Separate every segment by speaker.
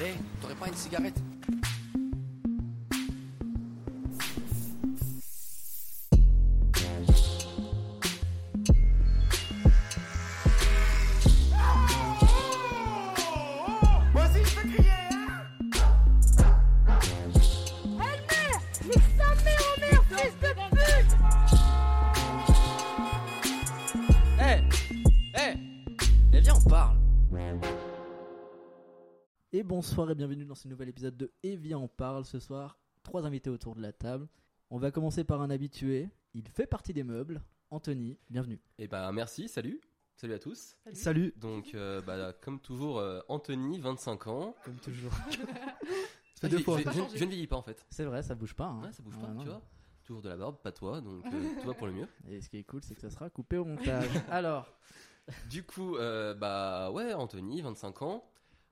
Speaker 1: Hé, Eh, t'aurais pas une cigarette
Speaker 2: Moi aussi, je peux crier, hein
Speaker 3: Nique ta mère en mer, fils de pute
Speaker 1: Hé Hé Eh viens, on parle
Speaker 4: Et bonsoir et bienvenue dans ce nouvel épisode de Et viens on parle ce soir. Trois invités autour de la table. On va commencer par un habitué. Il fait partie des meubles. Anthony, bienvenue.
Speaker 5: Eh ben merci, salut, salut à tous.
Speaker 6: Salut
Speaker 5: Donc euh, bah, comme toujours, euh, Anthony, 25 ans.
Speaker 4: Comme toujours.
Speaker 5: Ah,
Speaker 4: deux
Speaker 5: j'ai-
Speaker 4: fois.
Speaker 5: j'ai- Je je ne vieillis pas en fait.
Speaker 4: C'est vrai, ça bouge pas. hein.
Speaker 5: Ouais, ça bouge
Speaker 4: Ah,
Speaker 5: pas,
Speaker 4: non.
Speaker 5: tu vois. Toujours de la barbe, pas toi, donc euh, tout va pour le mieux.
Speaker 4: Et ce qui est cool, c'est que ça sera coupé au montage. Alors,
Speaker 5: Du coup, euh, bah ouais, Anthony, 25 ans.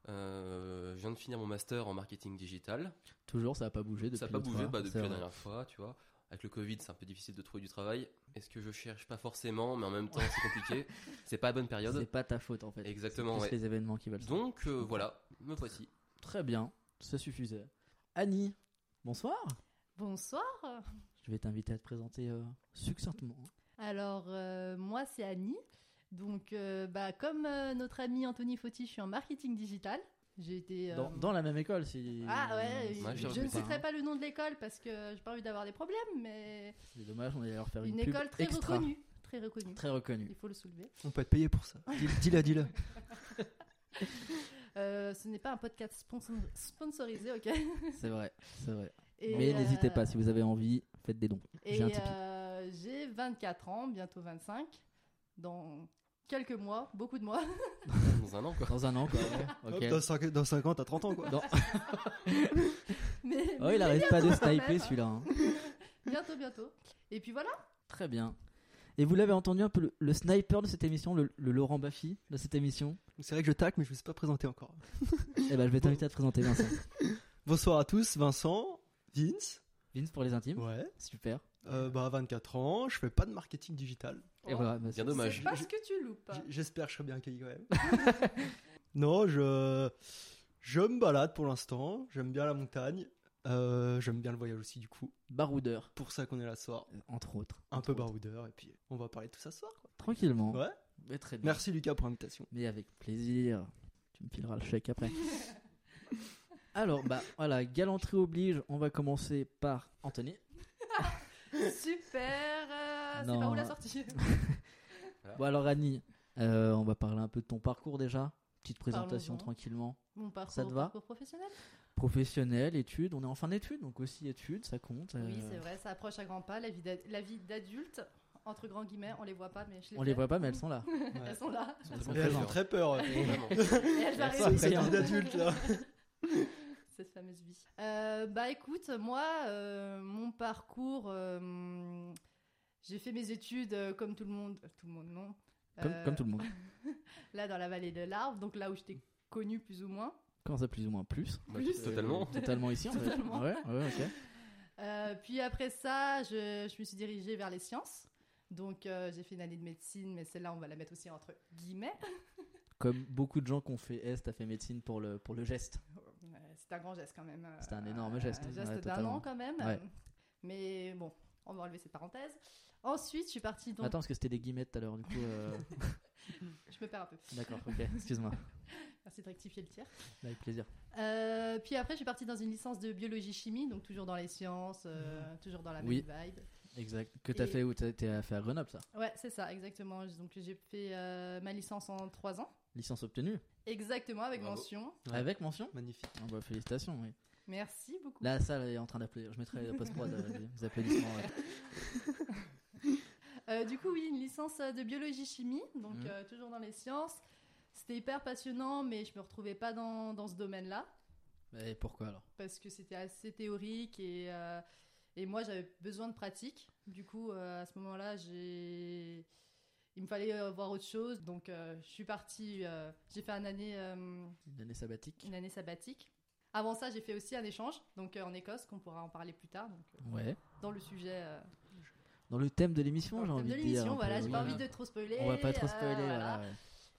Speaker 5: Euh, je viens de finir mon master en marketing digital.
Speaker 4: toujours, ça a pas bougé depuis.
Speaker 5: ça n'a pas
Speaker 4: l'autre
Speaker 5: bougé
Speaker 4: fois,
Speaker 5: bah,
Speaker 4: c'est
Speaker 5: depuis la
Speaker 4: vrai.
Speaker 5: dernière fois, tu vois. Avec le Covid, c'est un peu difficile de trouver du travail. Est-ce que je cherche pas forcément, mais en même temps, c'est compliqué. c'est pas la bonne
Speaker 4: C'est
Speaker 5: période.
Speaker 4: pas ta faute en fait.
Speaker 5: Exactement,
Speaker 4: C'est
Speaker 5: ouais.
Speaker 4: plus les événements qui valent. ça.
Speaker 5: Donc euh, voilà, me voici.
Speaker 4: Très bien, ça suffisait. Annie, bonsoir.
Speaker 7: Bonsoir.
Speaker 4: Je vais t'inviter à te présenter euh, succinctement.
Speaker 7: Alors, euh, moi, c'est Annie. Donc, euh, bah, comme euh, notre ami Anthony Fauti, je suis en marketing digital. J'ai été. euh,
Speaker 4: Dans, dans la même école, si.
Speaker 7: Ah ouais,
Speaker 4: si
Speaker 5: Moi,
Speaker 7: je,
Speaker 4: me
Speaker 5: j'aurais
Speaker 7: je ne
Speaker 5: pu
Speaker 4: trompe
Speaker 5: dire.
Speaker 4: pas, hein.
Speaker 7: citerai pas le nom de l'école parce que j'ai pas envie d'avoir des problèmes, mais
Speaker 4: C'est dommage, on allait leur faire une,
Speaker 7: une,
Speaker 4: pub
Speaker 7: école très
Speaker 4: extra.
Speaker 7: reconnue. Très reconnue.
Speaker 4: Très reconnue.
Speaker 7: Il faut le soulever.
Speaker 6: On peut être payé pour ça. Dis- Dis-la, dis-la.
Speaker 7: Euh, ce n'est pas un podcast sponsor- sponsorisé, ok
Speaker 4: C'est vrai, c'est vrai.
Speaker 7: Et,
Speaker 4: Mais
Speaker 7: euh,
Speaker 4: n'hésitez pas, si vous avez envie, faites des dons.
Speaker 7: Et
Speaker 4: J'ai un Tipeee.
Speaker 7: euh, j'ai 24 ans, bientôt 25. Dans quelques mois, beaucoup de mois.
Speaker 5: Dans un an, quoi.
Speaker 4: Dans un an, quoi. ouais.
Speaker 6: Hop,
Speaker 4: Ok.
Speaker 6: Dans 5, dans cinq ans, t'as 30 ans quoi.
Speaker 4: Dans-
Speaker 7: Mais,
Speaker 4: Oh, il arrive pas de
Speaker 7: quand même.
Speaker 4: sniper celui-là. hein.
Speaker 7: Bientôt, bientôt. Et puis voilà.
Speaker 4: Très bien. Et vous l'avez entendu un peu, le, le sniper de cette émission, le, le Laurent Baffy de cette émission.
Speaker 6: Donc C'est vrai que je tac, mais je ne me suis pas présenté encore.
Speaker 4: Eh ben, je vais t'inviter à te présenter, Vincent.
Speaker 6: Bonsoir à tous, Vincent, Vince.
Speaker 4: Vince pour les intimes.
Speaker 6: Ouais.
Speaker 4: Super.
Speaker 6: Euh, bah 24 ans, je fais pas de marketing digital.
Speaker 4: Et
Speaker 7: Oh,
Speaker 4: voilà, bah,
Speaker 5: Bien
Speaker 4: c'est-
Speaker 5: dommage.
Speaker 7: C'est parce que tu loupes.
Speaker 6: J- J'espère que je serai bien accueilli quand même. non, je je me balade pour l'instant. J'aime bien la montagne. Euh, J'aime bien le voyage aussi du coup.
Speaker 4: baroudeur,
Speaker 6: Pour ça qu'on est là ce soir.
Speaker 4: euh, entre autres.
Speaker 6: Un
Speaker 4: Entre
Speaker 6: peu
Speaker 4: autres.
Speaker 6: baroudeur et puis on va parler de tout ça ce soir. Quoi.
Speaker 4: Tranquillement.
Speaker 6: Ouais.
Speaker 4: Mais très bien.
Speaker 6: Merci Lucas pour l'invitation.
Speaker 4: Mais avec plaisir. Tu me fileras le chèque après. Alors, bah voilà, galanterie oblige, on va commencer par Anthony.
Speaker 7: Super. euh, c'est
Speaker 4: Non.
Speaker 7: pas où la sortie.
Speaker 4: Bon, alors Annie, euh, on va parler un peu de ton parcours déjà. Petite présentation
Speaker 7: Parlons-en.
Speaker 4: tranquillement.
Speaker 7: Mon parcours,
Speaker 4: Ça te va
Speaker 7: parcours professionnel.
Speaker 4: Professionnel, études, on est en fin d'études, donc aussi études, ça compte.
Speaker 7: Oui,
Speaker 4: euh,
Speaker 7: c'est vrai. Ça approche à grands pas. La vie d'ad- la vie d'adulte, entre grands guillemets, on les voit pas, mais je les
Speaker 4: On les
Speaker 7: fais.
Speaker 4: voit pas, mais elles sont là.
Speaker 7: Elles sont là.
Speaker 5: Ils sont très
Speaker 4: sont
Speaker 6: Et elles ont
Speaker 5: présents.
Speaker 6: Eh, très peur. euh,
Speaker 5: Vraiment.
Speaker 7: Et elles
Speaker 4: Elles sont
Speaker 7: arrivent.
Speaker 4: très
Speaker 6: Cette
Speaker 4: bien.
Speaker 6: vie d'adulte là.
Speaker 7: cette fameuse vie. Euh, bah écoute, moi, euh, mon parcours, euh, j'ai fait mes études euh, comme tout le monde, euh, tout le monde non,
Speaker 4: Comme,
Speaker 7: Euh,
Speaker 4: comme tout le monde.
Speaker 7: là dans la vallée de l'Arve, donc là où je t'ai connu plus ou moins.
Speaker 4: Comment ça, plus ou moins plus
Speaker 5: Bah, totalement.
Speaker 4: Euh, Totalement ici, en fait.
Speaker 7: Totalement.
Speaker 4: Ouais, ouais, ok.
Speaker 7: Euh, puis après ça, je, je me suis dirigée vers les sciences. Donc euh, j'ai fait une année de médecine, mais celle-là on va la mettre aussi entre guillemets.
Speaker 4: Comme beaucoup de gens qui ont fait S, t'as fait médecine pour le, pour le geste.
Speaker 7: Euh, C'est un grand geste quand même. euh,
Speaker 4: C'est un énorme geste,
Speaker 7: Un
Speaker 4: ouais,
Speaker 7: geste d'un
Speaker 4: totalement.
Speaker 7: an quand même.
Speaker 4: Ouais.
Speaker 7: Mais bon, on va enlever cette parenthèse. Ensuite, je suis partie donc.
Speaker 4: Attends, parce que c'était des guillemets tout à l'heure, du coup. euh,
Speaker 7: Je me perds un peu.
Speaker 4: D'accord, ok, excuse-moi.
Speaker 7: Merci de rectifier le tir.
Speaker 4: Avec plaisir.
Speaker 7: Euh, puis après, je suis partie dans une licence de biologie-chimie, donc toujours dans les sciences, euh, toujours dans la même
Speaker 4: Mhm. Oui.
Speaker 7: vibe.
Speaker 4: Exact. Que t'as
Speaker 7: Et-
Speaker 4: fait où T'as t'as fait à Grenoble, ça
Speaker 7: Ouais, c'est ça, exactement. Donc j'ai fait euh, ma licence en trois ans,
Speaker 4: Licence obtenue
Speaker 7: exactement avec
Speaker 5: Bravo.
Speaker 7: mention.
Speaker 6: Ouais.
Speaker 4: Avec mention
Speaker 6: Magnifique.
Speaker 4: Ah bah, Félicitations, oui.
Speaker 7: Merci beaucoup.
Speaker 4: La salle est en train d'applaudir. Je mettrai la post-prod, euh, des- des applaudissements. ouais.
Speaker 7: Euh, du coup, oui, une licence euh, de biologie-chimie, donc
Speaker 4: Mhm.
Speaker 7: euh, toujours dans les sciences. C'était hyper passionnant, mais je me retrouvais pas dans, dans ce domaine-là
Speaker 4: Mais pourquoi alors
Speaker 7: parce que c'était assez théorique et, euh, et moi j'avais besoin de pratique. Du coup, euh, à ce moment-là, j'ai il me fallait euh, voir autre chose, donc euh, je suis partie. euh, j'ai fait un année, euh,
Speaker 4: Une année sabbatique
Speaker 7: une année sabbatique. Avant ça, j'ai fait aussi un échange, donc euh, en Écosse, qu'on pourra en parler plus tard. Donc, euh,
Speaker 4: Ouais.
Speaker 7: dans le sujet, euh,
Speaker 4: Dans le thème de
Speaker 7: dans
Speaker 4: l'émission,
Speaker 7: le
Speaker 4: j'ai
Speaker 7: thème
Speaker 4: envie
Speaker 7: de
Speaker 4: de dire.
Speaker 7: l'émission,
Speaker 4: un peu,
Speaker 7: voilà, j'ai
Speaker 4: oui.
Speaker 7: pas envie de trop spoiler.
Speaker 4: On va pas trop
Speaker 7: euh,
Speaker 4: spoiler,
Speaker 7: voilà.
Speaker 4: voilà, ouais.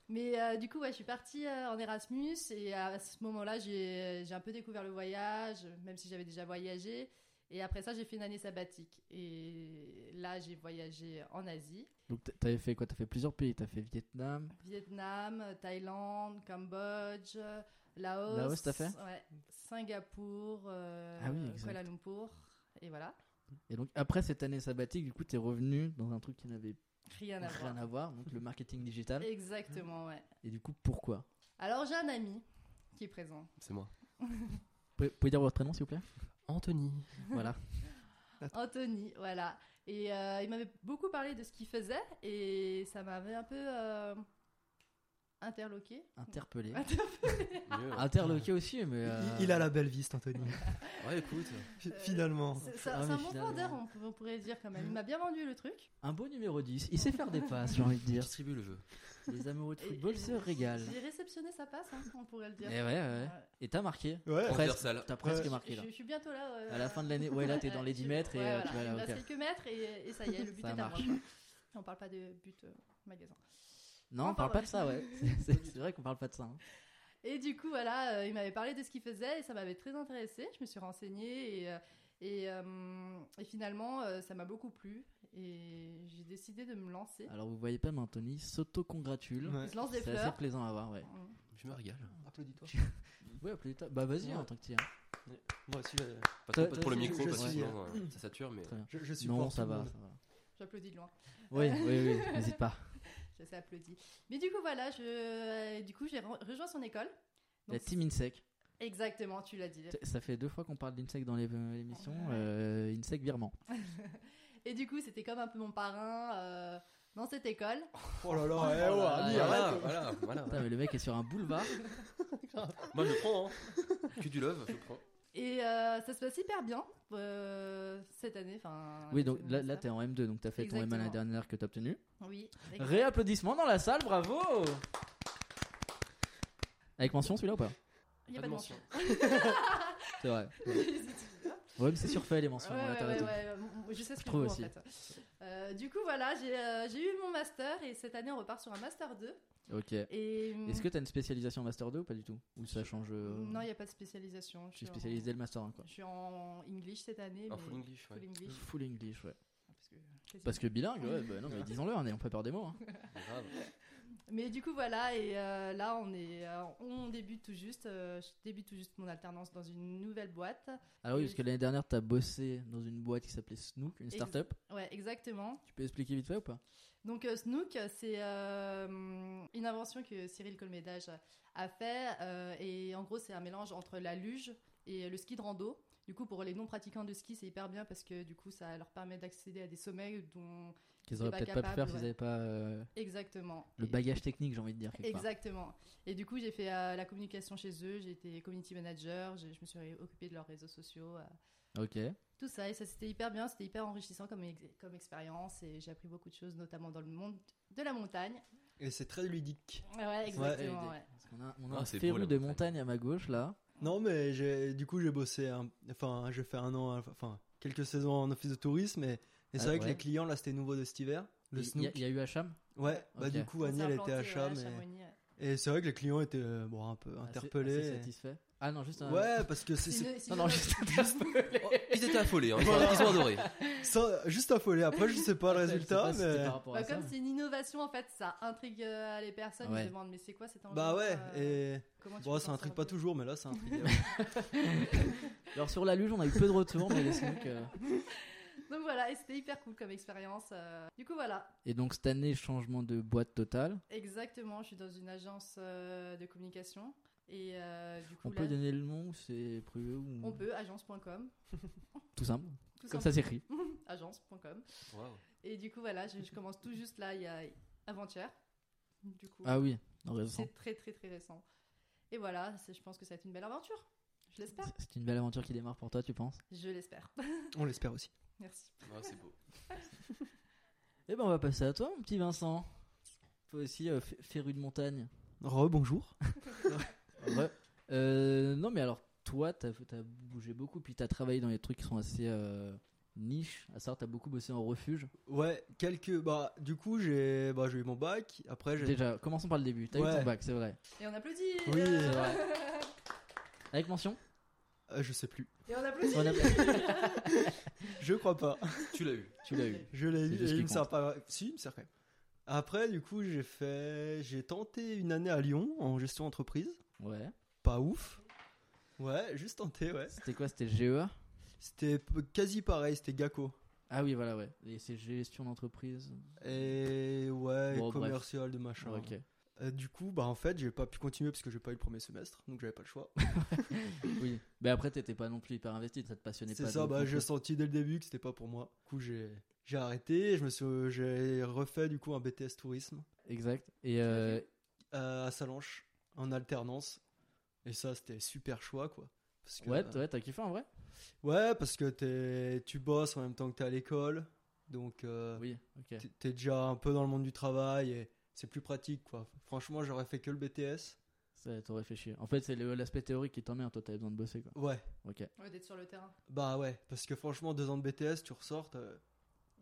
Speaker 7: Mais euh, du coup, ouais, je suis partie euh, en Erasmus et à ce moment-là, j'ai j'ai un peu découvert le voyage, même si j'avais déjà voyagé. Et après ça, j'ai fait une année sabbatique. Et là, j'ai voyagé en Asie,
Speaker 4: Donc, t'a- t'avais fait quoi T'as fait plusieurs pays. T'as fait Vietnam.
Speaker 7: Vietnam, Thaïlande, Cambodge, Laos.
Speaker 4: Laos, t'as fait
Speaker 7: ouais, Singapour, euh,
Speaker 4: Ah oui, exact.
Speaker 7: Kuala Lumpur. Et voilà,
Speaker 4: Et donc, après cette année sabbatique, du coup, t'es revenu dans un truc qui n'avait
Speaker 7: rien à
Speaker 4: rien
Speaker 7: voir.
Speaker 4: à voir, donc le marketing digital.
Speaker 7: Exactement, ouais.
Speaker 4: Et du coup, pourquoi
Speaker 7: Alors, j'ai un ami qui est présent.
Speaker 5: C'est moi.
Speaker 4: Vous pouvez dire votre prénom, s'il vous plaît
Speaker 5: Anthony.
Speaker 4: Voilà.
Speaker 7: Anthony, voilà. Et euh, il m'avait beaucoup parlé de ce qu'il faisait et ça m'avait un peu euh, interloqué.
Speaker 4: Interpellé.
Speaker 5: Mieux, hein.
Speaker 4: Interloqué aussi, mais.
Speaker 6: Il-
Speaker 4: euh,
Speaker 6: Il a la belle vie, cet Anthony.
Speaker 5: Ouais, écoute.
Speaker 6: Fi- Finalement.
Speaker 7: C'est
Speaker 4: Ah,
Speaker 7: ça- c'est un
Speaker 4: mais
Speaker 7: bon
Speaker 4: finalement.
Speaker 7: vendeur, on, peut- on pourrait dire quand même. Il m'a bien vendu le truc.
Speaker 4: Un beau numéro 10. Il sait faire des passes, j'ai envie de
Speaker 5: Il
Speaker 4: dire.
Speaker 5: distribue le jeu.
Speaker 4: Les amoureux de
Speaker 7: Et-
Speaker 4: football se régalent.
Speaker 7: J'ai réceptionné sa passe, hein, on pourrait le
Speaker 4: Et
Speaker 7: dire. Euh,
Speaker 4: ouais, ouais. Et t'as marqué
Speaker 6: Ouais.
Speaker 5: Transversal.
Speaker 4: Presque. T'as presque
Speaker 6: Ouais.
Speaker 4: marqué
Speaker 7: Je,
Speaker 4: là.
Speaker 7: je suis bientôt là. ouais.
Speaker 4: À la fin de l'année. Ouais, là, t'es dans les 10 mètres et
Speaker 7: Ouais,
Speaker 4: euh,
Speaker 7: voilà.
Speaker 4: tu vas
Speaker 7: Il me
Speaker 4: là,
Speaker 7: reste
Speaker 4: ok.
Speaker 7: quelques mètres et, et ça y est, le but
Speaker 4: Ça
Speaker 7: est à moi.
Speaker 4: marche.
Speaker 7: On parle pas de but euh, magasin.
Speaker 4: Non, on
Speaker 7: Non,
Speaker 4: parle
Speaker 7: pas
Speaker 4: pas de ça, ouais. C'est- C'est c'est vrai qu'on parle pas de ça. hein.
Speaker 7: Et du coup, voilà, euh, il m'avait parlé de ce qu'il faisait et ça m'avait très intéressée. Je me suis renseignée et, euh, et, euh, et finalement, euh, ça m'a beaucoup plu et j'ai décidé de me lancer.
Speaker 4: Alors, vous voyez pas, mais Anthony s'auto-congratule.
Speaker 6: Ouais.
Speaker 7: Je se lance des
Speaker 4: Ah C'est assez
Speaker 7: fleurs. Mmh.
Speaker 4: plaisant à voir, ouais.
Speaker 5: Je me régale.
Speaker 6: Applaudis-toi.
Speaker 4: Ouais, plus tard. Bah, vas-y,
Speaker 6: Ouais.
Speaker 4: hein, en tant que t'y es.
Speaker 6: Moi aussi, j'allais-
Speaker 5: Pas trop
Speaker 4: Toi-
Speaker 5: pas
Speaker 4: toi
Speaker 5: pour le
Speaker 4: aussi,
Speaker 5: micro,
Speaker 4: je- je
Speaker 5: parce que
Speaker 4: suis,
Speaker 5: sinon euh, ça sature, mais.
Speaker 4: Très bien.
Speaker 6: Je, je supporte
Speaker 4: Non, ça
Speaker 6: tout le
Speaker 4: va,
Speaker 6: monde.
Speaker 4: ça va.
Speaker 7: J'applaudis de loin.
Speaker 4: Oui, oui, oui, n'hésite pas.
Speaker 7: Je sais applaudis. Mais du coup, voilà, je, euh, du coup, j'ai re- rejoint son école.
Speaker 4: La
Speaker 7: Donc,
Speaker 4: team Insec.
Speaker 7: Exactement, tu l'as dit.
Speaker 4: Ça fait deux fois qu'on parle d'Insec dans les- l'émission. Euh, Insec virement.
Speaker 7: Ah Et du coup, c'était comme un peu mon parrain euh, dans cette école.
Speaker 6: Oh là là, eh, oh,
Speaker 4: là
Speaker 6: Ami,
Speaker 4: là.
Speaker 5: Ah, Voilà,
Speaker 6: arrête.
Speaker 5: voilà, voilà.
Speaker 4: Putain, mais le mec est sur un boulevard.
Speaker 5: Moi, je le prends, hein. Que du love, je le prends.
Speaker 7: Et euh, ça se passe hyper bien euh, cette année. Enfin,
Speaker 4: Oui, donc
Speaker 7: cette
Speaker 4: là,
Speaker 7: année,
Speaker 4: là
Speaker 7: ça.
Speaker 4: t'es en M2, donc t'as fait ton M1 l'année
Speaker 7: Exactement.
Speaker 4: dernière que t'as obtenu.
Speaker 7: Oui.
Speaker 4: Réapplaudissements dans la salle, bravo Avec mention celui-là ou pas
Speaker 7: Il n'y a pas de mention.
Speaker 4: C'est vrai. Ouais, mais c'est surfait les mentions.
Speaker 7: Ouais,
Speaker 4: ouais, t'as
Speaker 7: ouais,
Speaker 4: raison.
Speaker 7: ouais, ouais, Je sais ce que je
Speaker 4: trouve
Speaker 7: trouve
Speaker 4: aussi.
Speaker 7: en fait. Euh, du coup, voilà, j'ai euh, j'ai eu mon master et cette année on repart sur un master 2.
Speaker 4: Ok.
Speaker 7: Et, mm, hum.
Speaker 4: Est-ce que t'as une spécialisation Master 2 ou pas du tout Ou ça change euh,
Speaker 7: Non, il n'y a pas de spécialisation. Je
Speaker 4: Tu
Speaker 7: suis
Speaker 4: es spécialisé le Master 1 quoi.
Speaker 7: En... Je suis en English cette année.
Speaker 5: En
Speaker 7: mais
Speaker 5: full English, ouais.
Speaker 7: full English.
Speaker 4: Full English, ouais.
Speaker 7: parce que- quasi-
Speaker 4: Parce que bilingue, ouais, bah non, mais disons-le, on n'ayons pas peur des mots. hein.
Speaker 5: Grave.
Speaker 7: Mais du coup, voilà, et euh, là on, est, euh, on débute tout juste. euh, je débute tout juste mon alternance dans une nouvelle boîte.
Speaker 4: Alors Ah oui,
Speaker 7: Oui.
Speaker 4: parce que l'année dernière, t'as bossé dans une boîte qui s'appelait Snook, une
Speaker 7: Ex-
Speaker 4: start-up.
Speaker 7: Ouais, exactement.
Speaker 4: Tu peux expliquer vite fait ou pas
Speaker 7: Donc euh, Snook, c'est euh, une invention que Cyril Colmédage a fait euh, et en gros c'est un mélange entre la luge et le ski de rando. Du coup pour les non pratiquants de ski c'est hyper bien parce que du coup ça leur permet d'accéder à des sommets dont
Speaker 4: Qu'ils
Speaker 7: C'est
Speaker 4: auraient
Speaker 7: pas
Speaker 4: peut-être pas pu
Speaker 7: capable,
Speaker 4: faire s'ils
Speaker 7: ouais.
Speaker 4: n'avaient pas euh,
Speaker 7: exactement.
Speaker 4: le
Speaker 7: Et-
Speaker 4: bagage technique, j'ai envie de dire. quelque part.
Speaker 7: Exactement. Et du coup, j'ai fait euh, la communication chez eux, j'ai été community manager, j'ai- je me suis occupée de leurs réseaux sociaux, euh,
Speaker 4: Ok.
Speaker 7: tout ça. Et ça, c'était hyper bien, c'était hyper enrichissant comme, ex- comme expérience et j'ai appris beaucoup de choses, notamment dans le monde de la montagne.
Speaker 6: Et c'est très ludique.
Speaker 7: Ouais, exactement.
Speaker 4: idée.
Speaker 7: ouais.
Speaker 4: On a, on a
Speaker 5: Ah,
Speaker 4: un
Speaker 5: c'est beau,
Speaker 4: férou
Speaker 5: la
Speaker 4: de
Speaker 5: montagne.
Speaker 4: montagne à ma gauche là.
Speaker 6: Non, mais j'ai- du coup, j'ai bossé. un- Enfin, j'ai fait un an, enfin, quelques saisons en office de tourisme. Et, et c'est
Speaker 4: Ah,
Speaker 6: vrai que
Speaker 4: ouais.
Speaker 6: les clients, là, c'était nouveau de cet hiver.
Speaker 4: Il
Speaker 6: Le
Speaker 4: il y, a-
Speaker 6: snook.
Speaker 4: il y a eu Hacham
Speaker 6: Ouais, bah
Speaker 4: Ok.
Speaker 6: du coup,
Speaker 7: On s'est
Speaker 6: Annie, elle était
Speaker 7: implanté,
Speaker 6: à
Speaker 7: ouais,
Speaker 6: Cham. et-
Speaker 7: Chamonix, ouais.
Speaker 6: Et c'est vrai que les clients étaient euh, bon, un peu
Speaker 4: Assez-
Speaker 6: interpellés.
Speaker 4: assez satisfait. Ah non, juste un.
Speaker 6: Ouais, parce que c'est
Speaker 7: Si
Speaker 6: c'est-
Speaker 7: je- si
Speaker 4: Non,
Speaker 7: je-
Speaker 4: non, juste. juste-
Speaker 5: Ils étaient affolés, hein. ils, ont, ils ont adoré.
Speaker 6: ça- juste affolé. Après, je sais pas le
Speaker 4: Je sais
Speaker 6: résultat,
Speaker 4: pas si c'était
Speaker 6: mais.
Speaker 4: par rapport à
Speaker 7: Bah,
Speaker 4: ça,
Speaker 7: comme
Speaker 4: mais-
Speaker 7: c'est une innovation, en fait, ça intrigue euh, les personnes.
Speaker 4: Ouais.
Speaker 7: Ils se demandent, mais c'est quoi cet enjeu
Speaker 6: Bah ouais,
Speaker 7: euh,
Speaker 6: et.
Speaker 7: comment tu
Speaker 6: Bon,
Speaker 7: peux
Speaker 6: ça
Speaker 7: t'en
Speaker 6: intrigue pas
Speaker 7: sortir
Speaker 6: toujours, mais là, ça intrigue.
Speaker 4: Alors sur la luge, on a eu peu de retours, mais les Snook, euh,
Speaker 7: Donc voilà, et c'était hyper cool comme expérience. euh. Du coup, voilà,
Speaker 4: Et donc cette année, changement de boîte totale.
Speaker 7: exactement. Je suis dans une agence euh, de communication. Et euh, du coup,
Speaker 4: On
Speaker 7: là,
Speaker 4: peut donner le nom, ou c'est privé ou
Speaker 7: on peut, agence.com.
Speaker 4: tout simple. Comme
Speaker 7: Tout simple, Mm.
Speaker 4: ça s'écrit.
Speaker 7: agence.com.
Speaker 5: Waouh.
Speaker 7: Et du coup, voilà, je, je commence tout juste là, il y a avant-hier. Du coup,
Speaker 4: Ah oui, en raison.
Speaker 7: c'est très, très, très récent. Et voilà, c'est- je pense que ça va être une belle aventure. Je l'espère.
Speaker 4: C'est une belle aventure qui démarre pour toi, tu penses
Speaker 7: Je l'espère.
Speaker 6: On l'espère aussi.
Speaker 7: Merci.
Speaker 5: Ouais, c'est beau.
Speaker 4: Eh ben on va passer à toi, mon petit Vincent. Toi aussi, euh, fé- féru de montagne.
Speaker 6: Re, bonjour.
Speaker 4: Ouais. Euh, non, mais alors, toi, t'as as bougé beaucoup, puis t'as travaillé dans des trucs qui sont assez euh, niche À savoir, t'as beaucoup bossé en refuge.
Speaker 6: Ouais, quelques. Bah, du coup, j'ai bah, j'ai eu mon bac. Après, j'ai.
Speaker 4: Déjà, commençons par le début. T'as eu
Speaker 6: Ouais.
Speaker 4: ton bac, c'est vrai.
Speaker 7: Et on applaudit
Speaker 6: Oui,
Speaker 7: euh,
Speaker 4: C'est vrai. Avec mention
Speaker 6: Euh, je sais plus.
Speaker 7: Et on applaudit
Speaker 4: On
Speaker 6: Je crois pas.
Speaker 5: Tu l'as eu.
Speaker 4: Tu l'as eu.
Speaker 6: Je l'ai
Speaker 4: C'est
Speaker 6: eu.
Speaker 4: juste
Speaker 6: et
Speaker 4: qui
Speaker 6: Il me sert pas. Si, il me sert quand même. Après, du coup, j'ai fait. J'ai tenté une année à Lyon en gestion entreprise.
Speaker 4: Ouais.
Speaker 6: Pas ouf. Ouais, juste tenté, ouais.
Speaker 4: C'était quoi C'était E GEA
Speaker 6: C'était p- quasi pareil, c'était GACO.
Speaker 4: Ah oui, voilà, ouais. Et c'est gestion d'entreprise.
Speaker 6: Et ouais,
Speaker 4: Bon, bref.
Speaker 6: commercial de machin.
Speaker 4: Ok.
Speaker 6: Euh, du coup, bah en fait, j'ai pas pu continuer parce que j'ai pas eu le premier semestre, donc j'avais pas le choix.
Speaker 4: Oui. Mais après, t'étais pas non plus hyper investi, ça te passionnait pas.
Speaker 6: C'est ça,
Speaker 4: de ouf
Speaker 6: bah
Speaker 4: non
Speaker 6: j'ai
Speaker 4: plus.
Speaker 6: senti dès le début que c'était pas pour moi. Du coup, j'ai j'ai arrêté, je me suis j'ai refait du coup un BTS tourisme
Speaker 4: Exact. Et euh,
Speaker 6: euh, à Salanches en alternance. Et ça, c'était super choix quoi. Parce que,
Speaker 4: ouais,
Speaker 6: euh,
Speaker 4: t- ouais, t'as kiffé en vrai
Speaker 6: ouais, parce que t'es- tu bosses en même temps que t'es à l'école, donc euh,
Speaker 4: Oui. Ok.
Speaker 6: t'es- t'es déjà un peu dans le monde du travail et c'est plus pratique quoi. Franchement, j'aurais fait que le BTS.
Speaker 4: Ça t'aurait fait chier. En fait, c'est le- l'aspect théorique qui t'emmerde. Toi, t'avais besoin de bosser, quoi.
Speaker 6: Ouais.
Speaker 4: Ok.
Speaker 7: Ouais, d'être sur le terrain.
Speaker 6: Bah ouais, parce que franchement, deux ans de BTS, tu ressors, t'as-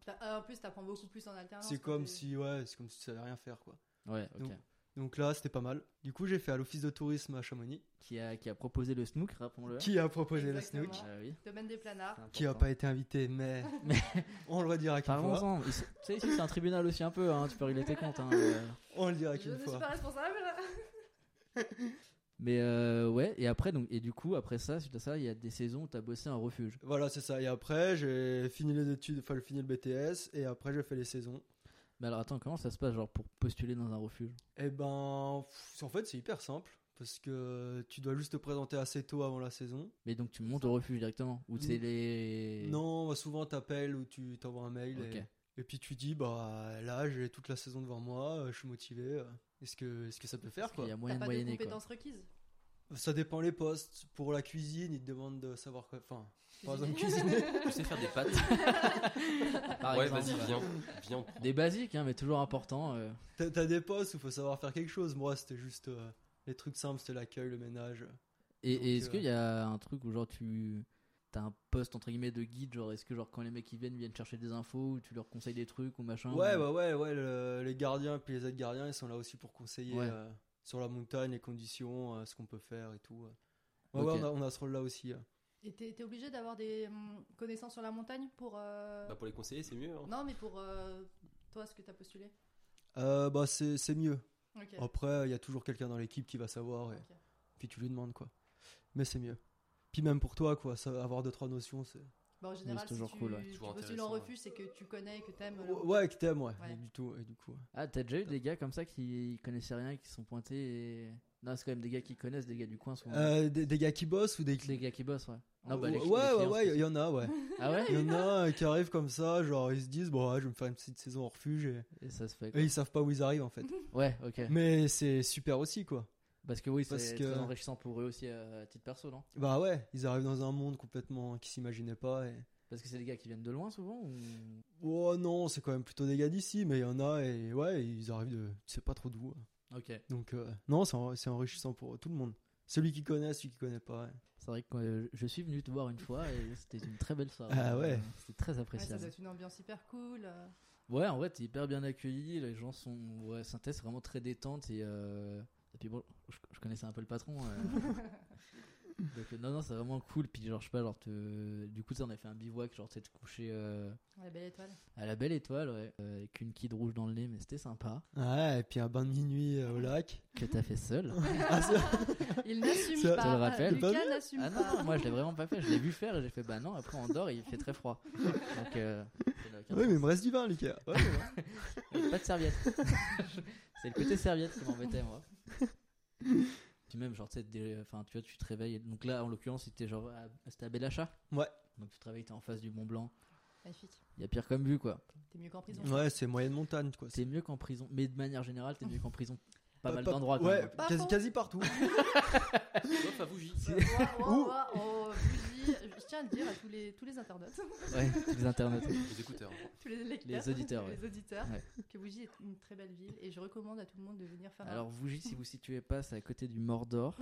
Speaker 7: T'as- ah, en plus, t'apprends beaucoup plus en alternance.
Speaker 6: c'est
Speaker 7: quand
Speaker 6: comme
Speaker 7: t'es-
Speaker 6: si ouais, c'est comme si tu savais rien faire quoi.
Speaker 4: Ouais, ok.
Speaker 6: Donc- Donc là, c'était pas mal. Du coup, j'ai fait à l'office de tourisme à Chamonix,
Speaker 4: Qui, a, qui a proposé le snook, rappelons-le.
Speaker 6: qui a proposé la
Speaker 7: Exactement.
Speaker 6: snook,
Speaker 4: Ah oui.
Speaker 7: Domaine des planards.
Speaker 6: qui a pas été invité, mais on le redira qu'une fois.
Speaker 4: Parlons-en. Ils sont- Tu sais, ici, c'est un tribunal aussi, un peu. Hein. Tu peux régler tes comptes. Hein. euh.
Speaker 6: On le dira
Speaker 7: Je
Speaker 6: qu'une
Speaker 7: ne suis
Speaker 6: fois.
Speaker 7: pas responsable.
Speaker 4: Mais euh, ouais, et après, donc, et du coup, après ça, suite à ça, il y a des saisons où t'as bossé en refuge.
Speaker 6: Voilà, c'est ça. Et après, j'ai fini les études, enfin, j'ai fini le BTS, et après, j'ai fait les saisons.
Speaker 4: Mais alors, attends, comment ça se passe, genre, pour postuler dans un refuge
Speaker 6: Et ben, pff, en fait, c'est hyper simple, parce que tu dois juste te présenter assez tôt avant la saison.
Speaker 4: Mais donc, tu montes au refuge directement Ou c'est les.
Speaker 6: Non, bah, souvent, t'appelles ou tu t'envoies un mail,
Speaker 4: Ok.
Speaker 6: et, et puis tu dis, bah là, j'ai toute la saison devant moi, euh, je suis motivé. euh, Est-ce que, est-ce que ça peut faire
Speaker 4: Parce
Speaker 6: quoi
Speaker 4: qu'il y a
Speaker 7: T'as
Speaker 4: moyen de
Speaker 7: pas de
Speaker 4: moyenner, quoi.
Speaker 7: compétences requises.
Speaker 6: Ça dépend les postes. Pour la cuisine, ils te demandent de savoir quoi. Enfin, par exemple,
Speaker 7: Cuisiner.
Speaker 6: cuisiner.
Speaker 5: Tu sais faire des pâtes.
Speaker 4: Par
Speaker 5: ouais,
Speaker 4: exemple,
Speaker 5: vas-y,
Speaker 4: ouais.
Speaker 5: viens. Viens, on prend.
Speaker 4: Des basiques, hein, mais toujours important. euh.
Speaker 6: T'as t'as des postes où faut savoir faire quelque chose. Moi, c'était juste euh, les trucs simples c'était l'accueil, le ménage.
Speaker 4: Et,
Speaker 6: Donc,
Speaker 4: et est-ce
Speaker 6: euh,
Speaker 4: qu'il y a un truc où genre tu t'as un poste entre guillemets de guide genre est-ce que genre quand les mecs ils viennent ils viennent chercher des infos ou tu leur conseilles des trucs ou machin
Speaker 6: ouais,
Speaker 4: ou-
Speaker 6: bah ouais, ouais. le- les gardiens et puis les aides-gardiens, ils sont là aussi pour conseiller
Speaker 4: Ouais.
Speaker 6: euh, sur la montagne, les conditions, euh, ce qu'on peut faire et tout. Ouais,
Speaker 4: Ok.
Speaker 6: ouais, on a, on a ce rôle-là aussi. euh.
Speaker 7: Et t'es t'es obligé d'avoir des hum, connaissances sur la montagne pour. euh,
Speaker 5: Bah, pour les conseiller, c'est mieux. hein.
Speaker 7: Non, mais pour euh, toi, ce que t'as postulé.
Speaker 6: Euh, bah, c'est c'est mieux.
Speaker 7: Ok.
Speaker 4: Oh,
Speaker 6: Après, il y a toujours quelqu'un dans l'équipe qui va savoir et
Speaker 7: Ok.
Speaker 6: puis tu lui demandes quoi. Mais c'est mieux. Puis même pour toi, quoi, ça- avoir deux trois notions, c'est.
Speaker 7: Bah, en
Speaker 4: c'est
Speaker 7: général, si
Speaker 4: toujours
Speaker 7: tu,
Speaker 4: cool, ouais.
Speaker 7: tu
Speaker 5: Toujours
Speaker 7: postules en
Speaker 5: intéressant, ouais.
Speaker 7: refus, c'est que tu connais et que t'aimes. le-
Speaker 6: Ouais, que t'aimes, ouais.
Speaker 7: Ouais.
Speaker 6: Du tout, et du coup. ouais.
Speaker 4: ah t'as déjà eu des gars comme ça qui connaissaient rien qui sont pointés et... non c'est quand même des gars qui connaissent des gars du coin souvent
Speaker 6: Euh, des, des gars qui bossent ou des
Speaker 4: des
Speaker 6: clients
Speaker 4: gars qui bossent ouais non bah
Speaker 6: Ouais,
Speaker 4: les- les
Speaker 6: ouais, ouais,
Speaker 4: clients, c'est-
Speaker 6: il y en a, ouais.
Speaker 4: ah ouais
Speaker 6: Il y en a euh, qui arrivent comme ça, genre ils se disent, bon, ouais, je vais me faire une petite saison en refuge et,
Speaker 4: et ça se fait quoi.
Speaker 6: et ils savent pas où ils arrivent en fait.
Speaker 4: ouais ok
Speaker 6: Mais c'est super aussi, quoi.
Speaker 4: parce que oui
Speaker 6: Parce
Speaker 4: c'est
Speaker 6: que-
Speaker 4: très enrichissant pour eux aussi euh, à titre perso non
Speaker 6: Bah ouais, ils arrivent dans un monde complètement qu'ils s'imaginaient pas et.
Speaker 4: parce que c'est des gars qui viennent de loin souvent ou
Speaker 6: Oh non, c'est quand même plutôt des gars d'ici, mais il y en a et ouais, ils arrivent de. Tu sais pas trop d'où. hein.
Speaker 4: ok
Speaker 6: Donc euh, non, c'est en- c'est enrichissant pour tout le monde. Celui qui connaît, celui qui connaît pas. ouais.
Speaker 4: c'est vrai que euh, je suis venu te voir une fois et c'était une très belle soirée
Speaker 6: Ah ouais.
Speaker 4: Euh, c'était très
Speaker 7: Ouais, ça
Speaker 4: appréciable
Speaker 7: doit être une ambiance hyper cool. euh.
Speaker 4: Ouais, en vrai, t'es hyper bien accueilli. Les gens sont. Ouais, Synthèse, c'est vraiment très détente. Et, euh, et puis bon, je, je connaissais un peu le patron. euh. Donc, euh, non, non, c'est vraiment cool. Puis, genre, je sais pas, genre, te... du coup, ça, on a fait un bivouac, genre, t'es couché euh,
Speaker 7: La belle étoile.
Speaker 4: à la belle étoile, ouais, euh, avec une kid rouge dans le nez, mais c'était sympa.
Speaker 6: Ouais, et puis un bain de minuit euh, au lac.
Speaker 4: Que t'as fait seul.
Speaker 6: Ah, c'est-
Speaker 7: Il n'assume
Speaker 6: Ça-
Speaker 7: pas.
Speaker 6: ça
Speaker 4: le rappelle.
Speaker 6: Pas
Speaker 7: Lucas
Speaker 6: bien.
Speaker 7: n'assume
Speaker 4: ah non,
Speaker 7: pas.
Speaker 4: non, moi, je l'ai vraiment pas fait. Je l'ai vu faire et j'ai fait, bah non, après, on dort et il fait très froid. Donc, euh, ça n'a aucun
Speaker 6: ouais, mais il
Speaker 4: sens.
Speaker 6: me reste du vin, les gars. Ouais, ouais.
Speaker 4: Et Euh, pas de serviette. c'est le côté serviette qui m'embêtait, moi. Puis même, genre, tu sais, des- enfin, tu vois, tu te réveilles. Donc là, en l'occurrence, c'était genre, à- c'était à Belachat.
Speaker 6: Ouais.
Speaker 4: Donc tu te réveilles, t'es en face du Mont Blanc.
Speaker 7: Magnifique.
Speaker 4: Il y a pire comme vue, quoi.
Speaker 7: T'es mieux qu'en prison.
Speaker 6: Ouais, c'est moyenne montagne, quoi.
Speaker 4: T'es mieux qu'en prison. Mais de manière générale, t'es mieux qu'en prison. Pas,
Speaker 6: Pas-
Speaker 4: mal
Speaker 6: pas-
Speaker 4: d'endroits, quand
Speaker 6: Ouais,
Speaker 4: même. Bah,
Speaker 7: Pas
Speaker 6: quasi,
Speaker 7: faux.
Speaker 6: quasi partout.
Speaker 5: Sauf à Bougie.
Speaker 7: Ouah, ouah,
Speaker 6: Ouh.
Speaker 7: ouah, oh, Fuji. Je tiens à le dire à tous les, tous les internautes,
Speaker 4: Ouais, les internautes.
Speaker 5: Les écouteurs. hein.
Speaker 7: tous les lecteurs,
Speaker 4: Les auditeurs,
Speaker 7: les auditeurs,
Speaker 4: Ouais.
Speaker 7: que Bougie est une très belle ville et je recommande à tout le monde de venir faire
Speaker 4: Alors, Vougy, si vous situez pas, c'est à côté du Mordor.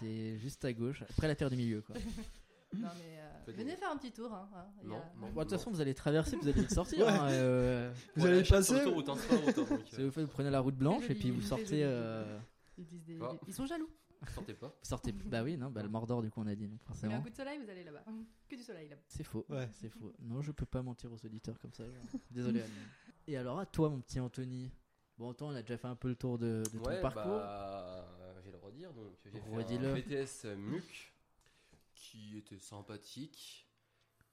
Speaker 4: C'est juste à gauche, après la terre du milieu, quoi.
Speaker 7: un... Non, mais euh,
Speaker 5: Faites
Speaker 7: venez
Speaker 5: des-
Speaker 7: faire un petit tour. hein, hein, il y a-
Speaker 5: Non, non.
Speaker 4: Bon, de toute
Speaker 5: non.
Speaker 4: façon, vous allez traverser, vous allez vite sortir.
Speaker 6: Ouais.
Speaker 4: hein, euh,
Speaker 6: Vous
Speaker 5: Ouais,
Speaker 6: allez
Speaker 5: la chaîne sur
Speaker 6: passer
Speaker 5: l'autoroute, hein, c'est pas la route, hein, donc,
Speaker 4: si
Speaker 5: euh,
Speaker 4: vous faites, vous prenez la route blanche et puis vous
Speaker 7: Très
Speaker 4: sortez.
Speaker 7: joli.
Speaker 4: euh,
Speaker 7: Ils, disent des-
Speaker 5: Ah.
Speaker 7: ils sont jaloux.
Speaker 5: sortez pas.
Speaker 4: vous sortez. Bah oui, non, bah le Mordor, du coup, on a dit, donc
Speaker 7: Il y a un
Speaker 4: forcément.
Speaker 7: coup de soleil, vous allez là-bas. Que du soleil là-bas.
Speaker 4: C'est faux.
Speaker 6: Ouais.
Speaker 4: C'est faux. Non, je peux pas mentir aux auditeurs comme ça. genre. Désolé. Anne. Et alors, à toi, mon petit Anthony. Bon, toi, on a déjà fait un peu le tour de, de ton
Speaker 5: ouais,
Speaker 4: parcours.
Speaker 5: bah, j'ai le droit de dire. Donc, j'ai fait
Speaker 4: Redis-le.
Speaker 5: un BTS MUC qui était sympathique,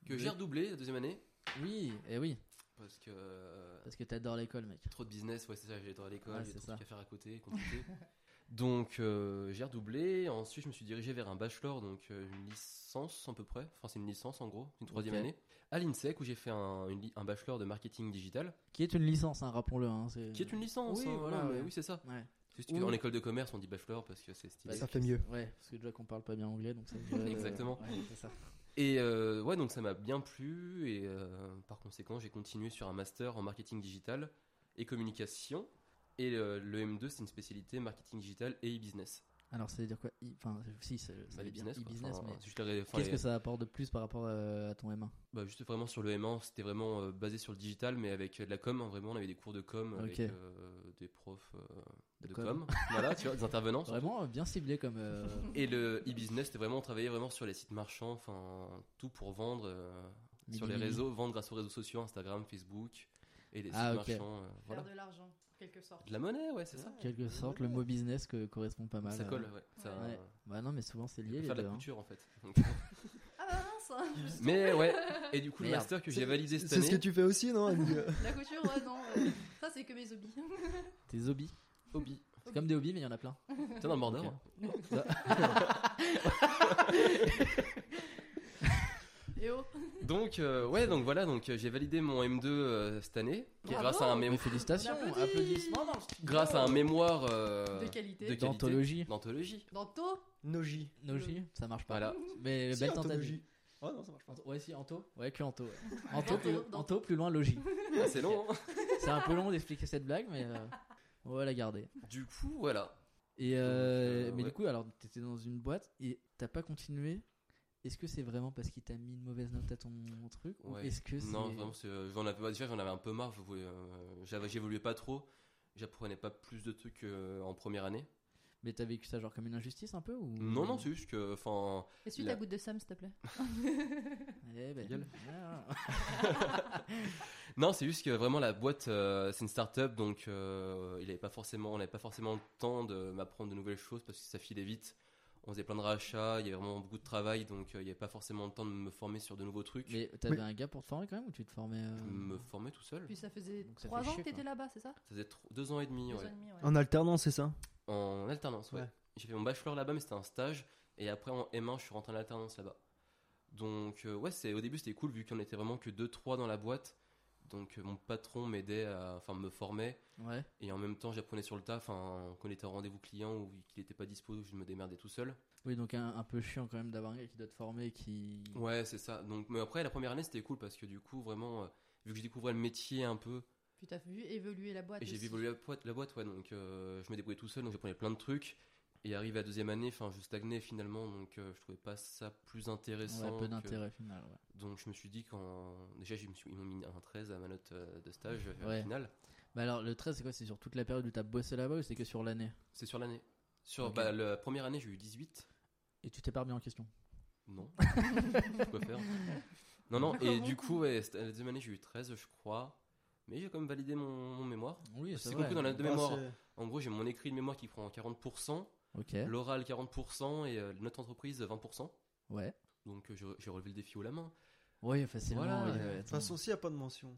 Speaker 5: que
Speaker 4: Oui.
Speaker 5: j'ai redoublé la deuxième année
Speaker 4: Oui, et oui,
Speaker 5: parce que euh,
Speaker 4: parce que t'adores l'école, mec.
Speaker 5: trop de business, ouais, c'est ça, j'ai droit à l'école,
Speaker 4: Ouais,
Speaker 5: j'ai
Speaker 4: c'est
Speaker 5: trop
Speaker 4: ça.
Speaker 5: de trucs à faire à côté, compliqué. donc, euh, j'ai redoublé. Ensuite, je me suis dirigé vers un bachelor, donc euh, une licence à peu près. Enfin, c'est une licence en gros, une troisième
Speaker 4: Ok.
Speaker 5: année. À l'INSEC, où j'ai fait un, une li- un bachelor de marketing digital,
Speaker 4: Qui est une licence, hein, rappelons-le. hein, c'est-
Speaker 5: qui est une licence.
Speaker 4: Oui,
Speaker 5: hein,
Speaker 4: voilà,
Speaker 5: mais
Speaker 4: ouais.
Speaker 5: oui, c'est ça.
Speaker 4: Ouais.
Speaker 5: Si tu vas
Speaker 4: Ouh.
Speaker 5: en école de commerce, on dit bachelor parce que c'est
Speaker 4: Bah,
Speaker 5: stylé.
Speaker 6: Ça fait mieux.
Speaker 4: Ouais, parce que déjà qu'on parle pas bien anglais, donc ça. déjà, euh,
Speaker 5: Exactement.
Speaker 4: ouais, c'est ça.
Speaker 5: Et euh, ouais, donc ça m'a bien plu et euh, par conséquent, j'ai continué sur un master en marketing digital et communication. Et euh, le M2, c'est une spécialité marketing digital et e-business.
Speaker 4: Alors, ça veut dire quoi I- Enfin, si, ça, ça
Speaker 5: Bah,
Speaker 4: veut dire
Speaker 5: l'e-business, quoi.
Speaker 4: e-business,
Speaker 5: Enfin,
Speaker 4: mais
Speaker 5: je te l'aurais- enfin,
Speaker 4: qu'est-ce
Speaker 5: les-
Speaker 4: que ça apporte de plus par rapport euh, à ton M1
Speaker 5: bah, Juste vraiment sur le M1, c'était vraiment euh, basé sur le digital, mais avec euh, de la com. hein, vraiment, on avait des cours de com avec
Speaker 4: Ah, Ok.
Speaker 5: euh, des profs euh,
Speaker 4: De
Speaker 5: de,
Speaker 4: com.
Speaker 5: com. voilà, tu vois, des intervenants. surtout.
Speaker 4: Vraiment euh, bien ciblé comme. euh,
Speaker 5: Et le e-business, c'était vraiment travailler vraiment sur les sites marchands, enfin tout pour vendre euh,
Speaker 4: Mini,
Speaker 5: sur les
Speaker 4: mini.
Speaker 5: réseaux, vendre grâce aux réseaux sociaux, Instagram, Facebook et les
Speaker 4: Ah,
Speaker 5: sites
Speaker 4: ok.
Speaker 5: marchands. euh, voilà.
Speaker 7: Faire de l'argent, en quelque sorte.
Speaker 5: De la monnaie, ouais, c'est ça.
Speaker 4: En quelque sorte, le mot business que correspond pas mal.
Speaker 5: ça
Speaker 4: euh.
Speaker 5: colle, ouais. Ça,
Speaker 4: Ouais. Bah non, mais souvent c'est
Speaker 5: tu peux
Speaker 4: lié les
Speaker 5: faire de
Speaker 4: deux.
Speaker 5: la
Speaker 4: hein.
Speaker 5: couture en fait. Donc,
Speaker 7: Ah bah mince hein.
Speaker 5: Mais ouais, et du coup, le
Speaker 4: Merde.
Speaker 5: master que
Speaker 6: C'est-
Speaker 5: j'ai validé cette
Speaker 6: C'est ce que
Speaker 5: année,
Speaker 6: tu fais aussi, non Annie
Speaker 7: La couture, ouais, non. euh, ça, c'est que mes hobbies.
Speaker 4: Tes hobbies.
Speaker 5: hobby.
Speaker 4: C'est comme des hobbies, mais il y en a plein.
Speaker 5: T'es dans le Mordor
Speaker 4: Ok.
Speaker 5: hein.
Speaker 7: Et oh
Speaker 5: Donc, euh, ouais, donc voilà, donc euh, j'ai validé mon M2 euh, cette année
Speaker 7: Bravo.
Speaker 5: grâce à un
Speaker 4: Mais
Speaker 5: mémoire.
Speaker 4: félicitations,
Speaker 7: On applaudit.
Speaker 4: applaudissements dans le studio.
Speaker 5: Grâce à un mémoire euh,
Speaker 7: De qualité.
Speaker 5: de qualité.
Speaker 4: D'anthologie.
Speaker 5: d'anthologie.
Speaker 7: Dans Tau
Speaker 6: Noji.
Speaker 4: Noji, ça marche pas.
Speaker 5: Voilà.
Speaker 4: Mais
Speaker 6: Si,
Speaker 4: belle
Speaker 6: Anto
Speaker 4: tentative.
Speaker 6: Noji. Oh non, ça marche pas.
Speaker 4: Anto- Ouais, si, Anto. Ouais, que Anto. ouais. Anto,
Speaker 7: Anto,
Speaker 4: plus,
Speaker 7: Anto.
Speaker 4: Anto, plus loin, Logi.
Speaker 5: Ah, c'est long. hein.
Speaker 4: C'est un peu long d'expliquer cette blague, mais euh, on va la garder.
Speaker 5: Du coup, voilà.
Speaker 4: Et euh,
Speaker 5: Donc, euh,
Speaker 4: mais
Speaker 5: ouais.
Speaker 4: du coup, alors t'étais dans une boîte et t'as pas continué. Est-ce que c'est vraiment parce qu'il t'a mis une mauvaise note à ton truc ou
Speaker 5: Ouais.
Speaker 4: est-ce que c'est
Speaker 5: Non, vraiment, c'est, euh, j'en avais, bah, déjà, j'en avais un peu marre. Je voulais, euh, j'avais- j'évoluais pas trop. J'apprenais pas plus de trucs euh, en première année.
Speaker 4: Mais t'as vécu ça genre comme une injustice un peu ou
Speaker 5: Non, non, c'est juste que, enfin,
Speaker 7: Et suis
Speaker 5: La-
Speaker 7: ta goutte de somme, s'il te plaît.
Speaker 4: Eh ben,
Speaker 5: Gueule.
Speaker 4: ah.
Speaker 5: non, c'est juste que vraiment la boîte, euh, c'est une start-up, donc euh, il avait pas forcément, on n'avait pas forcément le temps de m'apprendre de nouvelles choses parce que ça filait vite. On faisait plein de rachats, il y avait vraiment beaucoup de travail, donc euh, il n'y avait pas forcément le temps de me former sur de nouveaux trucs.
Speaker 4: Mais t'avais un gars pour te former quand même ou tu te formais euh,
Speaker 5: Je me formais tout seul.
Speaker 7: Puis ça faisait
Speaker 4: Donc ça
Speaker 7: trois
Speaker 4: fait
Speaker 7: ans
Speaker 4: chier,
Speaker 7: que t'étais
Speaker 4: quoi.
Speaker 7: là-bas, c'est ça
Speaker 5: Ça faisait tro- deux ans et demi,
Speaker 7: Deux
Speaker 5: ouais.
Speaker 7: ans et demi, ouais.
Speaker 6: En alternance, c'est ça
Speaker 5: En alternance, ouais.
Speaker 6: Ouais.
Speaker 5: J'ai fait mon bachelor là-bas, mais c'était un stage. Et après, en M1, je suis rentré en alternance là-bas. Donc, euh, ouais, c'est, au début, c'était cool, vu qu'on était vraiment que 2-3 dans la boîte. Donc, euh, mon patron m'aidait, à- enfin, me formait.
Speaker 4: Ouais.
Speaker 5: Et en même temps, j'apprenais sur le tas, enfin, qu'on était en rendez-vous client ou qu'il n'était pas dispo, je me démerdais tout seul.
Speaker 4: Oui, donc un, un peu chiant quand même d'avoir un gars qui doit te former et qui.
Speaker 5: Ouais, c'est ça. Donc, mais après, la première année, c'était cool parce que du coup, vraiment, euh, vu que je découvrais le métier un peu,
Speaker 7: Puis t'as vu évoluer la boîte.
Speaker 5: Et j'ai vu
Speaker 7: aussi.
Speaker 5: évoluer la boîte, la boîte ouais, donc euh, je me débrouillais tout seul, donc j'apprenais plein de trucs. Et arrivé à la deuxième année, enfin, je stagnais finalement, donc euh, je trouvais pas ça plus
Speaker 4: On
Speaker 5: intéressant.
Speaker 4: a peu
Speaker 5: que-
Speaker 4: d'intérêt final. Ouais.
Speaker 5: Donc je me suis dit quand. Déjà, je me suis- ils m'ont mis un 13 à ma note euh, de stage euh,
Speaker 4: Ouais.
Speaker 5: finale.
Speaker 4: Bah alors le 13 c'est quoi C'est sur toute la période où t'as bossé là-bas ou c'est que sur l'année
Speaker 5: C'est sur l'année. Sur
Speaker 4: Ok.
Speaker 5: bah, la première année, j'ai eu 18.
Speaker 4: Et tu t'es pas remis en question
Speaker 5: Non. Quoi faire Non, non, et du coup, ouais, c'était- la deuxième année, j'ai eu 13, je crois. Mais j'ai quand même validé mon, mon mémoire.
Speaker 4: Oui,
Speaker 5: Bah, c'est compris dans la de
Speaker 6: Ah,
Speaker 5: mémoire.
Speaker 6: c'est-
Speaker 5: En gros, j'ai mon écrit de mémoire qui prend 40%,
Speaker 4: Ok.
Speaker 5: l'oral 40% et euh, notre entreprise 20%.
Speaker 4: Ouais.
Speaker 5: Donc euh, j'ai- j'ai relevé le défi haut la main.
Speaker 4: Oui, facilement.
Speaker 5: Voilà,
Speaker 4: oui,
Speaker 5: euh,
Speaker 4: ouais,
Speaker 6: De toute façon,
Speaker 4: attends.
Speaker 6: s'il n'y a pas de mention.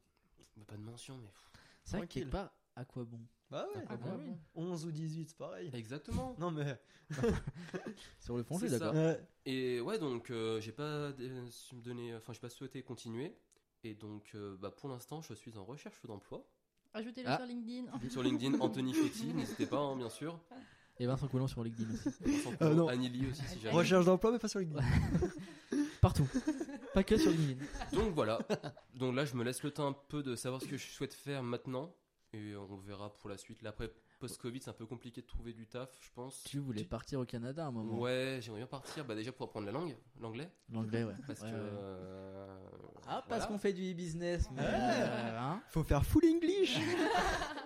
Speaker 5: Bah, pas de mention, mais. pff,
Speaker 4: c'est vrai que
Speaker 6: tranquille.
Speaker 4: quelque part, à quoi bon
Speaker 6: Bah ouais,
Speaker 4: Ah
Speaker 7: bon
Speaker 4: oui.
Speaker 6: 11 ou 18, c'est pareil.
Speaker 5: Exactement.
Speaker 6: Non mais. euh,
Speaker 4: Sur le fond, je suis
Speaker 5: C'est
Speaker 4: d'accord.
Speaker 5: ça.
Speaker 6: Ouais.
Speaker 5: Et ouais, donc euh, j'ai pas dé- su me donner, enfin j'ai pas souhaité continuer. Et donc, euh, bah, pour l'instant, je suis en recherche d'emploi.
Speaker 7: Ajoutez-le
Speaker 4: Ah.
Speaker 7: sur LinkedIn.
Speaker 5: Sur LinkedIn, Anthony Fauti, n'hésitez pas, hein, bien sûr.
Speaker 4: Et Vincent Coulon sur LinkedIn aussi.
Speaker 5: Vincent
Speaker 6: Euh,
Speaker 5: Coulon,
Speaker 6: non.
Speaker 5: Annie Lee aussi, si jamais.
Speaker 6: Recherche d'emploi, mais pas sur LinkedIn.
Speaker 4: Partout. pas que sur LinkedIn.
Speaker 5: Donc voilà. Donc là, je me laisse le temps un peu de savoir ce que je souhaite faire maintenant. Et on verra pour la suite. Là, après, Post-Covid, c'est un peu compliqué de trouver du taf, je pense.
Speaker 4: Tu voulais partir au Canada à un moment.
Speaker 5: Ouais, j'aimerais bien partir. Bah, déjà pour apprendre la langue, l'anglais.
Speaker 4: L'anglais, ouais.
Speaker 5: Parce
Speaker 4: Ouais,
Speaker 5: que.
Speaker 4: ouais.
Speaker 5: euh,
Speaker 4: Ah, parce
Speaker 5: voilà.
Speaker 4: qu'on fait du e-business, mais.
Speaker 6: Ouais.
Speaker 4: euh, hein.
Speaker 6: Faut faire full English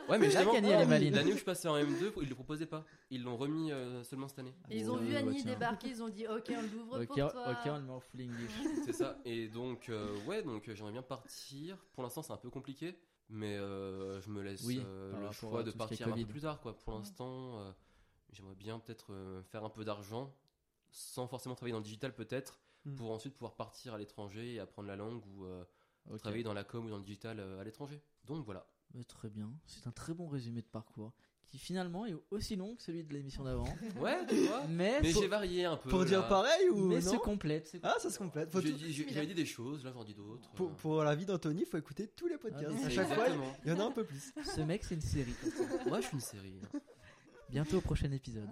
Speaker 5: Ouais, mais
Speaker 4: Jacques
Speaker 5: justement,
Speaker 4: Annie, elle est valide.
Speaker 5: l'année où je passais en M2, ils le proposaient pas. Ils l'ont remis euh, seulement cette année.
Speaker 7: Et ils ont
Speaker 4: Euh,
Speaker 7: vu
Speaker 4: bah,
Speaker 7: Annie
Speaker 4: tiens.
Speaker 7: débarquer, ils ont dit ok on l'ouvre
Speaker 4: Ok,
Speaker 7: pour toi.
Speaker 4: ok, on le met en full English.
Speaker 5: C'est ça. Et donc, euh, ouais, donc euh, j'aimerais bien partir. Pour l'instant, c'est un peu compliqué, mais euh, je me laisse
Speaker 4: Oui,
Speaker 5: euh,
Speaker 4: par
Speaker 5: le
Speaker 4: rapport
Speaker 5: choix
Speaker 4: à
Speaker 5: de
Speaker 4: tout ce qui est
Speaker 5: partir un peu
Speaker 4: Covid.
Speaker 5: plus tard, quoi. Pour l'instant, euh, j'aimerais bien peut-être euh, faire un peu d'argent, sans forcément travailler dans le digital, peut-être,
Speaker 6: Mm.
Speaker 5: pour ensuite pouvoir partir à l'étranger et apprendre la langue ou euh,
Speaker 4: Ok.
Speaker 5: travailler dans la com ou dans le digital euh, à l'étranger. Donc voilà.
Speaker 4: Mais très bien. C'est un très bon résumé de parcours qui finalement est aussi long que celui de l'émission d'avant.
Speaker 5: Ouais, tu vois.
Speaker 4: mais
Speaker 5: Mais
Speaker 4: faut-
Speaker 5: j'ai varié un peu.
Speaker 6: Pour dire
Speaker 5: là.
Speaker 6: pareil ou
Speaker 4: mais
Speaker 6: non
Speaker 4: se complète. se
Speaker 6: Ah, ça se complète. Faut
Speaker 5: J'ai
Speaker 6: tout-
Speaker 5: dit- j'ai- J'avais dit des choses, là j'en dis d'autres.
Speaker 6: pour, pour la vie d'Anthony, faut écouter tous les podcasts.
Speaker 4: Ah,
Speaker 6: à
Speaker 5: C'est
Speaker 6: chaque fois,
Speaker 5: exactement.
Speaker 6: il y en a un peu plus.
Speaker 4: Ce mec, c'est une série. comme ça.
Speaker 5: Moi je suis une série. hein.
Speaker 4: Bientôt au prochain épisode.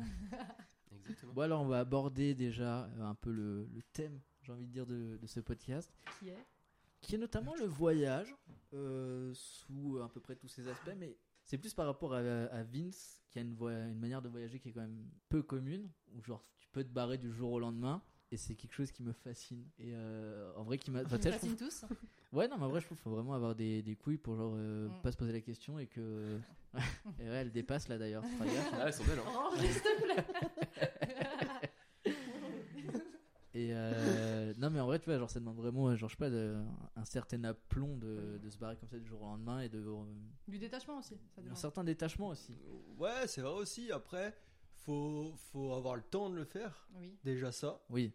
Speaker 5: Exactement.
Speaker 4: Bon, alors, on va aborder déjà euh, un peu le, le thème, j'ai envie de dire, de, de ce podcast,
Speaker 7: Qui est
Speaker 4: qui est notamment le voyage, euh, sous à peu près tous ses aspects, mais c'est plus par rapport à, à Vince, qui a une, voie- une manière de voyager qui est quand même peu commune, où genre tu peux te barrer du jour au lendemain. Et c'est quelque chose qui me fascine. Et euh, en vrai, qui m'a. enfin, tu sais, je trouve-
Speaker 7: Fascine tous.
Speaker 4: Ouais, non, mais en vrai, je trouve qu'il faut vraiment avoir des, des couilles pour genre euh,
Speaker 7: Mm.
Speaker 4: pas se poser la question et que. et ouais, elle dépasse là d'ailleurs. c'est pas grave.
Speaker 5: Ah, elles sont belles. hein.
Speaker 7: Range Oh, s'il te plaît.
Speaker 4: Et euh, non, mais en vrai, tu vois, genre, ça demande vraiment, euh, genre, je sais pas, de- un certain aplomb
Speaker 7: Mm.
Speaker 4: de, de se barrer comme ça du jour au lendemain et de. euh,
Speaker 7: Du détachement aussi. Ça
Speaker 4: un
Speaker 7: demande.
Speaker 4: certain détachement aussi.
Speaker 6: Ouais, c'est vrai aussi. Après, faut, faut avoir le temps de le faire.
Speaker 7: Oui.
Speaker 6: Déjà ça.
Speaker 4: Oui.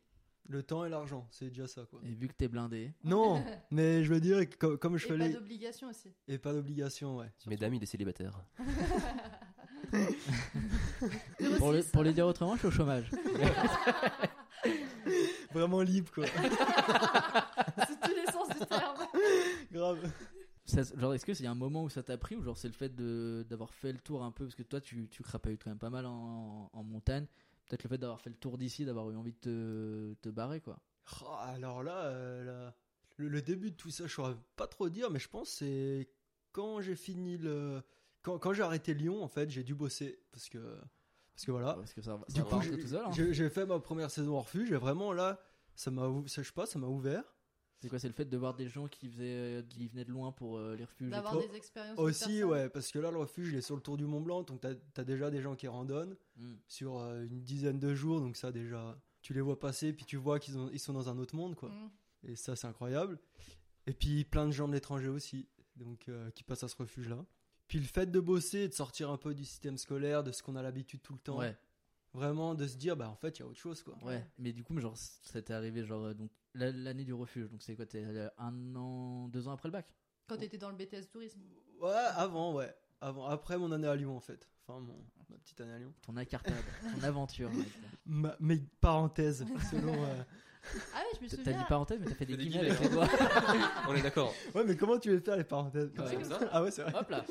Speaker 6: Le temps et l'argent, c'est déjà ça quoi.
Speaker 4: Et vu que t'es blindé.
Speaker 6: Non, mais je veux dire, que comme, comme je
Speaker 7: Et pas
Speaker 6: fais les...
Speaker 7: d'obligation aussi.
Speaker 6: Et pas d'obligation, ouais.
Speaker 5: Mesdames, il est célibataire.
Speaker 4: Pour le,
Speaker 7: Aussi, ça.
Speaker 4: pour le dire autrement, je suis au chômage.
Speaker 6: Vraiment libre quoi.
Speaker 7: C'est tous les sens du terme.
Speaker 6: Grave.
Speaker 4: Ça, genre, est-ce que c'est un moment où ça t'a pris ou genre c'est le fait de- d'avoir fait le tour un peu Parce que toi, tu, tu crapahutes quand même pas mal en, en montagne. Peut-être le fait d'avoir fait le tour d'ici, d'avoir eu envie de te, te barrer, quoi.
Speaker 6: Oh, alors là, euh, là, le, le début de tout ça, je saurais pas trop dire, mais je pense que c'est quand j'ai fini le. Quand, quand j'ai arrêté Lyon, en fait, j'ai dû bosser parce que. Parce que voilà.
Speaker 4: Parce que ça, va-
Speaker 6: Ah. Du
Speaker 4: ça
Speaker 6: coup,
Speaker 4: va
Speaker 6: j'ai-
Speaker 4: rentrer tout seul. hein.
Speaker 6: J'ai j'ai fait ma première saison en refuge et vraiment là, ça m'a. ou- ça, Je sais pas, ça m'a ouvert.
Speaker 4: C'est quoi C'est le fait de voir des gens qui, faisaient, euh, qui venaient de loin pour euh, les refuges. et
Speaker 7: D'avoir
Speaker 4: tout.
Speaker 7: des expériences.
Speaker 6: Aussi,
Speaker 7: de personnes.
Speaker 6: ouais, parce que là, le refuge, il est sur le tour du Mont Blanc, donc t'as as déjà des gens qui randonnent.
Speaker 4: Mm.
Speaker 6: sur euh, une dizaine de jours, donc ça déjà, tu les vois passer, puis tu vois qu'ils ont- ils sont dans un autre monde, quoi.
Speaker 7: Mm.
Speaker 6: Et ça, c'est incroyable. Et puis plein de gens de l'étranger aussi, donc euh, qui passent à ce refuge-là. Puis le fait de bosser, et de sortir un peu du système scolaire, de ce qu'on a l'habitude tout le temps,
Speaker 4: Ouais,
Speaker 6: vraiment de se dire, bah en fait, il y a autre chose, quoi.
Speaker 4: ouais. Mais du coup, mais genre, ça t'est arrivé genre euh, donc la- l'année du refuge. Donc c'est quoi T'es euh, un an, deux ans après le bac
Speaker 7: Quand t'étais dans le BTS tourisme.
Speaker 6: Ouais, avant, ouais, avant, après mon année à Lyon, en fait, enfin mon- ma petite année à Lyon.
Speaker 4: Ton incartade, ton aventure. mec.
Speaker 6: Ma, mes parenthèses, selon. euh,
Speaker 7: Ah oui, je me
Speaker 4: T'as
Speaker 7: souviens.
Speaker 4: dit parenthèse, mais t'as fait des
Speaker 5: Fais des
Speaker 4: guillemets
Speaker 5: guillemets,
Speaker 4: avec les doigts.
Speaker 5: On est d'accord.
Speaker 6: Ouais, mais comment tu veux faire les parenthèses
Speaker 5: Comme ça, comme ça.
Speaker 6: Ah ouais, c'est vrai.
Speaker 4: Hop là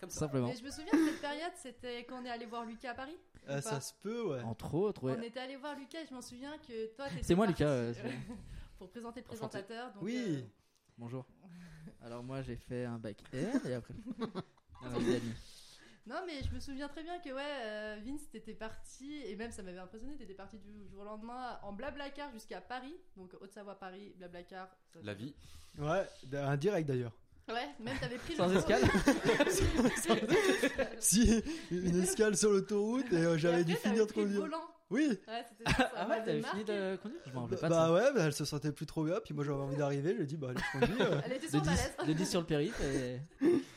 Speaker 5: Comme ça.
Speaker 4: Simplement.
Speaker 7: Mais je me souviens de cette période, c'était quand on est allé voir Lucas à Paris.
Speaker 6: Ah,
Speaker 7: ou
Speaker 6: ça
Speaker 7: pas
Speaker 6: se peut, ouais.
Speaker 4: Entre autres, ouais.
Speaker 7: On était allé voir Lucas et je m'en souviens que toi, t'étais
Speaker 4: C'est moi,
Speaker 7: parti,
Speaker 4: Lucas, euh,
Speaker 7: euh,
Speaker 4: c'est-
Speaker 7: pour présenter le
Speaker 5: Enchanté.
Speaker 7: présentateur. donc,
Speaker 6: Oui.
Speaker 7: euh,
Speaker 4: Bonjour. Alors moi j'ai fait un bac R et après. Ah, Non, non, les amis.
Speaker 7: Non, mais je me souviens très bien que ouais, euh, Vince, t'étais parti, et même ça m'avait impressionné, t'étais parti du jour au lendemain en blablacar jusqu'à Paris, donc Haute-Savoie-Paris, blablacar. ça-
Speaker 5: La vie.
Speaker 6: Ouais, d- un direct d'ailleurs.
Speaker 7: Ouais, même t'avais pris
Speaker 4: Sans
Speaker 7: le
Speaker 4: escale
Speaker 6: Si, une escale sur l'autoroute et euh,
Speaker 7: Et
Speaker 6: j'avais
Speaker 7: après,
Speaker 6: dû
Speaker 7: t'avais
Speaker 6: finir de
Speaker 7: pris le
Speaker 6: conduire.
Speaker 7: volant.
Speaker 6: Oui,
Speaker 7: Ouais, c'était ça.
Speaker 4: Ah ouais,
Speaker 7: m'avait
Speaker 4: t'avais fini
Speaker 7: marqué.
Speaker 4: de conduire Je m'en rappelais pas
Speaker 6: bah,
Speaker 4: de ça.
Speaker 6: ouais, bah, elle se sentait plus trop bien, puis moi j'avais envie d'arriver, je lui ai dit, bah allez, je conduis. euh.
Speaker 7: Elle était
Speaker 4: De
Speaker 7: sur malaise.
Speaker 4: 10, de 10 sur le périph' et...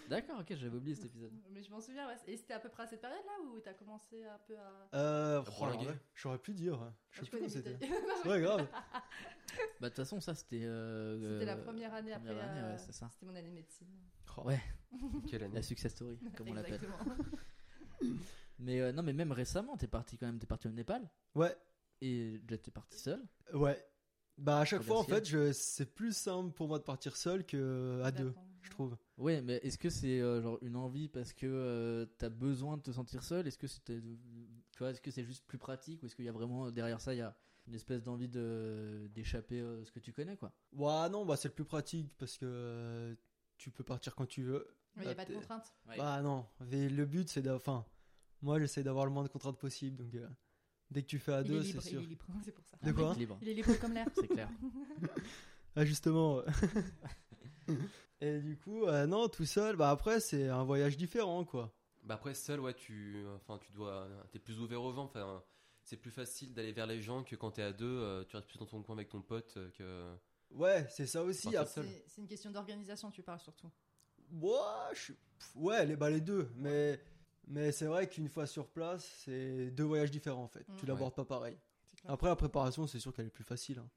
Speaker 4: D'accord, ok, j'avais oublié cet épisode. Bah,
Speaker 7: Mais je m'en souviens, ouais. Et c'était à peu près à cette période-là où t'as commencé un peu à.
Speaker 6: Euh,
Speaker 5: T'as
Speaker 6: oh,
Speaker 5: prolongué.
Speaker 6: ouais, J'aurais pu dire. ouais. Je
Speaker 7: Ah,
Speaker 6: sais
Speaker 7: tu
Speaker 6: plus comment
Speaker 7: connais
Speaker 6: c'était.
Speaker 7: peut-être. Non, mais
Speaker 6: Ouais, grave.
Speaker 4: Bah de toute façon ça c'était... euh,
Speaker 7: C'était la
Speaker 4: euh,
Speaker 7: première année après.
Speaker 4: première année,
Speaker 7: euh,
Speaker 4: ouais, c'est ça.
Speaker 7: C'était mon année de médecine.
Speaker 5: Quelle année.
Speaker 4: oh, La success story, comme on l'appelle.
Speaker 7: Exactement.
Speaker 4: Mais euh, non, mais même récemment, t'es parti quand même, t'es parti au Népal
Speaker 6: Ouais,
Speaker 4: et déjà t'es parti seul.
Speaker 6: ouais. Bah à chaque fois, en
Speaker 4: Remercier.
Speaker 6: fait, je... c'est plus simple pour moi de partir seul que à deux,
Speaker 7: D'apprendre.
Speaker 6: je trouve.
Speaker 4: Ouais, mais est-ce que c'est euh, genre une envie parce que euh, t'as besoin de te sentir seul Est-ce que c'était, tu vois, est-ce que c'est juste plus pratique ou est-ce qu'il y a vraiment euh, derrière ça, il y a une espèce d'envie de d'échapper euh, ce que tu connais quoi
Speaker 6: Ouais, non, bah c'est le plus pratique parce que euh, tu peux partir quand tu veux.
Speaker 7: Mais il n'y a pas de contrainte.
Speaker 4: Ouais.
Speaker 6: Bah non, mais le but c'est de... Enfin, Moi, j'essaie d'avoir le moins de contraintes possible. Donc, euh, dès que tu fais à
Speaker 7: Il est
Speaker 6: deux, c'est
Speaker 7: libre, il
Speaker 6: sûr.
Speaker 7: est libre, c'est pour ça.
Speaker 6: De quoi
Speaker 4: Mec libre,
Speaker 7: Il est libre comme l'air.
Speaker 4: c'est clair.
Speaker 6: Ah, justement. ouais. Et du coup, euh, non, tout seul, bah après, c'est un voyage différent, quoi.
Speaker 5: Bah après seul ouais tu enfin tu dois t'es plus ouvert au vent enfin c'est plus facile d'aller vers les gens que quand t'es à deux euh, tu restes plus dans ton coin avec ton pote euh, que
Speaker 6: Ouais, c'est ça aussi.
Speaker 5: Parfait.
Speaker 6: après-
Speaker 5: Seul.
Speaker 7: C'est c'est une question d'organisation, tu parles surtout.
Speaker 6: Moi, je suis- pff, Ouais, les, bah, les deux. Mais, mais c'est vrai qu'une fois sur place, c'est deux voyages différents, en fait.
Speaker 7: Mm.
Speaker 6: Tu l'abordes pas pareil.
Speaker 7: C'est clair.
Speaker 6: Après, la préparation, c'est sûr qu'elle est plus facile. hein.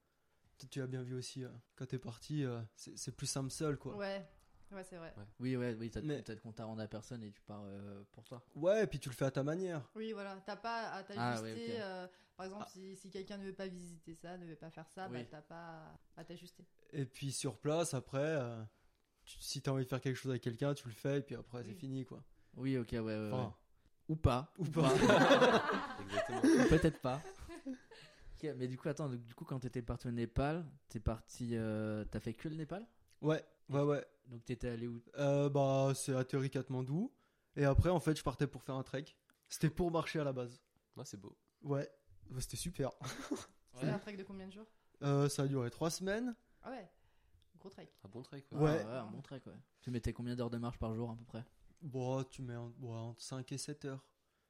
Speaker 6: Tu- Tu l'as bien vu aussi, euh, quand t'es parti, euh, c'est c'est plus simple seul, quoi.
Speaker 7: Ouais, ouais, c'est vrai.
Speaker 4: Oui, ouais, oui, t'as
Speaker 6: Mais-
Speaker 4: peut-être qu'on t'a rendu à personne et tu pars euh, pour toi.
Speaker 6: Ouais, et puis tu le fais à ta manière.
Speaker 7: Oui, voilà, t'as pas à t'ajuster.
Speaker 4: Ah, ouais, ok.
Speaker 7: euh, par
Speaker 6: Ah.
Speaker 7: exemple, si, si quelqu'un ne veut pas visiter ça, ne veut pas faire ça,
Speaker 4: Oui.
Speaker 7: bah, t'as pas à t'ajuster.
Speaker 6: Et puis sur place, après, euh, tu- si t'as envie de faire quelque chose avec quelqu'un, tu le fais, et puis après, c'est
Speaker 7: Oui.
Speaker 6: fini, quoi.
Speaker 4: Oui, ok, ouais, ouais, ouais.
Speaker 6: Enfin,
Speaker 4: Ou pas.
Speaker 6: ou pas.
Speaker 5: Ah. exactement
Speaker 4: Peut-être pas. Ok, mais du coup, attends, donc, du coup, quand t'étais parti au Népal, t'es parti. euh, t'as fait que le Népal
Speaker 6: ouais, ouais, ouais.
Speaker 4: Donc t'étais allé où
Speaker 6: Euh, bah, c'est à théorie Katmandou. Et après, en fait, je partais pour faire un trek. C'était pour marcher à la base.
Speaker 5: ouais c'est beau
Speaker 6: Ouais, Bah, c'était super.
Speaker 7: C'est un trek de combien de jours
Speaker 6: Euh, ça a duré trois semaines.
Speaker 7: Ah ouais, gros trek.
Speaker 5: un bon trek
Speaker 4: Ah,
Speaker 5: quoi.
Speaker 6: Ouais.
Speaker 4: on montrait quoi. Tu mettais combien d'heures de marche par jour à peu près
Speaker 6: Bon, tu mets en- bon, entre 5 et 7 heures,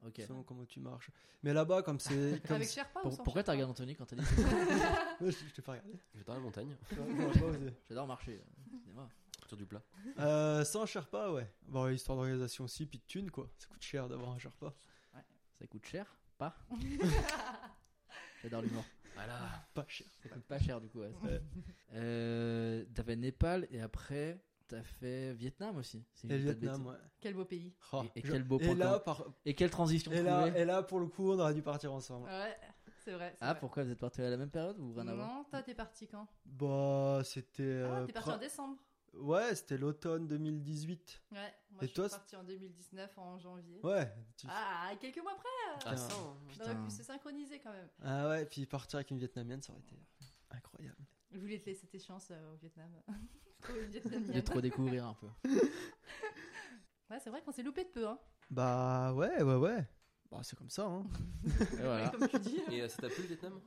Speaker 4: Ok.
Speaker 6: selon comment tu marches. Mais là-bas, comme c'est. comme
Speaker 7: Avec
Speaker 6: c'est-
Speaker 7: Sherpa ou
Speaker 4: Pour-
Speaker 7: sans
Speaker 4: pourquoi t'as
Speaker 7: Sherpa
Speaker 4: regardé Anthony quand t'as dit
Speaker 6: Ouais, je, je t'ai pas regardé.
Speaker 5: je vais dans la montagne
Speaker 6: J'aurais pas osé.
Speaker 4: J'adore marcher. euh, cinéma.
Speaker 5: autour du plat
Speaker 6: Euh, sans Sherpa, ouais. Bon, histoire d'organisation aussi, puis de thunes, quoi. Ça coûte cher d'avoir un Sherpa.
Speaker 4: Ça coûte cher Pas J'adore l'humour.
Speaker 5: voilà
Speaker 6: Pas cher.
Speaker 4: Ça coûte pas cher du coup. Ouais, c'est- euh, t'as fait Népal et après t'as fait Vietnam aussi. si
Speaker 6: Et
Speaker 4: je dis
Speaker 6: le
Speaker 4: pas de
Speaker 6: Vietnam,
Speaker 4: bêtises.
Speaker 6: ouais.
Speaker 7: Quel beau pays.
Speaker 6: Oh,
Speaker 4: Et- et
Speaker 6: je-
Speaker 4: quel beau point
Speaker 6: et là,
Speaker 4: commun.
Speaker 6: par-
Speaker 4: Et quelle transition
Speaker 6: et,
Speaker 4: trouvée
Speaker 6: là, et là, pour le coup, on aurait dû partir ensemble.
Speaker 7: Ouais, c'est vrai. c'est
Speaker 4: Ah,
Speaker 7: vrai.
Speaker 4: pourquoi vous êtes partis à la même période ou rien à voir
Speaker 7: Non, toi t'es parti quand
Speaker 6: Bah, c'était.
Speaker 7: Ah,
Speaker 6: euh,
Speaker 7: t'es parti
Speaker 6: prin-
Speaker 7: en décembre.
Speaker 6: Ouais, c'était l'automne 2018.
Speaker 7: Ouais, moi
Speaker 6: Et
Speaker 7: je
Speaker 6: toi,
Speaker 7: suis
Speaker 6: c'est-
Speaker 7: parti en 2019 en janvier.
Speaker 6: Ouais. tu-
Speaker 7: Ah, quelques mois après,
Speaker 5: ah
Speaker 6: Putain.
Speaker 5: ça hein.
Speaker 7: on aurait
Speaker 4: Putain.
Speaker 7: pu se synchroniser quand même.
Speaker 6: Ah ouais, puis partir avec une Vietnamienne, ça aurait été incroyable.
Speaker 7: Je voulais te laisser tes chances euh, au Vietnam. Trouver une Vietnamienne.
Speaker 4: De trop découvrir un peu.
Speaker 7: Ouais, c'est vrai qu'on s'est loupé de peu, hein.
Speaker 6: Bah ouais, ouais, ouais. Bah c'est comme ça, hein.
Speaker 4: Et voilà.
Speaker 7: Ouais, comme tu dis.
Speaker 5: et euh, ça t'a plu le Vietnam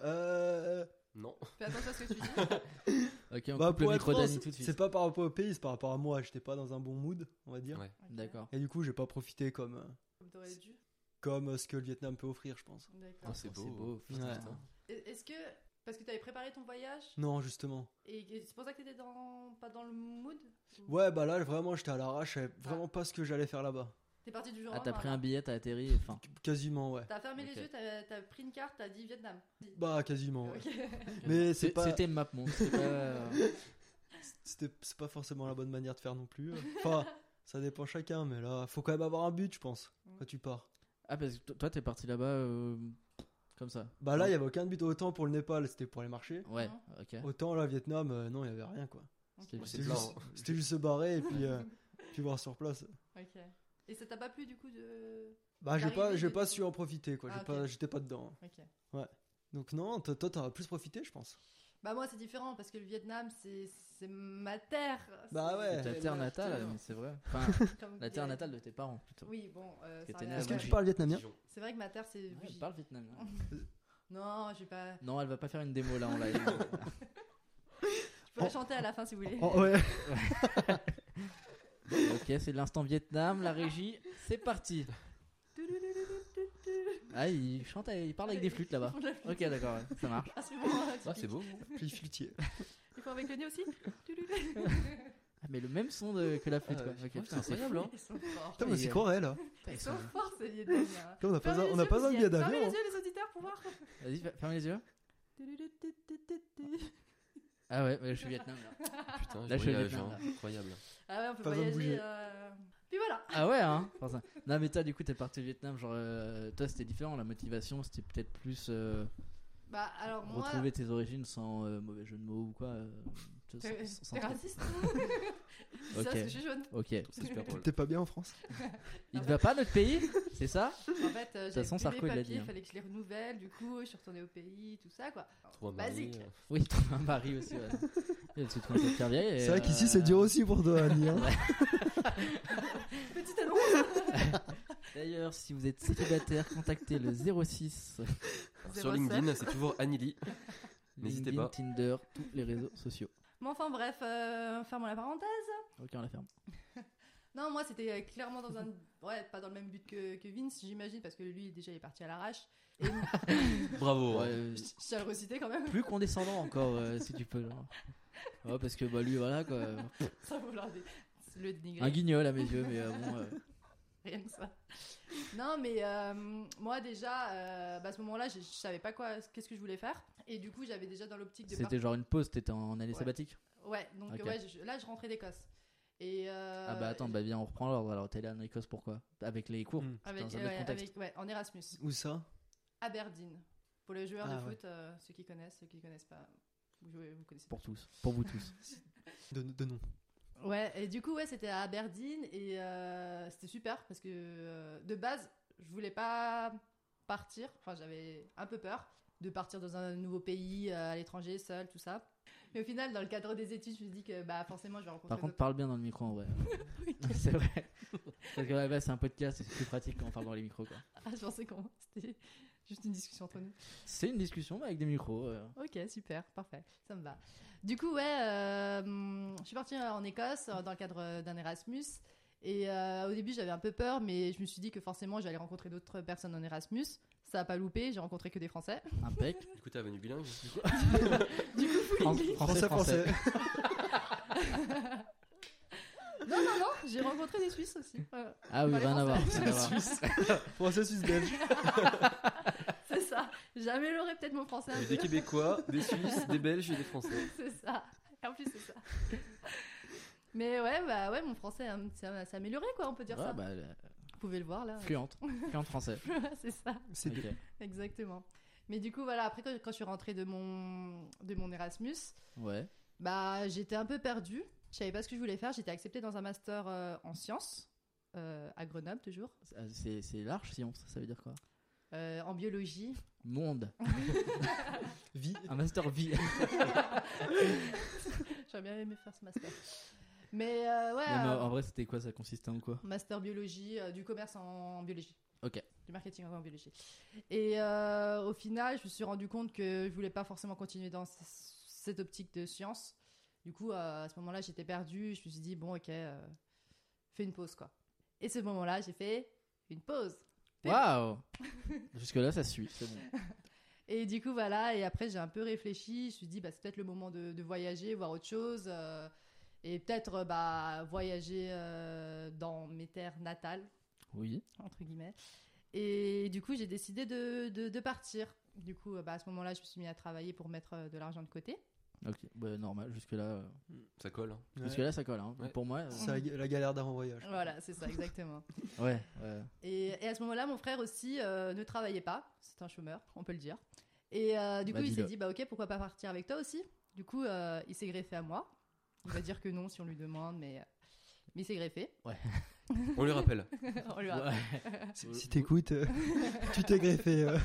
Speaker 6: Euh,
Speaker 5: non
Speaker 7: Fais attention à ce que tu dis.
Speaker 4: Ok, on
Speaker 6: bah
Speaker 4: coupe le
Speaker 6: pour être
Speaker 4: micro
Speaker 6: franc,
Speaker 4: d'Annie
Speaker 6: c'est-
Speaker 4: tout de
Speaker 6: c'est
Speaker 4: suite.
Speaker 6: pas par rapport au pays, c'est par rapport à moi. J'étais pas dans un bon mood, on va dire.
Speaker 5: Ouais.
Speaker 4: D'accord.
Speaker 6: Et du coup, j'ai pas profité comme euh,
Speaker 7: Comme t'aurais dû.
Speaker 6: comme euh, ce que le Vietnam peut offrir, je pense.
Speaker 7: D'accord.
Speaker 5: Ah, c'est beau.
Speaker 4: Oh, putain.
Speaker 6: Ouais.
Speaker 7: Et- Est-ce que. Parce que t'avais préparé ton voyage
Speaker 6: Non, justement.
Speaker 7: et et c'est pour ça que t'étais dans... pas dans le mood ou-
Speaker 6: Ouais, bah là, vraiment, j'étais à l'arrache. Je savais vraiment pas ce que j'allais faire là-bas.
Speaker 7: T'es parti du jour
Speaker 4: Ah,
Speaker 7: au
Speaker 4: t'as
Speaker 7: lendemain,
Speaker 4: pris un
Speaker 7: alors.
Speaker 4: billet, t'as atterri. Enfin,
Speaker 6: Qu- Quasiment, ouais.
Speaker 7: T'as fermé
Speaker 4: Ok.
Speaker 7: les yeux, t'as t'as pris une carte, t'as dit Vietnam.
Speaker 6: Bah quasiment. ouais.
Speaker 7: Ok.
Speaker 6: Mais c'est
Speaker 4: c'est-
Speaker 6: pas
Speaker 4: c'était Mapmont. C'était pas.
Speaker 6: c'était c'est pas forcément la bonne manière de faire non plus. Enfin, ça dépend chacun, mais là, faut quand même avoir un but, je pense, quand tu pars.
Speaker 4: Ah, parce que to- toi, t'es parti là-bas euh, comme ça.
Speaker 6: Bah là, il y avait aucun but autant pour le Népal, c'était pour les marchés.
Speaker 4: Ouais,
Speaker 7: Non.
Speaker 4: ok.
Speaker 6: Autant là, Vietnam, euh, non, il y avait rien quoi.
Speaker 4: C'était
Speaker 5: Ouais,
Speaker 6: C'était
Speaker 5: c'est
Speaker 4: blanc.
Speaker 5: blanc
Speaker 6: juste, c'était juste se barrer et puis, euh, puis voir sur place.
Speaker 7: Ok. Et ça t'a pas plu du coup de.
Speaker 6: Bah, j'ai
Speaker 7: L'arrivée
Speaker 6: pas, j'ai
Speaker 7: des-
Speaker 6: pas su en profiter quoi.
Speaker 7: Ah,
Speaker 6: J'ai
Speaker 7: ok.
Speaker 6: pas, j'étais pas dedans.
Speaker 7: Ok.
Speaker 6: Donc non, toi, toi, t'en as plus profité, je pense.
Speaker 7: Bah, moi c'est différent parce que le Vietnam c'est c'est ma terre.
Speaker 6: Bah
Speaker 7: C'est-
Speaker 6: ouais.
Speaker 4: C'est ta
Speaker 7: c'est-
Speaker 4: terre
Speaker 7: euh,
Speaker 4: natale,
Speaker 7: putain,
Speaker 4: mais c'est vrai. Enfin,
Speaker 7: comme
Speaker 4: la terre
Speaker 7: dirait-
Speaker 4: natale de tes parents plutôt.
Speaker 7: Oui, bon. euh,
Speaker 4: Parce que
Speaker 7: ça
Speaker 4: t'es
Speaker 7: a
Speaker 4: né
Speaker 7: rien
Speaker 6: Est-ce
Speaker 7: à
Speaker 6: que
Speaker 4: ouais.
Speaker 6: tu
Speaker 7: voir.
Speaker 6: parles vietnamien
Speaker 5: Dijon.
Speaker 7: C'est vrai que ma terre c'est.
Speaker 4: Ouais, elle
Speaker 7: Fuji.
Speaker 4: parle vietnamien.
Speaker 7: Non, j'ai pas.
Speaker 4: Non, elle va pas faire une démo là en live.
Speaker 7: Je peux la
Speaker 6: Oh.
Speaker 7: chanter à la fin si vous voulez.
Speaker 6: Oh, ouais.
Speaker 4: ok, c'est l'instant Vietnam, la régie, c'est parti. Ah, il chante, il parle avec des flûtes là-bas.
Speaker 7: Ils font de la flûte.
Speaker 4: Ok, d'accord, ouais, ça marche.
Speaker 7: Ah, c'est bon. hein,
Speaker 5: ah c'est beau
Speaker 6: Puis flûtier.
Speaker 7: Ils font avec le nez aussi
Speaker 4: Ah, mais le même son de- que la flûte,
Speaker 6: Ah,
Speaker 4: quoi.
Speaker 6: ouais,
Speaker 4: Ok,
Speaker 5: c'est
Speaker 4: putain, c'est
Speaker 5: incroyable,
Speaker 4: fou.
Speaker 5: hein.
Speaker 7: Ils sont forts.
Speaker 6: Putain, mais c'est quoi là
Speaker 4: Putain,
Speaker 7: Ils
Speaker 4: ils
Speaker 7: sont
Speaker 4: sont-
Speaker 7: forts ces Vietnamiens.
Speaker 6: Putain, On a pas,
Speaker 7: Fermez les
Speaker 6: besoin- on a
Speaker 7: yeux,
Speaker 6: pas besoin de
Speaker 7: monsieur.
Speaker 6: billet
Speaker 7: Fermez
Speaker 6: d'avion. hein.
Speaker 7: les yeux les auditeurs pour voir.
Speaker 4: Vas-y, fer- ferme les yeux. Ah ouais, mais je suis Vietnam là.
Speaker 5: putain
Speaker 4: Là,
Speaker 5: je
Speaker 4: je vais
Speaker 5: voyage
Speaker 4: Vietnam,
Speaker 5: hein.
Speaker 4: là.
Speaker 5: incroyable
Speaker 7: Ah ouais, on peut
Speaker 6: Pas besoin de bouger.
Speaker 7: voyager. euh, Puis voilà.
Speaker 4: Ah ouais, hein pour ça. Non, mais toi, du coup, t'es parti au Vietnam, genre, euh, toi, c'était différent. La motivation, c'était peut-être plus euh,
Speaker 7: Bah alors moi.
Speaker 4: retrouver tes origines sans euh, mauvais jeu de mots ou quoi. euh, tu vois,
Speaker 7: T'es
Speaker 4: sans- sans-
Speaker 7: t'es
Speaker 4: sans-
Speaker 7: raciste
Speaker 4: Ok.
Speaker 7: C'est ça, je suis jaune.
Speaker 4: Ok.
Speaker 5: c'est super drôle
Speaker 6: hein. T'es pas bien en France
Speaker 4: Il ne va pas notre pays C'est ça
Speaker 7: En fait, euh, j'ai
Speaker 4: façon,
Speaker 7: plus mes
Speaker 4: Sarko, il l'a
Speaker 7: papiers,
Speaker 4: dit, hein.
Speaker 7: fallait que je les renouvelle, du coup, je suis retournée au pays, tout ça, quoi.
Speaker 5: Trouve un mari,
Speaker 7: Basique.
Speaker 5: euh,
Speaker 4: Oui, trouve un mari aussi. Ouais. Et tu te prends cette pierre vieille et,
Speaker 6: C'est vrai qu'ici,
Speaker 4: euh,
Speaker 6: c'est dur aussi pour toi, Annie. hein.
Speaker 7: Petite annonce
Speaker 4: D'ailleurs, auditeurs, si vous êtes célibataire, contactez le 06
Speaker 5: Sur LinkedIn, c'est toujours Anili. N'hésitez
Speaker 4: LinkedIn,
Speaker 5: pas.
Speaker 4: Tinder, tous les réseaux sociaux.
Speaker 7: Mais enfin bref, euh, fermons la parenthèse.
Speaker 4: Ok, on la ferme.
Speaker 7: Non, moi c'était euh, clairement dans un. Ouais, pas dans le même but que, que Vince, j'imagine, parce que lui déjà il est parti à l'arrache. Et
Speaker 5: Bravo.
Speaker 4: Ouais,
Speaker 5: hein.
Speaker 4: euh,
Speaker 7: je tiens à le reciter quand même,
Speaker 4: plus condescendant encore, euh, si tu peux. genre. Ouais, parce que bah, lui, voilà quoi.
Speaker 7: ça vaut leur dé- le dénigrer.
Speaker 4: Un guignol à mes yeux, mais euh, bon. euh,
Speaker 7: Rien que ça. Non, mais euh, moi déjà, euh, bah, à ce moment-là, je, je savais pas quoi, qu'est-ce que je voulais faire. Et du coup, j'avais déjà dans l'optique de.
Speaker 4: C'était genre une pause, t'étais en année
Speaker 7: Ouais.
Speaker 4: sabbatique
Speaker 7: part- Ouais, donc
Speaker 4: Ok.
Speaker 7: ouais, je- là, je rentrais d'Écosse. Et euh,
Speaker 4: Ah bah attends, bah viens, on reprend l'ordre. Alors t'es allé en Écosse pourquoi Avec les cours.
Speaker 6: Hmm.
Speaker 7: avec,
Speaker 4: dans un autre
Speaker 7: ouais,
Speaker 4: contexte.
Speaker 7: avec- ouais, en Erasmus,
Speaker 6: Où ça
Speaker 7: Aberdeen. Pour les joueurs
Speaker 6: Ah,
Speaker 7: de
Speaker 6: ouais.
Speaker 7: foot, euh, ceux qui connaissent, ceux qui connaissent pas, vous, jouez- vous connaissez.
Speaker 4: Pour tous, pour vous tous.
Speaker 6: de, de nom.
Speaker 7: Ouais, et du coup, ouais, c'était à Aberdeen et euh, c'était super parce que euh, de base, je voulais pas partir. Enfin, j'avais un peu peur de partir dans un nouveau pays, euh, à l'étranger, seul, tout ça. Mais au final, dans le cadre des études, je me dis que bah forcément, je vais rencontrer.
Speaker 4: Par contre, parle bien dans le micro en vrai. c'est vrai. Parce que là, bah, c'est un podcast, c'est plus pratique quand on parle dans les micros quoi.
Speaker 7: d'autres- Ah, je pensais qu'on c'était juste une discussion entre nous.
Speaker 4: C'est une discussion mais avec des micros. euh.
Speaker 7: Ok, super, parfait, ça me va. Du coup, ouais, euh, hum, je suis partie en Écosse euh, dans le cadre euh, d'un Erasmus. Et euh, au début, j'avais un peu peur, mais je me suis dit que forcément, j'allais rencontrer d'autres personnes en Erasmus. Ça a pas loupé, j'ai rencontré que des Français.
Speaker 4: Impec.
Speaker 5: Du coup, t'es venu bilingue.
Speaker 4: Fran-
Speaker 6: Français, français.
Speaker 7: Non, non, non, j'ai rencontré des Suisses aussi. Voilà,
Speaker 4: Ah oui,
Speaker 7: Pas les
Speaker 4: rien à voir.
Speaker 7: Français.
Speaker 4: rien à voir.
Speaker 6: Français, suisse, belge.
Speaker 7: c'est ça. J'ai amélioré peut-être mon français un
Speaker 5: Il y a des
Speaker 7: peu.
Speaker 5: Québécois, des Suisses, des Belges et des Français.
Speaker 7: C'est ça. Et en plus, c'est ça. Mais ouais, bah ouais, mon français hein, ça s'est amélioré, quoi, on peut dire
Speaker 4: Ouais,
Speaker 7: ça. Ah,
Speaker 4: bah, euh,
Speaker 7: Vous pouvez le voir là.
Speaker 4: fluente. Fluente français.
Speaker 7: c'est ça.
Speaker 6: C'est
Speaker 4: Ok.
Speaker 7: Exactement. Mais du coup, voilà, après, quand, quand je suis rentrée de mon, de mon Erasmus,
Speaker 4: Ouais.
Speaker 7: bah, j'étais un peu perdue. Je savais pas ce que je voulais faire. J'étais acceptée dans un master euh, en sciences, euh, à Grenoble toujours,
Speaker 4: C'est- Ah, C'est c'est large science, ça veut dire quoi
Speaker 7: euh, en biologie.
Speaker 4: Monde.
Speaker 6: vie.
Speaker 4: Un master vie.
Speaker 7: J'aurais bien aimé faire ce master. Mais euh, ouais,
Speaker 4: Non, mais
Speaker 7: euh,
Speaker 4: en vrai, c'était quoi Ça consistait en quoi
Speaker 7: master biologie, euh, du commerce en, en biologie.
Speaker 4: Ok.
Speaker 7: Du marketing en biologie. Et euh, au final, je me suis rendu compte que je voulais pas forcément continuer dans c- cette optique de science. Du coup, euh, à ce moment-là, j'étais perdue. Je me suis dit, bon, ok, euh, fais une pause, quoi. Et ce moment-là, j'ai fait une pause.
Speaker 4: Waouh Jusque-là, ça suit, c'est bon.
Speaker 7: Et du coup, voilà. Et après, j'ai un peu réfléchi. Je me suis dit, bah, c'est peut-être le moment de, de voyager, voir autre chose. euh, et peut-être euh, bah, voyager euh, dans mes terres natales.
Speaker 4: Oui.
Speaker 7: entre guillemets. Et du coup, j'ai décidé de, de- de partir. Du coup, euh, bah, à ce moment-là, je me suis mis à travailler pour mettre euh, de l'argent de côté.
Speaker 4: Ok, bah, normal, jusque-là. euh,
Speaker 5: Ça colle. hein.
Speaker 6: Ouais.
Speaker 4: Jusque-là, ça colle. hein.
Speaker 5: Ouais.
Speaker 4: Pour moi. euh,
Speaker 6: C'est la, la galère d'un voyage.
Speaker 7: Voilà, c'est ça, exactement.
Speaker 4: Ouais, ouais.
Speaker 7: Et, et à ce moment-là, mon frère aussi euh, ne travaillait pas. C'est un chômeur, on peut le dire. Et euh, du
Speaker 4: Bah,
Speaker 7: coup, il s'est
Speaker 4: dis-le.
Speaker 7: dit, bah ok, pourquoi pas partir avec toi aussi Du coup, euh, il s'est greffé à moi. Il va dire que non si on lui demande, mais, euh, mais il s'est greffé.
Speaker 5: On lui rappelle.
Speaker 7: on lui a
Speaker 4: Ouais.
Speaker 6: Si, si t'écoutes, euh, tu t'es greffé. euh.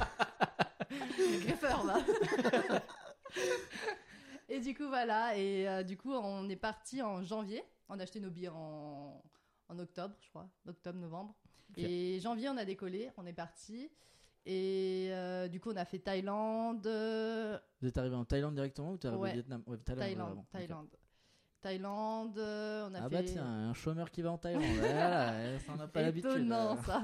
Speaker 7: Le greffeur, va. et du coup, voilà. Et euh, du coup, on est parti en janvier. On a acheté nos billets en, en octobre, je crois. Octobre, novembre.
Speaker 4: Ok.
Speaker 7: Et janvier, on a décollé. On est parti. Et euh, du coup, on a fait Thaïlande. euh,
Speaker 4: Vous êtes arrivé en Thaïlande directement ou t'es arrivé
Speaker 7: Ouais.
Speaker 4: au Vietnam Ouais, Thaïlande.
Speaker 7: Thaïlande.
Speaker 4: vraiment. Ok.
Speaker 7: Thaïlande. Thaïlande. euh, on a
Speaker 4: Ah
Speaker 7: fait.
Speaker 4: bah tiens, un chômeur qui va en Thaïlande. voilà, ça on n'a pas l'habitude.
Speaker 7: Étonnant, ça.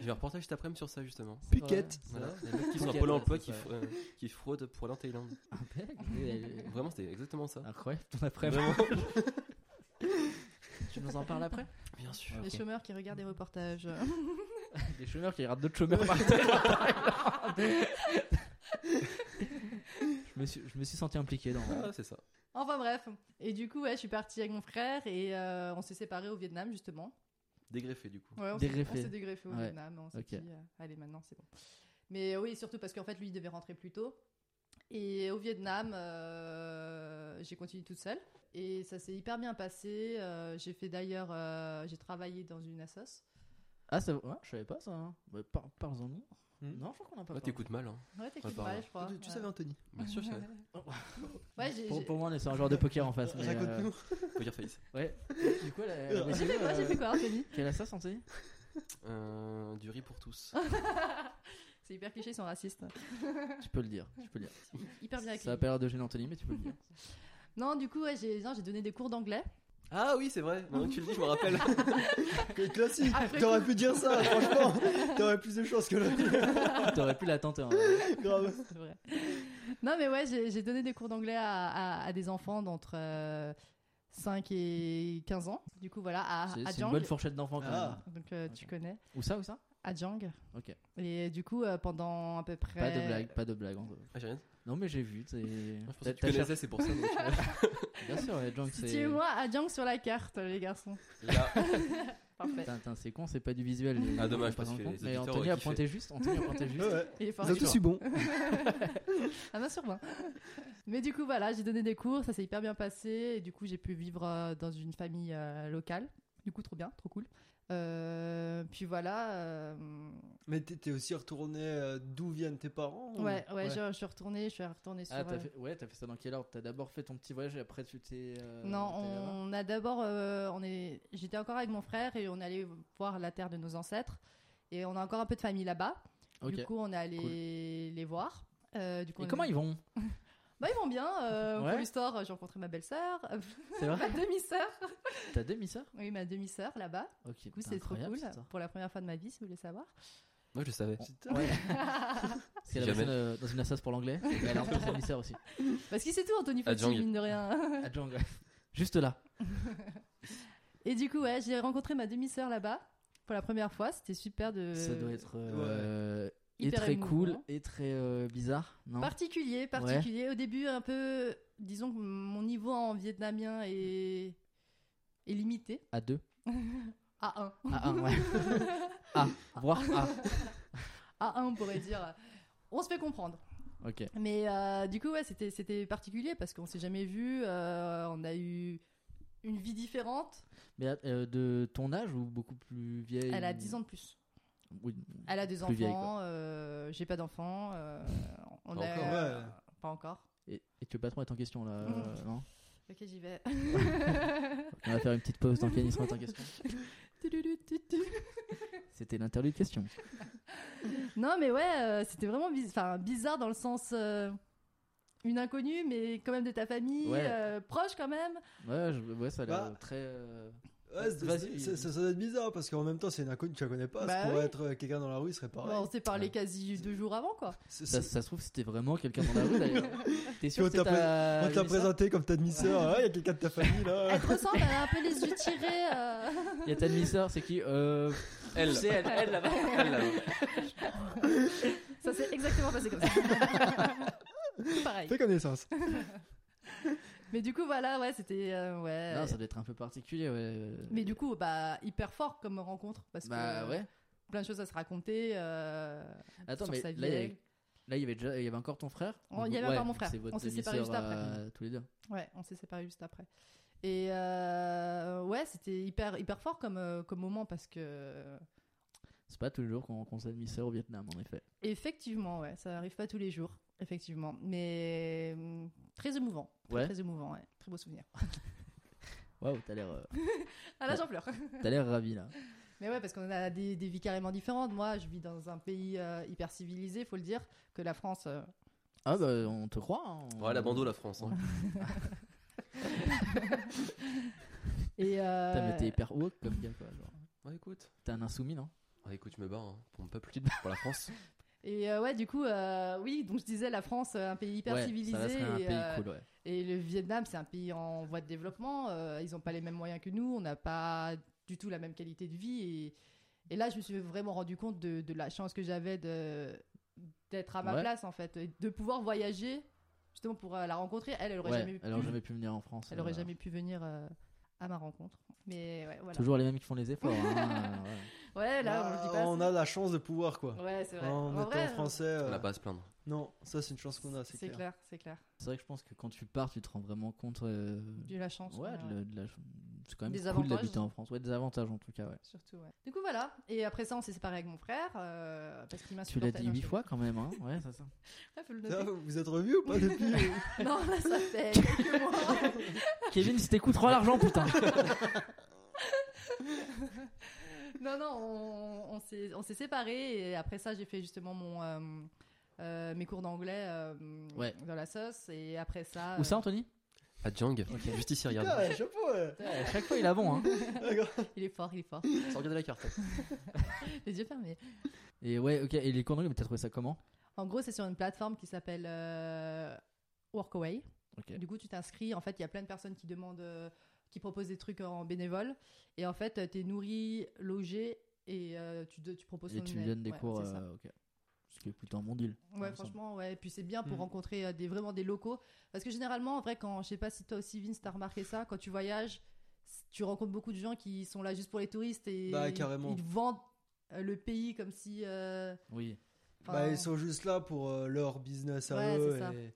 Speaker 5: J'ai eu un reportage cet après-midi sur ça, justement.
Speaker 4: C'est vrai.
Speaker 6: Phuket.
Speaker 4: C'est
Speaker 5: Voilà.
Speaker 4: vrai.
Speaker 5: Les mecs qui sont à
Speaker 4: Ok,
Speaker 5: Pôle
Speaker 4: ouais,
Speaker 5: emploi
Speaker 4: c'est
Speaker 5: qui,
Speaker 4: ça.
Speaker 5: fr- euh, qui fraudent pour aller en Thaïlande.
Speaker 4: Impec. Elle est-
Speaker 5: Vraiment, c'était exactement ça.
Speaker 4: Incroyable ton après-midi.
Speaker 5: Vraiment.
Speaker 4: Tu nous en parles après
Speaker 5: Bien sûr.
Speaker 7: Les chômeurs qui regardent des reportages.
Speaker 4: Les chômeurs qui regardent d'autres chômeurs partir en Thaïlande. je, me suis, je me suis senti impliqué dans.
Speaker 5: Ah, c'est ça.
Speaker 7: enfin, bref. Et du coup, ouais, je suis partie avec mon frère et euh, on s'est séparés au Vietnam, justement.
Speaker 5: Dégreffé, du coup.
Speaker 7: Ouais, on s'est- ah,
Speaker 4: Dégreffé.
Speaker 7: on s'est dégreffé au
Speaker 4: Ouais.
Speaker 7: Vietnam. On s'est
Speaker 4: Ok.
Speaker 7: dit, euh, allez, maintenant, c'est bon. Mais oui, surtout parce qu'en fait, lui, il devait rentrer plus tôt. Et au Vietnam, euh, j'ai continué toute seule. Et ça s'est hyper bien passé. Euh, j'ai fait d'ailleurs, euh, j'ai travaillé dans une assos.
Speaker 4: Ah, ça, ouais, je savais pas ça. hein. Bah, par- Parle-en nous.
Speaker 6: Hmm.
Speaker 4: Non, je crois qu'on n'a pas
Speaker 5: Ouais,
Speaker 4: parlé.
Speaker 5: t'écoutes mal, hein.
Speaker 7: Ouais, t'écoutes
Speaker 5: Ouais, pardon.
Speaker 7: mal, je crois.
Speaker 6: Tu, tu
Speaker 7: Ouais.
Speaker 6: savais, Anthony
Speaker 5: Bien sûr, je savais.
Speaker 7: Ouais, j'ai-
Speaker 4: Pour,
Speaker 7: j'ai-
Speaker 4: pour moi, on est sur un genre de poker en face. mais, euh,
Speaker 6: Raconte-nous.
Speaker 5: Faut dire face.
Speaker 4: Ouais. Du coup, elle a- euh,
Speaker 6: J'ai
Speaker 4: elle a-
Speaker 7: j'ai fait quoi J'ai fait quoi, Anthony
Speaker 4: Quelle a ça, Santé
Speaker 5: Euh, du riz pour tous.
Speaker 4: Ah.
Speaker 7: C'est hyper cliché, ils sont racistes.
Speaker 4: Tu peux le dire, tu peux le dire.
Speaker 7: Hyper bien
Speaker 4: Ça a
Speaker 7: accueilli.
Speaker 4: pas l'air de gêner Anthony, mais tu peux le dire.
Speaker 7: Non, du coup, ouais, j'ai non, j'ai donné des cours d'anglais.
Speaker 5: Ah oui, c'est vrai. Maintenant que tu le dis, je me rappelle.
Speaker 6: Que classique.
Speaker 7: Après
Speaker 6: T'aurais pu dire ça, franchement. T'aurais plus de chance que l'autre.
Speaker 4: T'aurais pu la tenter. hein.
Speaker 6: Grave.
Speaker 7: C'est vrai. Non, mais ouais, j'ai j'ai donné des cours d'anglais à, à- à des enfants d'entre euh, 5 et 15 ans. Du coup, voilà, à,
Speaker 4: C'est
Speaker 7: Ah, à
Speaker 4: c'est
Speaker 7: Jang.
Speaker 4: une bonne fourchette d'enfants quand
Speaker 6: Ah.
Speaker 4: même.
Speaker 7: Donc, euh, tu
Speaker 4: Ok.
Speaker 7: connais.
Speaker 4: Ou ça, ou ça
Speaker 7: À Jang.
Speaker 4: Ok.
Speaker 7: Et du coup, euh, pendant à peu près.
Speaker 4: Pas de blague, pas de blague. en gros.
Speaker 5: Ah, j'ai rien. dit.
Speaker 4: Non, mais j'ai vu. t'es-
Speaker 5: Je pensais
Speaker 4: t'as-
Speaker 5: que tu
Speaker 4: t'as
Speaker 5: connaissais,
Speaker 4: cherché-
Speaker 5: c'est pour ça. donc, euh,
Speaker 4: Bien sûr, ouais, Junk, c'est.
Speaker 7: Situez-moi à Jang sur la carte, les garçons.
Speaker 5: Là,
Speaker 7: Parfait.
Speaker 4: Putain, putain, c'est con, c'est pas du visuel. les-
Speaker 5: Ah, dommage,
Speaker 4: les prises
Speaker 5: parce
Speaker 4: en
Speaker 5: que
Speaker 4: compte.
Speaker 5: les
Speaker 4: Mais
Speaker 5: auditeurs
Speaker 4: Anthony
Speaker 5: auraient
Speaker 4: a
Speaker 5: kiffé.
Speaker 4: pointé juste. Anthony a pointé juste.
Speaker 6: Ouais, ouais.
Speaker 7: Il est fort. Ah,
Speaker 6: Ils ont tous eu bon.
Speaker 7: Un main sur 20. Mais du coup, voilà, j'ai donné des cours, ça s'est hyper bien passé. Et du coup, j'ai pu vivre euh, dans une famille euh, locale. Du coup, trop bien, trop cool. Euh, puis voilà. euh,
Speaker 6: Mais t'es t'es aussi retourné euh, d'où viennent tes parents ou-
Speaker 7: ouais, ouais, Je, je suis retournée, je suis retournée sur.
Speaker 4: Ah, t'as
Speaker 7: euh,
Speaker 4: fait... ouais, t'as fait ça dans quel ordre T'as d'abord fait ton petit voyage et après tu t'es. euh,
Speaker 7: non,
Speaker 4: t'es allé là-bas
Speaker 7: on a d'abord, euh, on est, j'étais encore avec mon frère et on allait voir la terre de nos ancêtres. Et on a encore un peu de famille là-bas.
Speaker 4: Ok.
Speaker 7: Du coup, on est allé les voir. Euh, du coup,
Speaker 4: Et
Speaker 7: on-
Speaker 4: comment ils vont
Speaker 7: Bah, ils vont bien. euh,
Speaker 4: Ouais.
Speaker 7: Pour l'histoire, j'ai rencontré ma belle-sœur, euh,
Speaker 4: C'est
Speaker 7: ma
Speaker 4: vrai
Speaker 7: demi-sœur.
Speaker 4: T'as demi-sœur
Speaker 7: Oui, ma demi-sœur là-bas.
Speaker 4: Ok,
Speaker 7: Du coup,
Speaker 4: putain,
Speaker 7: c'est trop
Speaker 4: incroyable,
Speaker 7: cool.
Speaker 4: cette histoire.
Speaker 7: Pour la première fois de ma vie, si vous voulez savoir.
Speaker 5: moi, je le savais.
Speaker 4: Ouais. Parce qu'elle a
Speaker 5: Jamais.
Speaker 4: bossé euh, dans une assace pour l'anglais. Et bah, elle a rencontré sa demi-sœur aussi.
Speaker 7: Parce qu'il sait tout, Anthony
Speaker 5: À
Speaker 7: Fauci,
Speaker 5: Django.
Speaker 7: mine de rien.
Speaker 4: À Django. Juste là.
Speaker 7: Et du coup, ouais, j'ai rencontré ma demi-sœur là-bas. Pour la première fois, c'était super de.
Speaker 4: Ça doit être. euh, Et
Speaker 7: hyper
Speaker 4: très
Speaker 7: émouvant.
Speaker 4: cool, et très euh, bizarre, non
Speaker 7: Particulier, particulier. Au début, un peu. Disons que mon niveau en vietnamien est. est limité.
Speaker 4: À deux
Speaker 7: À 1.
Speaker 4: À un, ouais. ah, voire ah.
Speaker 7: À 1, on pourrait dire. On se fait comprendre.
Speaker 4: Ok.
Speaker 7: Mais euh, du coup, ouais, c'était, c'était particulier parce qu'on s'est jamais vu. euh, on a eu une vie différente.
Speaker 4: Mais euh, de ton âge ou beaucoup plus vieille
Speaker 7: Elle a
Speaker 4: ou-
Speaker 7: 10 ans de plus.
Speaker 4: Oui.
Speaker 7: Elle a des
Speaker 4: Plus vieille,
Speaker 7: enfants. euh, j'ai pas d'enfants. euh, on
Speaker 5: Pas
Speaker 7: a-
Speaker 5: encore,
Speaker 6: ouais.
Speaker 7: Pas encore.
Speaker 4: Et, et tu veux pas trop être en question là, euh, non
Speaker 7: Ok, j'y vais.
Speaker 4: On va faire une petite pause tant qu'Yannis sera en question. C'était l'interlude question.
Speaker 7: non, mais ouais, euh, c'était vraiment biz- enfin, bizarre dans le sens. euh, une inconnue, mais quand même de ta famille,
Speaker 4: Ouais.
Speaker 7: euh, proche quand même.
Speaker 4: Ouais, je- ouais, ça a l'air
Speaker 6: Bah.
Speaker 4: très. euh,
Speaker 6: Ouais, c'est-
Speaker 4: Vas-y.
Speaker 6: c'est- ça ça doit être bizarre parce qu'en même temps, c'est une inconnue, tu la connais pas.
Speaker 7: Bah
Speaker 6: ça pourrait
Speaker 7: oui.
Speaker 6: être euh, quelqu'un dans la rue, il serait
Speaker 7: Bon,
Speaker 6: pareil.
Speaker 7: on s'est parlé
Speaker 4: Ouais.
Speaker 7: quasi deux jours avant, quoi.
Speaker 6: C'est-
Speaker 4: Ça,
Speaker 6: c'est-
Speaker 4: ça se trouve, c'était vraiment quelqu'un dans la rue d'ailleurs. T'es sûr
Speaker 6: on
Speaker 4: que
Speaker 6: t'a
Speaker 4: c'est
Speaker 6: pré-
Speaker 7: Euh,
Speaker 4: ta-
Speaker 6: On t'a
Speaker 4: Yannis, ça
Speaker 6: présenté comme ta demi-sœur. Ouais, Il y a quelqu'un de ta famille là.
Speaker 7: Elle te ressemble, elle a un peu les yeux tirés. euh.
Speaker 4: Il y a ta demi-sœur, c'est qui euh...
Speaker 5: Elle.
Speaker 4: C'est elle, elle là-bas.
Speaker 5: Elle, là.
Speaker 7: Ça s'est exactement passé comme ça. Pareil.
Speaker 6: Fais connaissance.
Speaker 7: Mais du coup, voilà, ouais, c'était. euh, ouais.
Speaker 4: Non, ça doit être un peu particulier, ouais.
Speaker 7: Mais du coup, bah, hyper fort comme rencontre. Parce
Speaker 4: Bah
Speaker 7: que
Speaker 4: ouais.
Speaker 7: plein de choses à se raconter. euh,
Speaker 4: Attends,
Speaker 7: sur
Speaker 4: mais
Speaker 7: sa vie
Speaker 4: là, il y
Speaker 7: à
Speaker 4: a-
Speaker 7: elle.
Speaker 4: là, il y avait déjà, il y avait encore ton frère.
Speaker 7: Oh, il y
Speaker 4: Donc,
Speaker 7: avait
Speaker 4: ouais,
Speaker 7: encore mon frère.
Speaker 4: C'est votre
Speaker 7: On s'est séparés juste
Speaker 4: demi-sœur,
Speaker 7: après,
Speaker 4: euh, tous les deux.
Speaker 7: Ouais, on s'est séparés juste après. Et euh, ouais, c'était hyper, hyper fort comme, euh, comme moment parce que.
Speaker 4: C'est pas tous les jours qu'on rencontre sa demi-sœur au Vietnam, en effet.
Speaker 7: Effectivement, ouais, ça arrive pas tous les jours. Effectivement. Mais hum, très émouvant. Très,
Speaker 4: Ouais.
Speaker 7: Très émouvant, ouais. Très beau souvenir.
Speaker 4: Waouh, t'as l'air, euh,
Speaker 7: Ah là,
Speaker 4: Bon.
Speaker 7: j'en pleure.
Speaker 4: t'as l'air ravi là.
Speaker 7: Mais ouais, parce qu'on a des, des vies carrément différentes. Moi, je vis dans un pays euh, hyper civilisé, faut le dire, que la France. euh,
Speaker 4: Ah bah, on te croit. hein, on-
Speaker 5: Ouais, la bandeau, la France. hein.
Speaker 7: et, euh,
Speaker 4: Putain, mais t'es hyper woke comme gars, quoi. genre.
Speaker 5: Ouais, Bah, écoute.
Speaker 4: T'es un insoumis, non
Speaker 5: Ah, écoute, je me barre hein, pour mon peuple,
Speaker 4: Tu te
Speaker 5: pour la France.
Speaker 7: et, euh, ouais, du coup, euh, oui, donc je disais, la France, euh, un pays hyper
Speaker 4: Ouais,
Speaker 7: civilisé.
Speaker 4: ça resterait un
Speaker 7: et,
Speaker 4: pays
Speaker 7: euh,
Speaker 4: cool, ouais.
Speaker 7: et le Vietnam, c'est un pays en voie de développement. euh, ils n'ont pas les mêmes moyens que nous. On n'a pas du tout la même qualité de vie. Et, et là, je me suis vraiment rendu compte de, de la chance que j'avais de d'être à ma
Speaker 4: Ouais.
Speaker 7: place, en fait, et de pouvoir voyager justement pour euh, la rencontrer. Elle, elle aurait
Speaker 4: Ouais,
Speaker 7: jamais
Speaker 4: elle aurait
Speaker 7: pu
Speaker 4: jamais pu venir en France.
Speaker 7: Elle
Speaker 4: euh,
Speaker 7: aurait jamais pu venir euh, à ma rencontre. Mais ouais, voilà.
Speaker 4: Toujours les mêmes qui font les efforts. hein, ouais.
Speaker 7: Ouais, là, on le dit pas.
Speaker 6: Ah, on
Speaker 7: assez.
Speaker 6: a la chance de pouvoir quoi.
Speaker 7: Ouais, c'est vrai.
Speaker 6: En étant
Speaker 7: vrai, hein.
Speaker 6: français,
Speaker 5: On
Speaker 6: euh,
Speaker 5: n'a pas à se plaindre.
Speaker 6: non, ça c'est une chance qu'on a,
Speaker 7: c'est clair, c'est clair.
Speaker 4: C'est vrai que je pense que quand tu pars, tu te rends vraiment compte. euh,
Speaker 7: J'ai eu la chance. euh,
Speaker 4: ouais,
Speaker 7: qu'on a,
Speaker 4: de la- de la- c'est quand même
Speaker 7: Des
Speaker 4: cool
Speaker 7: avantages.
Speaker 4: d'habiter en France. Ouais, des avantages en tout cas, ouais.
Speaker 7: Surtout, ouais. Du coup, voilà. Et après ça, on s'est séparés avec mon frère euh, parce qu'il
Speaker 4: Tu
Speaker 7: m'insupportait.
Speaker 4: l'as dit
Speaker 7: Non,
Speaker 4: huit
Speaker 7: je-
Speaker 4: fois quand même, hein. Ouais, ça, ça.
Speaker 7: Ah, faut le
Speaker 6: Ça,
Speaker 7: noter.
Speaker 6: vous vous êtes revus ou pas depuis
Speaker 7: non, là, ça fait quelques mois.
Speaker 4: Kevin, si t'écoutes, rends l'argent, putain.
Speaker 7: non, non, on, on s'est on s'est séparés et après ça, j'ai fait justement mon, euh, euh, mes cours d'anglais euh,
Speaker 4: Ouais.
Speaker 7: dans la sauce et après ça.
Speaker 4: Où ça,
Speaker 7: euh,
Speaker 4: Anthony
Speaker 5: À Jang,
Speaker 4: Ok.
Speaker 5: juste ici, regarde.
Speaker 6: Putain, chapeau, ouais.
Speaker 4: Putain, À chaque fois, il a bon. Hein.
Speaker 6: D'accord.
Speaker 7: euh, il est fort, il est fort.
Speaker 5: Sans regarder la carte.
Speaker 7: Les yeux fermés.
Speaker 4: Et ouais, ok. Et les cours d'anglais, mais t'as trouvé ça comment
Speaker 7: En gros, c'est sur une plateforme qui s'appelle euh, Workaway.
Speaker 4: Ok.
Speaker 7: Du coup, tu t'inscris. En fait, il y a plein de personnes qui demandent, euh, qui proposent des trucs en bénévole. Et en fait, tu es nourri, logé et euh, tu, de- tu proposes
Speaker 4: Et
Speaker 7: ton
Speaker 4: tu
Speaker 7: aide.
Speaker 4: donnes des
Speaker 7: Ouais,
Speaker 4: cours.
Speaker 7: c'est ça.
Speaker 4: euh, ok. Ce qui est plutôt un bon deal.
Speaker 6: Ah,
Speaker 4: il me
Speaker 7: Ouais,
Speaker 4: semble.
Speaker 7: franchement, ouais. Et puis c'est bien pour
Speaker 6: Mm.
Speaker 7: rencontrer euh, des, vraiment des locaux. Parce que généralement, en vrai, quand, je sais pas si toi aussi, Vince, t'as remarqué ça, quand tu voyages, c- tu rencontres beaucoup de gens qui sont là juste pour les touristes et
Speaker 6: Bah,
Speaker 7: ils-
Speaker 6: carrément.
Speaker 7: ils, te vendent euh, le pays comme si. euh,
Speaker 4: Oui.
Speaker 6: Bah,
Speaker 7: enfin,
Speaker 6: ils sont juste là pour euh, leur business à
Speaker 7: Ouais,
Speaker 6: eux.
Speaker 7: c'est ça.
Speaker 6: et-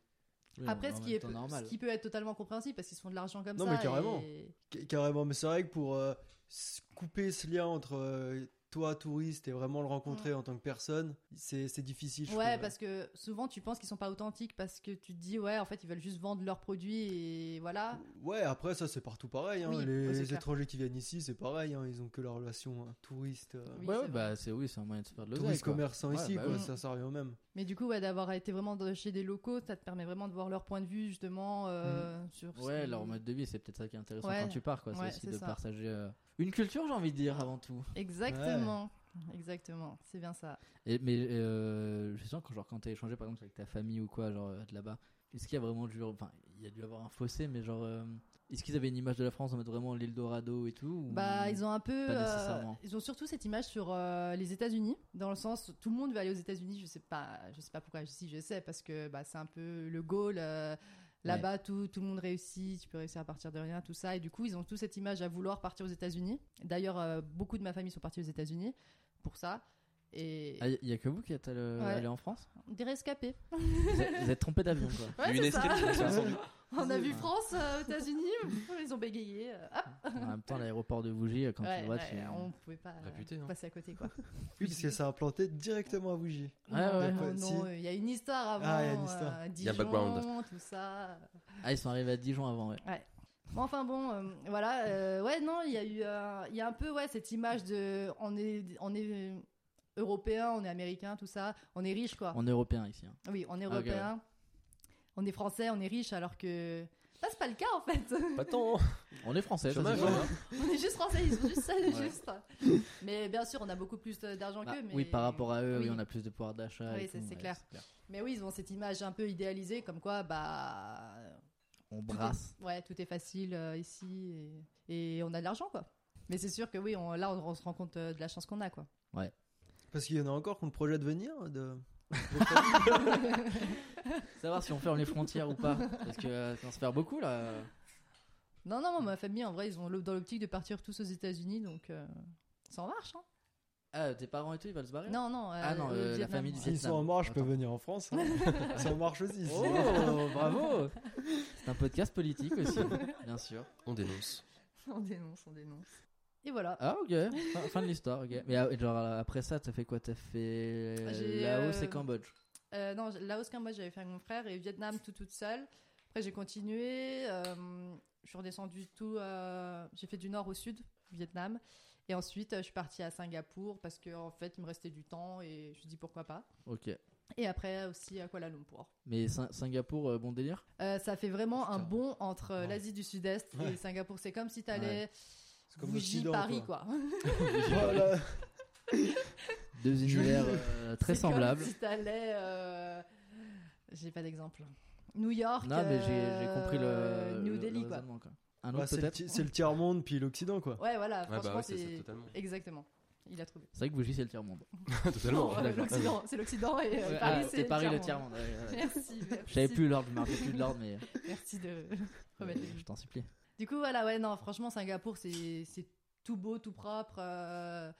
Speaker 4: Oui,
Speaker 7: Après,
Speaker 4: en-
Speaker 7: ce
Speaker 4: en
Speaker 7: qui,
Speaker 4: même
Speaker 7: est,
Speaker 4: temps,
Speaker 7: peu-
Speaker 4: normal.
Speaker 7: ce qui peut être totalement compréhensible parce qu'ils se font de l'argent comme
Speaker 6: Non,
Speaker 7: ça.
Speaker 6: mais carrément.
Speaker 7: et-
Speaker 6: Ca- Carrément, mais c'est vrai que pour euh, s- couper ce lien entre euh, toi, touriste, et vraiment le rencontrer en tant que personne, c'est c'est difficile. je
Speaker 7: Mm. Ouais,
Speaker 6: trouve,
Speaker 7: parce que souvent tu penses qu'ils sont pas authentiques parce que tu te dis, ouais, en fait, ils veulent juste vendre leurs produits et voilà.
Speaker 6: Ouais, après, ça, c'est partout pareil. hein.
Speaker 7: Oui,
Speaker 6: les
Speaker 7: ouais, c'est clair.
Speaker 6: étrangers qui viennent ici, c'est pareil. hein. Ils ont que la relation hein, touriste. euh,
Speaker 7: Oui,
Speaker 4: ouais,
Speaker 7: c'est
Speaker 4: ouais, bah c'est oui, c'est un moyen de se faire de l'oseille.
Speaker 6: Touriste
Speaker 4: quoi.
Speaker 6: commerçant
Speaker 4: Ouais,
Speaker 6: ici,
Speaker 4: bah
Speaker 6: quoi,
Speaker 7: oui.
Speaker 6: ça sert à rien au même.
Speaker 7: Mais du coup, ouais, d'avoir été vraiment de- chez des locaux, ça te permet vraiment de voir leur point de vue justement euh, sur. ce
Speaker 4: Mm. Ouais,
Speaker 7: qui-
Speaker 4: leur mode de vie, c'est peut-être ça qui est intéressant
Speaker 7: Ouais.
Speaker 4: quand tu pars, quoi. C'est
Speaker 7: Ouais,
Speaker 4: aussi
Speaker 7: c'est
Speaker 4: de
Speaker 7: ça.
Speaker 4: partager euh, une culture, j'ai envie de dire, avant tout.
Speaker 7: Exactement. Exactement, c'est bien ça.
Speaker 4: Et, mais euh, je sens que genre, quand t'as échangé par exemple avec ta famille ou quoi, genre euh, de là-bas, est-ce qu'il y a vraiment du. Enfin, il y a dû avoir un fossé, mais genre. euh, est-ce qu'ils avaient une image de la France en mode vraiment l'Eldorado et tout ou-
Speaker 7: Bah, ils ont un peu,
Speaker 4: Pas
Speaker 7: euh,
Speaker 4: nécessairement.
Speaker 7: ils ont surtout cette image sur euh, les États-Unis, dans le sens où tout le monde veut aller aux États-Unis. Je sais pas, je sais pas pourquoi. Si je sais, parce que bah, c'est un peu le goal. euh, Là-bas, tout, tout le monde réussit, tu peux réussir à partir de rien, tout ça. Et du coup, ils ont toute cette image à vouloir partir aux États-Unis. D'ailleurs, euh, beaucoup de ma famille sont partis aux États-Unis pour ça. Et
Speaker 4: Ah, il y a que vous qui êtes allé, allé en France
Speaker 7: des rescapés.
Speaker 4: vous, êtes, vous êtes trompé d'avion, quoi.
Speaker 7: Ouais,
Speaker 5: une
Speaker 7: c'est ça.
Speaker 5: escale qui s'est descendue.
Speaker 7: On a vu France, euh, aux États-Unis, ils ont bégayé. euh, hop.
Speaker 4: en même temps, l'aéroport de Bougie, euh, quand
Speaker 7: Ouais,
Speaker 4: tu vois,
Speaker 7: ouais,
Speaker 4: tu.
Speaker 7: on pouvait pas euh,
Speaker 5: Réputé, hein.
Speaker 7: passer à côté, quoi.
Speaker 6: Oui, parce que ça a implanté directement à Bougie.
Speaker 4: Ouais, ouais, ouais.
Speaker 7: Non,
Speaker 6: ouais,
Speaker 7: non,
Speaker 6: Bah, si.
Speaker 7: il y a une histoire avant.
Speaker 6: Ah, il y a une histoire.
Speaker 5: y
Speaker 7: euh,
Speaker 5: a
Speaker 7: Dijon,
Speaker 5: background.
Speaker 7: tout ça.
Speaker 4: Ah, ils sont arrivés à Dijon avant, ouais.
Speaker 7: Bon, enfin bon, euh, voilà. euh, ouais, non, il y a eu, euh, il y a un peu, ouais, cette image de, on est, on est euh, européen, on est américain, tout ça, on est riche, quoi.
Speaker 4: On est européen ici. hein.
Speaker 7: Oui, on est
Speaker 4: ok,
Speaker 7: européen, on est français, on est riche, alors que ça c'est pas le cas en fait.
Speaker 5: Pas
Speaker 4: hein.
Speaker 5: tant.
Speaker 4: On est français, ça,
Speaker 5: Chômage,
Speaker 4: c'est vrai.
Speaker 5: hein.
Speaker 7: on est juste français, ils sont juste ça,
Speaker 4: Ouais.
Speaker 7: juste. Mais bien sûr, on a beaucoup plus euh, d'argent
Speaker 4: Bah,
Speaker 7: qu'eux. Mais...
Speaker 4: Oui, par rapport à eux, oui,
Speaker 7: Oui.
Speaker 4: on a plus de pouvoir d'achat. et
Speaker 7: Oui, c'est-
Speaker 4: tout,
Speaker 7: c'est
Speaker 4: ouais,
Speaker 7: clair. Mais oui, ils ont cette image un peu idéalisée, comme quoi, bah,
Speaker 4: On
Speaker 7: Tout est-
Speaker 4: brasse.
Speaker 7: ouais, tout est facile euh, ici et, et on a de l'argent quoi. Mais c'est sûr que oui, on- là on, on se rend compte euh, de la chance qu'on a quoi.
Speaker 6: Parce qu'il y en a encore qu'on le projet de venir. hein, De...
Speaker 4: Savoir si on ferme les frontières ou pas. Parce que euh, ça va se faire beaucoup là.
Speaker 7: Non non, moi, ma famille en vrai ils ont le- dans l'optique de partir tous aux États-Unis donc euh, ça en marche. Hein
Speaker 4: Ah, tes parents et tout, ils veulent se barrer
Speaker 7: non non. euh,
Speaker 4: Ah non,
Speaker 7: au
Speaker 4: euh, la
Speaker 7: Vietnam,
Speaker 4: famille du
Speaker 7: ouais.
Speaker 4: Vietnam.
Speaker 6: S'ils sont en marche, ils peuvent
Speaker 4: Attends.
Speaker 6: venir en France. hein. ça marche aussi. ici.
Speaker 4: Oh, bravo C'est un podcast politique aussi, bien sûr.
Speaker 5: On dénonce.
Speaker 7: on dénonce, on dénonce. Et voilà.
Speaker 4: Ah, ok. Fin, fin de l'histoire, ok. Mais ah, genre, après ça, t'as fait quoi T'as fait
Speaker 7: J'ai,
Speaker 4: Laos
Speaker 7: euh,
Speaker 4: et Cambodge.
Speaker 7: Euh, non, Laos moi j'avais fait avec mon frère et Vietnam tout toute seule. Après j'ai continué, euh, je suis redescendue tout, euh, j'ai fait du nord au sud, Vietnam. Et ensuite euh, je suis partie à Singapour parce qu'en en fait il me restait du temps et je me suis dit pourquoi pas.
Speaker 4: Ok.
Speaker 7: Et après aussi à Kuala Lumpur.
Speaker 4: Mais Sing- Singapour, euh, bon délire
Speaker 7: Euh, ça fait vraiment
Speaker 6: Putain.
Speaker 7: un bond entre euh,
Speaker 6: Ouais.
Speaker 7: l'Asie du Sud-Est et
Speaker 6: Ouais.
Speaker 7: Singapour. C'est comme si t'allais
Speaker 6: C'est comme
Speaker 7: Bougie,
Speaker 6: l'Occident,
Speaker 7: Paris quoi.
Speaker 6: Voilà.
Speaker 4: Deux univers euh, très
Speaker 7: C'est comme
Speaker 4: semblables.
Speaker 7: si t'allais, euh, j'ai pas d'exemple. New York.
Speaker 4: Non, mais j'ai- j'ai
Speaker 7: euh,
Speaker 4: compris le.
Speaker 7: New
Speaker 4: le-
Speaker 7: Delhi
Speaker 4: le
Speaker 7: quoi.
Speaker 4: raisonnement, quoi. Un
Speaker 6: Bah,
Speaker 4: autre
Speaker 6: c'est le,
Speaker 4: peut-être
Speaker 6: ti- c'est le tiers-monde, puis l'Occident, quoi.
Speaker 7: Ouais, voilà,
Speaker 5: Ouais,
Speaker 7: Ah, franchement,
Speaker 5: bah ouais, ça, c'est
Speaker 7: c'est.
Speaker 5: totalement.
Speaker 7: Exactement. Il a trouvé.
Speaker 4: C'est vrai que Bougie, c'est le tiers-monde.
Speaker 5: totalement.
Speaker 7: Euh, l'Occident, c'est l'Occident et euh,
Speaker 4: Ouais,
Speaker 7: Paris,
Speaker 4: ah,
Speaker 7: c'est.
Speaker 4: Paris le tiers-monde.
Speaker 7: tiers-monde.
Speaker 4: ouais, ouais, ouais.
Speaker 7: Merci.
Speaker 4: Je savais
Speaker 7: merci-
Speaker 4: plus l'ordre, je me rappelais plus de l'ordre, mais.
Speaker 7: Merci de
Speaker 4: mais
Speaker 7: remettre les
Speaker 4: je t'en supplie.
Speaker 7: Du coup, voilà, ouais, non, franchement, Singapour, c'est c'est tout beau, tout propre, euh,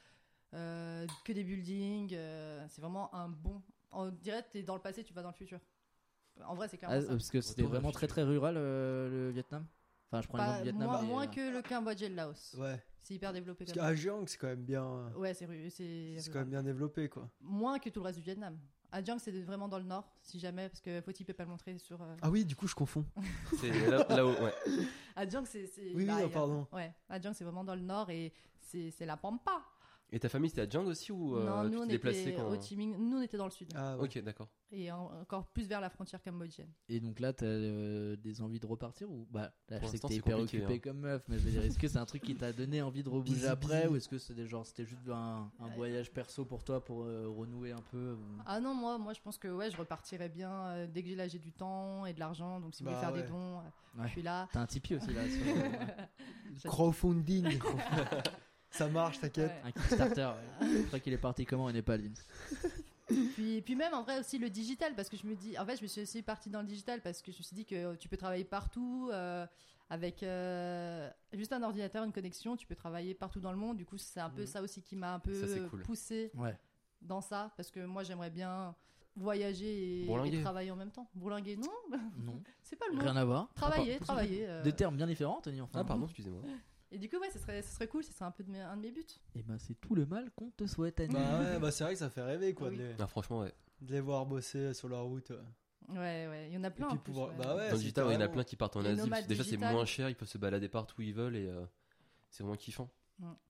Speaker 7: euh, que des buildings. euh, c'est vraiment un bon. On dirait que t'es dans le passé, tu vas dans le futur. En vrai, c'est
Speaker 4: Ah,
Speaker 7: clairement ça.
Speaker 4: parce que c'était
Speaker 5: Retour vers
Speaker 4: vraiment
Speaker 5: le
Speaker 4: très très rural euh, le Vietnam. Enfin, je prends
Speaker 7: Pas-
Speaker 4: l'exemple du Vietnam.
Speaker 7: moins,
Speaker 4: mais,
Speaker 7: Bah, moins
Speaker 4: euh,
Speaker 7: que le Cambodge et le Laos.
Speaker 6: Ouais.
Speaker 7: C'est hyper développé
Speaker 6: Parce
Speaker 7: quand même.
Speaker 6: qu'à Giang, c'est quand même bien.
Speaker 7: Ouais, c'est ru- c'est
Speaker 6: C'est quand
Speaker 7: rural.
Speaker 6: même bien développé, quoi.
Speaker 7: moins que tout le reste du Vietnam. À Giang, c'est vraiment dans le nord, si jamais, parce que Foti peut pas le montrer sur. euh,
Speaker 6: Ah oui, du coup, je confonds.
Speaker 5: C'est là- là-haut, ouais.
Speaker 7: À Jong, Ah, c'est. c'est-
Speaker 6: Oui, oui,
Speaker 7: bah,
Speaker 6: ah,
Speaker 7: il y a-
Speaker 6: pardon.
Speaker 7: Ouais, à Jong, c'est vraiment dans le nord et c'est c'est la pampa.
Speaker 5: Et ta famille, c'était à Jang aussi ou euh,
Speaker 7: non,
Speaker 5: tu
Speaker 7: nous
Speaker 5: t'es
Speaker 7: on
Speaker 5: déplacé
Speaker 7: était
Speaker 5: quand
Speaker 7: au Chi Minh, nous on était dans le sud
Speaker 6: Ah, ouais.
Speaker 5: Ok, d'accord.
Speaker 7: et en- encore plus vers la frontière cambodgienne.
Speaker 4: Et donc là, t'as euh, des envies de repartir ou bah là, je sais
Speaker 5: Pour
Speaker 4: que
Speaker 5: l'instant,
Speaker 4: t'es
Speaker 5: c'est
Speaker 4: hyper
Speaker 5: compliqué,
Speaker 4: occupé
Speaker 5: hein.
Speaker 4: comme meuf, mais je veux dire, est-ce que c'est un truc qui t'a donné envie de rebouger
Speaker 6: Busy,
Speaker 4: après
Speaker 6: busy.
Speaker 4: ou est-ce que c'était genre c'était juste un, un
Speaker 7: Ouais.
Speaker 4: voyage perso pour toi pour euh, renouer un peu ou-
Speaker 7: Ah non, moi, moi je pense que ouais, je repartirais bien euh, dès que j'ai là, j'ai du temps et de l'argent. Donc si vous voulez
Speaker 6: Bah
Speaker 7: faire
Speaker 6: ouais.
Speaker 7: des dons, euh,
Speaker 4: Ouais.
Speaker 7: je suis là.
Speaker 4: T'as un Tipeee aussi là, sur- euh, ouais.
Speaker 6: Crowdfunding. ça marche, t'inquiète.
Speaker 7: Ouais.
Speaker 4: un Kickstarter. ouais. Je crois qu'il est parti comment au Népal Vince
Speaker 7: Puis, puis même en vrai aussi le digital parce que je me dis en fait je me suis aussi partie dans le digital parce que je me suis dit que tu peux travailler partout euh, avec euh, juste un ordinateur une connexion tu peux travailler partout dans le monde du coup c'est un peu
Speaker 6: Mhm.
Speaker 7: ça aussi qui m'a un peu
Speaker 5: Mm. Ça, c'est cool.
Speaker 7: poussé
Speaker 4: Ouais.
Speaker 7: dans ça parce que moi j'aimerais bien voyager et,
Speaker 5: Bourlinguer.
Speaker 7: et travailler en même temps bourlinguer non
Speaker 4: Non,
Speaker 7: c'est pas le mot
Speaker 4: rien à voir.
Speaker 7: travailler
Speaker 4: Ah, pas-
Speaker 7: travailler euh.
Speaker 4: Des termes bien différents, Anthony. Enfin,
Speaker 5: Ah, pardon, excusez-moi.
Speaker 7: et du coup ouais ce serait ce serait cool ce serait un peu de mes- un de mes buts
Speaker 4: Et ben c'est tout le mal qu'on te souhaite, Annie.
Speaker 6: Bah ouais, bah c'est vrai que ça fait rêver quoi
Speaker 7: Oui.
Speaker 6: de, les,
Speaker 5: Ah, franchement, ouais.
Speaker 6: de les voir bosser sur leur route. euh.
Speaker 7: ouais ouais il y en a
Speaker 6: Et
Speaker 7: plein
Speaker 6: puis
Speaker 7: en plus,
Speaker 6: pouvoir.
Speaker 7: ouais.
Speaker 6: Bah ouais,
Speaker 5: Dans le
Speaker 6: c'est
Speaker 5: digital, ouais, il y en a
Speaker 6: carrément-
Speaker 5: plein qui partent en
Speaker 7: Les
Speaker 5: Asie. parce
Speaker 7: nomades
Speaker 5: que déjà, c'est
Speaker 7: digitales.
Speaker 5: moins cher, ils peuvent se balader partout où ils veulent et euh, c'est vraiment kiffant.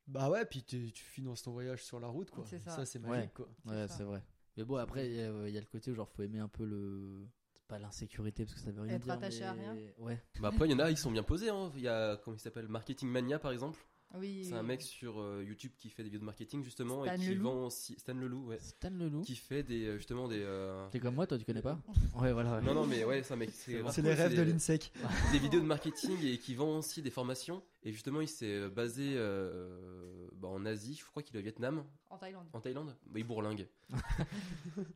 Speaker 6: Bah ouais, puis tu, tu finances ton voyage sur la route quoi.
Speaker 7: C'est ça.
Speaker 6: Ça, c'est magique
Speaker 4: Ouais.
Speaker 6: quoi.
Speaker 7: C'est
Speaker 4: Ouais,
Speaker 7: ça.
Speaker 4: c'est vrai. Mais bon, après, il y, a- euh, il y a le côté où genre faut aimer un peu le. c'est Pas l'insécurité parce que ça veut rien
Speaker 7: Être
Speaker 4: dire.
Speaker 7: attaché à
Speaker 4: mais-
Speaker 7: rien.
Speaker 4: Ouais.
Speaker 5: Bah après, il y en a, ils sont bien posés. hein. Il y a, comment il s'appelle Marketing Mania, par exemple.
Speaker 7: oui
Speaker 5: C'est un mec sur euh, YouTube qui fait des vidéos de marketing, justement,
Speaker 7: Stan
Speaker 5: et qui
Speaker 7: Leloup.
Speaker 5: vend. si- Stan Leloup, ouais.
Speaker 4: Stan Leloup.
Speaker 5: Qui fait des, euh, justement des. euh,
Speaker 4: T'es comme moi, toi, tu connais pas Ouais, voilà. ouais.
Speaker 5: Non, non, mais ouais, ça, mec.
Speaker 4: C'est
Speaker 5: grave
Speaker 6: C'est
Speaker 5: cool,
Speaker 6: les rêves de
Speaker 5: des-
Speaker 6: l'INSEC.
Speaker 5: des vidéos de marketing et qui vend aussi des formations. Et justement, il s'est basé euh, bah, en Asie, je crois qu'il est au Vietnam,
Speaker 7: en Thaïlande
Speaker 5: en Thaïlande. Bah, il bourlingue.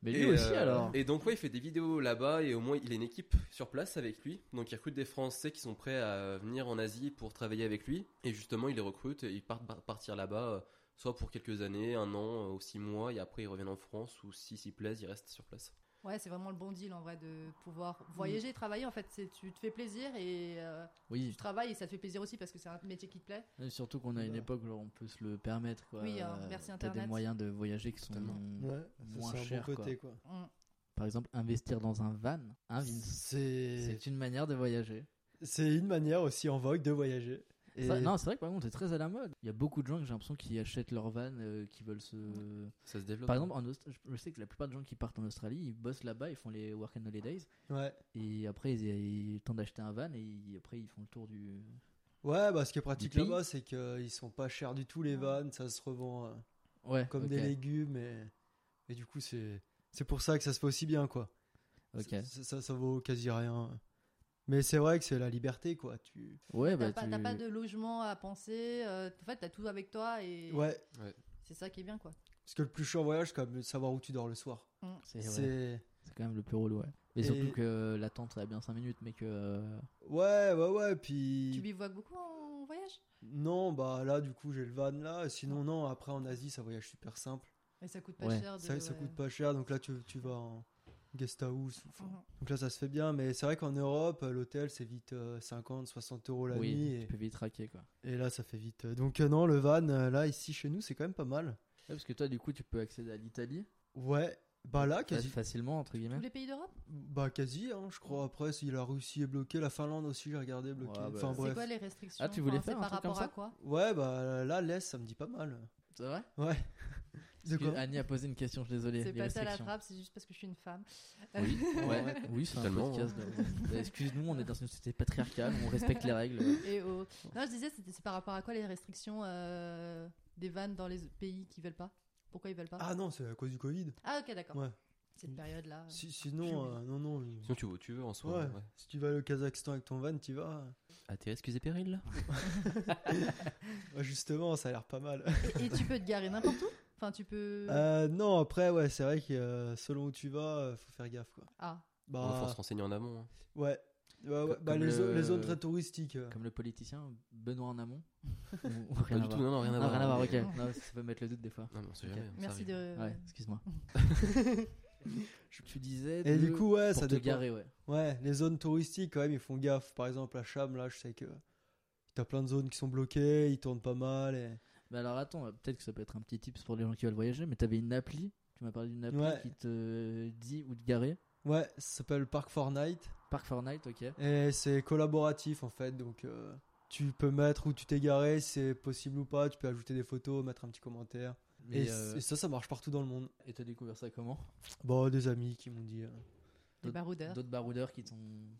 Speaker 4: Mais lui
Speaker 5: Et,
Speaker 4: aussi,
Speaker 5: euh,
Speaker 4: alors.
Speaker 5: Et donc, ouais, il fait des vidéos là-bas et au moins, il a une équipe sur place avec lui. Donc, il recrute des Français qui sont prêts à venir en Asie pour travailler avec lui. Et justement, il les recrute et ils partent par- partir là-bas, euh, soit pour quelques années, un an euh, ou six mois, et après, ils reviennent en France ou si s'ils plaisent, ils restent sur place.
Speaker 7: Ouais, c'est vraiment le bon deal en vrai de pouvoir
Speaker 5: Mm.
Speaker 7: voyager et travailler. En fait, c'est tu te fais plaisir et euh,
Speaker 4: Oui,
Speaker 7: tu travailles et ça te fait plaisir aussi parce que c'est un métier qui te plaît.
Speaker 4: Et surtout qu'on a une
Speaker 6: Voilà.
Speaker 4: époque où on peut se le permettre. Quoi.
Speaker 7: Oui, hein,
Speaker 4: Euh,
Speaker 7: merci
Speaker 4: t'as des
Speaker 7: Internet.
Speaker 4: moyens de voyager qui sont.
Speaker 5: Totalement.
Speaker 6: Ouais,
Speaker 4: Moins
Speaker 6: ça, c'est un
Speaker 4: cher,
Speaker 6: bon côté quoi.
Speaker 7: Mm.
Speaker 4: Par exemple, investir dans un van. Hein, Vince
Speaker 6: C'est
Speaker 4: C'est une manière de voyager.
Speaker 6: c'est une manière aussi en vogue de voyager. Et
Speaker 4: Ça- non, c'est vrai que par contre, c'est très à la mode. Il y a beaucoup de gens que j'ai l'impression qui achètent leur van, euh, qui veulent se.
Speaker 5: Ça se développe.
Speaker 4: Par exemple, en Aust- je- je sais que la plupart des gens qui partent en Australie, ils bossent là-bas, ils font les work and holidays,
Speaker 6: ouais.
Speaker 4: et après ils, ils tentent d'acheter un van, et ils- après ils font le tour du.
Speaker 6: Ouais, bah ce qui est pratique
Speaker 4: Du pays.
Speaker 6: là-bas, c'est qu'ils sont pas chers du tout les vannes, ça se revend euh,
Speaker 4: Ouais.
Speaker 6: comme
Speaker 4: ok,
Speaker 6: des légumes et, et du coup c'est c'est pour ça que ça se fait aussi bien quoi.
Speaker 4: Ok.
Speaker 6: Ça, ça, ça vaut quasi rien. Mais c'est vrai que c'est la liberté quoi. Tu
Speaker 4: Ouais,
Speaker 7: T'as
Speaker 4: bah
Speaker 7: pas,
Speaker 4: tu-
Speaker 7: t'as pas de logement à penser. euh, en fait, t'as tout avec toi et
Speaker 6: ouais.
Speaker 7: c'est ça qui est bien quoi.
Speaker 6: Parce que le plus chiant en voyage, c'est quand même de savoir où tu dors le soir.
Speaker 4: C'est ouais,
Speaker 6: C'est
Speaker 4: c'est quand même le plus relou, ouais. Mais
Speaker 6: Et-
Speaker 4: surtout que l'attente, ça a bien 5 minutes, mais que. euh,
Speaker 6: ouais, ouais, ouais.
Speaker 7: Tu
Speaker 6: Puis
Speaker 7: bivouacs beaucoup en voyage
Speaker 6: non, bah là du coup j'ai le van là. Sinon non, après en Asie ça voyage super simple.
Speaker 7: Et ça coûte pas
Speaker 4: Ouais.
Speaker 7: cher. De,
Speaker 6: Ça, ça
Speaker 7: Ah, ouais.
Speaker 6: coûte pas cher, donc là tu, tu vas en guest house. ou- enfin,
Speaker 7: Mhm.
Speaker 6: donc là ça se fait bien, mais c'est vrai qu'en Europe, euh, l'hôtel c'est vite euh, 50, 60 euros la
Speaker 4: oui,
Speaker 6: nuit,
Speaker 4: tu
Speaker 6: et,
Speaker 4: peux vite raquer, quoi.
Speaker 6: et là ça fait vite. euh, Donc euh, non, le van euh, là ici chez nous c'est quand même pas mal.
Speaker 4: Ouais, parce que toi, du coup, tu peux accéder à l'Italie
Speaker 6: Ouais, bah là
Speaker 4: fa-
Speaker 6: quasi,
Speaker 4: facilement, entre
Speaker 7: Tous
Speaker 4: guillemets.
Speaker 7: les pays d'Europe
Speaker 6: bah quasi, hein, je crois. Après, si la Russie est bloquée, la Finlande aussi j'ai regardé est bloquée.
Speaker 4: Ouais, bah,
Speaker 6: enfin
Speaker 4: c'est
Speaker 7: C'est
Speaker 6: bref.
Speaker 7: quoi les restrictions
Speaker 4: Ah, tu voulais faire
Speaker 7: c'est
Speaker 4: un
Speaker 7: par
Speaker 4: truc
Speaker 7: rapport
Speaker 4: comme ça
Speaker 7: à quoi
Speaker 6: Ouais, bah là l'Est ça me dit pas mal.
Speaker 4: C'est vrai
Speaker 6: Ouais. De
Speaker 4: Excuse-
Speaker 6: quoi
Speaker 4: Annie a posé une question, je suis désolé.
Speaker 7: C'est
Speaker 4: les
Speaker 7: passé à la
Speaker 4: restrictions.
Speaker 7: trappe, c'est juste parce que je suis une femme.
Speaker 5: Oui.
Speaker 4: Ouais, oui, c'est un
Speaker 5: Totalement, hein.
Speaker 4: podcast. de- Bah, Excuse-nous, on est dans une société patriarcale, on respecte les règles.
Speaker 7: Et au- Non, je disais, c'était- c'est par rapport à quoi les restrictions euh, des vannes dans les pays qui veulent pas Pourquoi ils veulent pas
Speaker 6: Ah non, c'est à cause du Covid.
Speaker 7: Ah ok d'accord.
Speaker 6: Ouais.
Speaker 7: Cette période là.
Speaker 6: Si-
Speaker 7: j'ai
Speaker 6: sinon,
Speaker 7: oublié.
Speaker 6: euh, non, non. il-
Speaker 5: Sinon, tu veux, tu veux en soi.
Speaker 6: Ouais. Si tu vas au Kazakhstan avec ton van, tu vas.
Speaker 5: Ah, t'es excusé péril
Speaker 6: Ouais, justement, ça a l'air pas mal.
Speaker 7: Et, et tu peux te garer n'importe où Enfin tu peux...
Speaker 6: Euh, non, après, ouais, c'est vrai que euh, selon où tu vas, euh, faut faire gaffe, quoi.
Speaker 7: Ah.
Speaker 5: Il faut
Speaker 6: Bah,
Speaker 5: se renseigner en amont. hein.
Speaker 6: ouais. Ouais, ouais,
Speaker 4: Comme
Speaker 6: bah, les, zo-
Speaker 4: le-
Speaker 6: les zones très touristiques. euh.
Speaker 4: Comme le politicien Benoît en amont Ou- ou
Speaker 5: Pas
Speaker 4: rien
Speaker 5: du
Speaker 4: à
Speaker 5: tout,
Speaker 4: voir
Speaker 5: non, non, rien à
Speaker 4: Ah,
Speaker 5: voir.
Speaker 4: rien à voir, ok. Euh.
Speaker 5: Mais-
Speaker 4: Non, parce que ça peut mettre le doute des fois.
Speaker 5: Non, mais on sait
Speaker 4: Ok.
Speaker 5: jamais, hein, ça
Speaker 7: Merci
Speaker 5: arrive.
Speaker 7: de...
Speaker 4: Ouais, excuse-moi. tu disais.
Speaker 6: Et
Speaker 4: de-
Speaker 6: du coup, ouais,
Speaker 4: pour
Speaker 6: ça
Speaker 4: te
Speaker 6: dépend.
Speaker 4: garer, ouais.
Speaker 6: Ouais, les zones touristiques, quand même, ils font gaffe. Par exemple, à Cham, là, je sais que t'as plein de zones qui sont bloquées, ils tournent pas mal. Et...
Speaker 4: Mais alors attends, peut-être que ça peut être un petit tips pour les gens qui veulent voyager, mais t'avais une appli, tu m'as parlé d'une appli
Speaker 6: Ouais.
Speaker 4: qui te dit où te garer.
Speaker 6: Ouais, ça s'appelle Park Fortnite.
Speaker 4: Park Fortnite, ok.
Speaker 6: Et c'est collaboratif, en fait, donc. euh, Tu peux mettre où tu t'es garé, si c'est possible ou pas. Tu peux ajouter des photos, mettre un petit commentaire.
Speaker 4: Mais,
Speaker 6: Et,
Speaker 4: euh,
Speaker 6: et ça, ça marche partout dans le monde.
Speaker 4: et t'as découvert ça comment
Speaker 6: Bon, des amis qui m'ont dit. euh,
Speaker 7: Les baroudeurs.
Speaker 4: D'autres baroudeurs qui t'ont.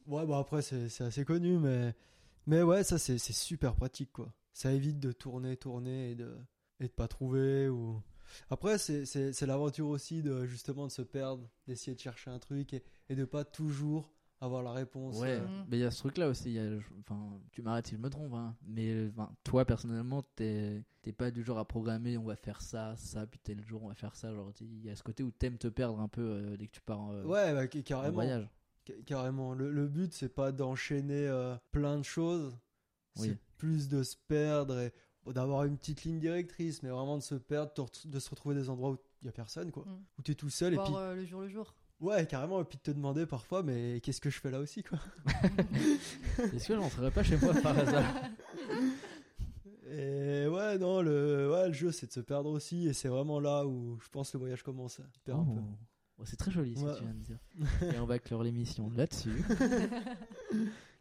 Speaker 6: Ouais, bon, après, c'est c'est assez connu, mais. Mais ouais, ça, c'est c'est super pratique, quoi. Ça évite de tourner, tourner et de, et de pas trouver. ou Après, c'est- c'est c'est l'aventure aussi de justement de se perdre, d'essayer de chercher un truc et, et de pas toujours avoir la réponse.
Speaker 4: Ouais,
Speaker 6: euh,
Speaker 7: Mm.
Speaker 4: mais il y a ce truc-là aussi. il y a- je- enfin, tu m'arrêtes si je me trompe, hein, mais euh, enfin, toi personnellement, t'es t'es pas du genre à programmer. On va faire ça, ça, puis tel jour on va faire ça. Genre, il y a ce côté où t'aimes te perdre un peu euh, dès que tu pars euh,
Speaker 6: Ouais, bah, ca-
Speaker 4: en
Speaker 6: carrément.
Speaker 4: voyage.
Speaker 6: Ca- Carrément. Le, le but, c'est pas d'enchaîner euh, plein de choses.
Speaker 4: Oui.
Speaker 6: C'est plus de se perdre et bon, d'avoir une petite ligne directrice, mais vraiment de se perdre, de re- de se retrouver des endroits où il y a personne, quoi.
Speaker 7: Mm.
Speaker 6: Où t'es tout seul et
Speaker 7: Voir
Speaker 6: puis.
Speaker 7: euh, le jour le jour.
Speaker 6: Ouais, carrément, et puis de te demander parfois, mais qu'est-ce que je fais là aussi, quoi.
Speaker 4: Est-ce que je rentrerai pas chez moi par hasard
Speaker 6: Et ouais, non, le, ouais, le jeu, c'est de se perdre aussi, et c'est vraiment là où je pense le voyage commence. à perdre un peu.
Speaker 4: Oh. Oh, C'est très joli ce
Speaker 6: Ouais.
Speaker 4: que tu viens de dire. Et on va clore l'émission là-dessus.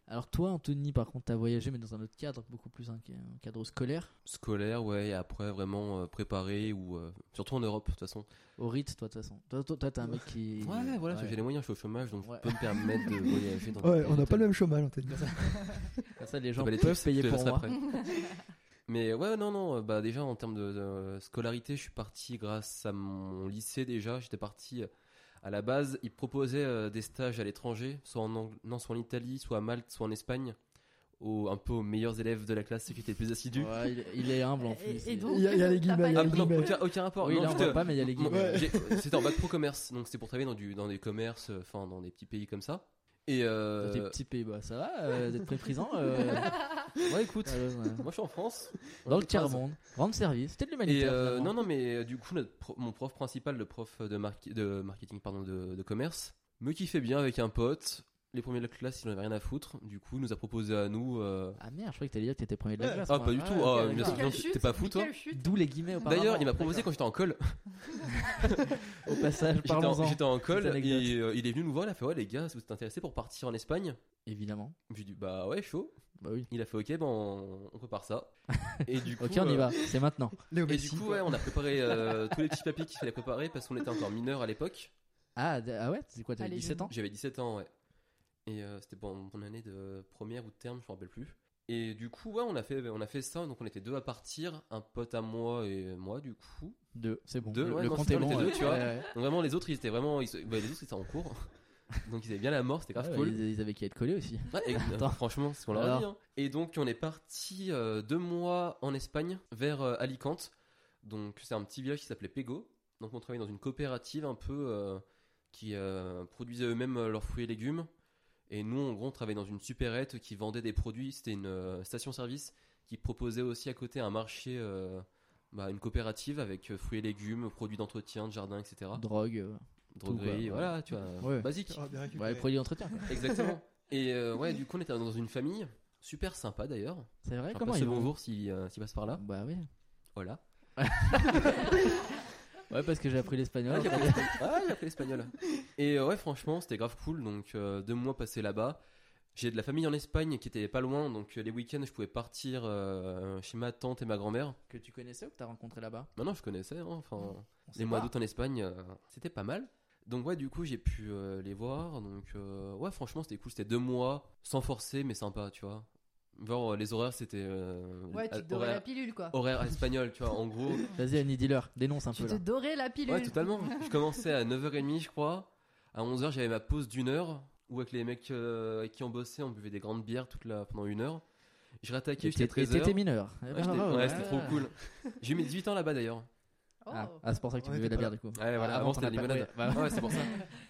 Speaker 4: Alors toi, Anthony, par contre, t'as voyagé mais dans un autre cadre, beaucoup plus un ca- un cadre scolaire.
Speaker 5: Scolaire, ouais, et après vraiment euh, préparé ou euh, surtout en Europe de toute façon.
Speaker 4: Au rite, toi, de toute façon. Toi, toi, toi, t'es un mec qui.
Speaker 5: Ouais, voilà, j'ai les moyens, je suis au chômage, donc
Speaker 4: Ouais.
Speaker 5: je peux me permettre de voyager. Dans
Speaker 6: Ouais, on n'a pas le même chômage en tête.
Speaker 4: Comme ça, les gens
Speaker 5: Bah, les
Speaker 4: peuvent
Speaker 5: tips,
Speaker 4: payer
Speaker 5: je te
Speaker 4: pour
Speaker 5: laisserai
Speaker 4: moi.
Speaker 5: après. Mais ouais, non, non, euh, bah déjà en termes de, de scolarité, je suis parti grâce à mon lycée déjà. J'étais parti euh, à la base, ils proposaient euh, des stages à l'étranger, soit en, Ang- non, soit en Italie, soit à Malte, soit en Espagne, au, un peu aux meilleurs élèves de la classe, ceux qui étaient les plus assidus.
Speaker 4: Ouais, il, est- il est humble en plus. il-
Speaker 6: Il y a- il y a les guillemets, il y a
Speaker 5: Ah,
Speaker 6: les
Speaker 5: non,
Speaker 6: guillemets.
Speaker 5: aucun, aucun rapport.
Speaker 4: Oui,
Speaker 5: Non,
Speaker 4: là, on
Speaker 5: juste,
Speaker 4: voit pas, mais il y a les
Speaker 5: Mon-
Speaker 4: guillemets.
Speaker 5: j'ai- C'était en bac pro commerce, donc c'était pour travailler dans, du, dans des commerces, euh, enfin dans des petits pays comme ça. Et
Speaker 4: Toi,
Speaker 5: euh,
Speaker 4: T'es petit pays, bah, ça va, euh, d'être préprisant. euh,
Speaker 5: ouais, écoute,
Speaker 4: euh, ouais.
Speaker 5: moi je suis en France.
Speaker 4: Dans le
Speaker 5: Écoute, ça-
Speaker 4: tiers-monde, rendre service, c'était de
Speaker 5: Et
Speaker 4: l'humanitaire.
Speaker 5: euh, non,
Speaker 4: finalement.
Speaker 5: non, mais euh, du coup, notre pro- mon prof principal, le prof de, marque- de marketing, pardon, de, de commerce, me kiffait bien avec un pote. Les premiers de la classe, il en avait rien à foutre. Du coup, il nous a proposé à nous. euh,
Speaker 4: Ah merde, je croyais que t'allais dire que t'étais premier de la
Speaker 6: Ouais.
Speaker 4: classe.
Speaker 5: Ah,
Speaker 4: moi.
Speaker 5: pas du
Speaker 4: ok,
Speaker 5: tout. Ah,
Speaker 4: d'accord.
Speaker 5: bien sûr,
Speaker 7: Quelle
Speaker 5: t'es
Speaker 7: chute,
Speaker 5: pas fou, toi
Speaker 7: quelle chute.
Speaker 4: D'où les guillemets auparavant.
Speaker 5: D'ailleurs, il m'a proposé quand j'étais en col.
Speaker 4: Au passage,
Speaker 5: J'étais en,
Speaker 4: parlons-en.
Speaker 5: j'étais en col
Speaker 4: Cette anecdote.
Speaker 5: et euh, il est venu nous voir. Il a fait Ouais, les gars, si vous êtes intéressés pour partir en Espagne
Speaker 4: Évidemment.
Speaker 5: J'ai dit Bah ouais, chaud.
Speaker 4: Bah oui.
Speaker 5: Il a fait Ok, ben on, on prépare ça. Et du coup.
Speaker 4: Ok, on y
Speaker 5: euh,
Speaker 4: va, c'est maintenant.
Speaker 6: Léo
Speaker 5: Et
Speaker 6: Messi,
Speaker 5: du coup,
Speaker 6: quoi.
Speaker 5: ouais, on a préparé euh, tous les petits papiers qu'il fallait préparer parce qu'on était encore mineurs à l'époque.
Speaker 4: Ah, d- ah ouais, c'est quoi, t'avais
Speaker 7: Allez,
Speaker 4: 17 ans
Speaker 5: J'avais 17 ans, ouais. Et euh, c'était pendant mon année de première ou de terme, je me rappelle plus. Et du coup, ouais, on a fait, on a fait ça. Donc on était deux à partir, un pote à moi et moi, du coup.
Speaker 4: Deux, c'est bon.
Speaker 5: Deux,
Speaker 4: le
Speaker 5: ouais,
Speaker 4: le
Speaker 5: non,
Speaker 4: compte
Speaker 5: c'est
Speaker 4: est
Speaker 5: bon,
Speaker 4: bon.
Speaker 5: t'es deux, tu vois.
Speaker 4: ouais, ouais.
Speaker 5: Donc vraiment, les autres, ils étaient vraiment, ils, se- bah, les autres, ils étaient en cours. Donc ils avaient bien la mort, c'était grave
Speaker 4: Ah Ouais,
Speaker 5: cool.
Speaker 4: Ils ils avaient qu'à être collés aussi.
Speaker 5: Ouais, et- euh,
Speaker 4: Attends.
Speaker 5: franchement, c'est ce qu'on leur a dit.
Speaker 4: Alors.
Speaker 5: hein. Et donc, on est parti euh, deux mois en Espagne, vers euh, Alicante. Donc, c'est un petit village qui s'appelait Pego. Donc, on travaillait dans une coopérative un peu euh, qui euh, produisait eux-mêmes euh, leurs fruits et légumes. Et nous, en gros, on travaillait dans une supérette qui vendait des produits. C'était une euh, station-service qui proposait aussi à côté un marché, euh, bah, une coopérative avec euh, fruits et légumes, produits d'entretien, de jardin, etc.
Speaker 4: Drogue. euh, quoi,
Speaker 5: Droguerie,
Speaker 4: ouais.
Speaker 5: voilà, tu vois,
Speaker 4: Ouais.
Speaker 5: basique.
Speaker 6: Ah, bien récupéré.
Speaker 4: Ouais, produit d'entretien. quoi.
Speaker 5: Exactement. Et euh, ouais, du coup, on était dans une famille super sympa d'ailleurs.
Speaker 4: C'est vrai,
Speaker 5: Enfin,
Speaker 4: comment
Speaker 5: passe
Speaker 4: ils
Speaker 5: le
Speaker 4: vont
Speaker 5: bonjour s'il euh, s'il passe par là.
Speaker 4: Bah oui.
Speaker 5: Voilà.
Speaker 4: Ouais, parce que j'ai appris l'espagnol.
Speaker 5: Ah, j'ai appris l'espagnol. Ah, j'ai appris l'espagnol. Et euh, ouais, franchement, c'était grave cool. Donc, euh, deux mois passés là-bas. J'ai de la famille en Espagne qui était pas loin. Donc, euh, les week-ends, je pouvais partir euh, chez ma tante et ma grand-mère.
Speaker 4: que tu connaissais ou que t'as rencontré là-bas
Speaker 5: Maintenant, je connaissais. hein, Enfin,
Speaker 4: On sait
Speaker 5: les mois
Speaker 4: pas.
Speaker 5: d'août en Espagne, euh, c'était pas mal. Donc ouais, du coup, j'ai pu euh, les voir. Donc euh, ouais, franchement, c'était cool. C'était deux mois sans forcer, mais sympa, tu vois. Genre euh, les horaires, c'était euh,
Speaker 7: Ouais, tu
Speaker 5: à-
Speaker 7: te dorais la
Speaker 5: horaire,
Speaker 7: pilule quoi.
Speaker 5: horaire espagnol, tu vois. En gros,
Speaker 4: Vas-y, Annie, dis-leur, dénonce un
Speaker 7: Tu
Speaker 4: peu
Speaker 7: te
Speaker 4: là.
Speaker 7: dorais la pilule.
Speaker 5: ouais, totalement. Je commençais à 9h30, je crois. À 11h, j'avais ma pause d'une heure où avec les mecs euh, avec qui on bossait, on buvait des grandes bières toute la pendant une heure. Je rattaquais
Speaker 4: Et t'es-
Speaker 5: jusqu'à
Speaker 4: et T'étais
Speaker 5: 13h.
Speaker 4: mineur. Eh
Speaker 5: Ouais,
Speaker 4: ben,
Speaker 5: j'étais-
Speaker 4: bravo,
Speaker 5: ouais,
Speaker 4: ouais.
Speaker 5: c'était trop cool. J'ai eu mes 18 ans là-bas d'ailleurs.
Speaker 7: Oh.
Speaker 4: Ah, ah, c'est pour ça que tu
Speaker 6: Ouais,
Speaker 4: buvais de la
Speaker 6: t'es
Speaker 4: bière du coup.
Speaker 5: Ouais, voilà,
Speaker 4: Ah,
Speaker 5: avant,
Speaker 4: t'en
Speaker 5: c'était
Speaker 4: as
Speaker 5: de
Speaker 4: pas-
Speaker 5: la limonade.
Speaker 4: ouais, voilà.
Speaker 5: Ouais, c'est pour ça.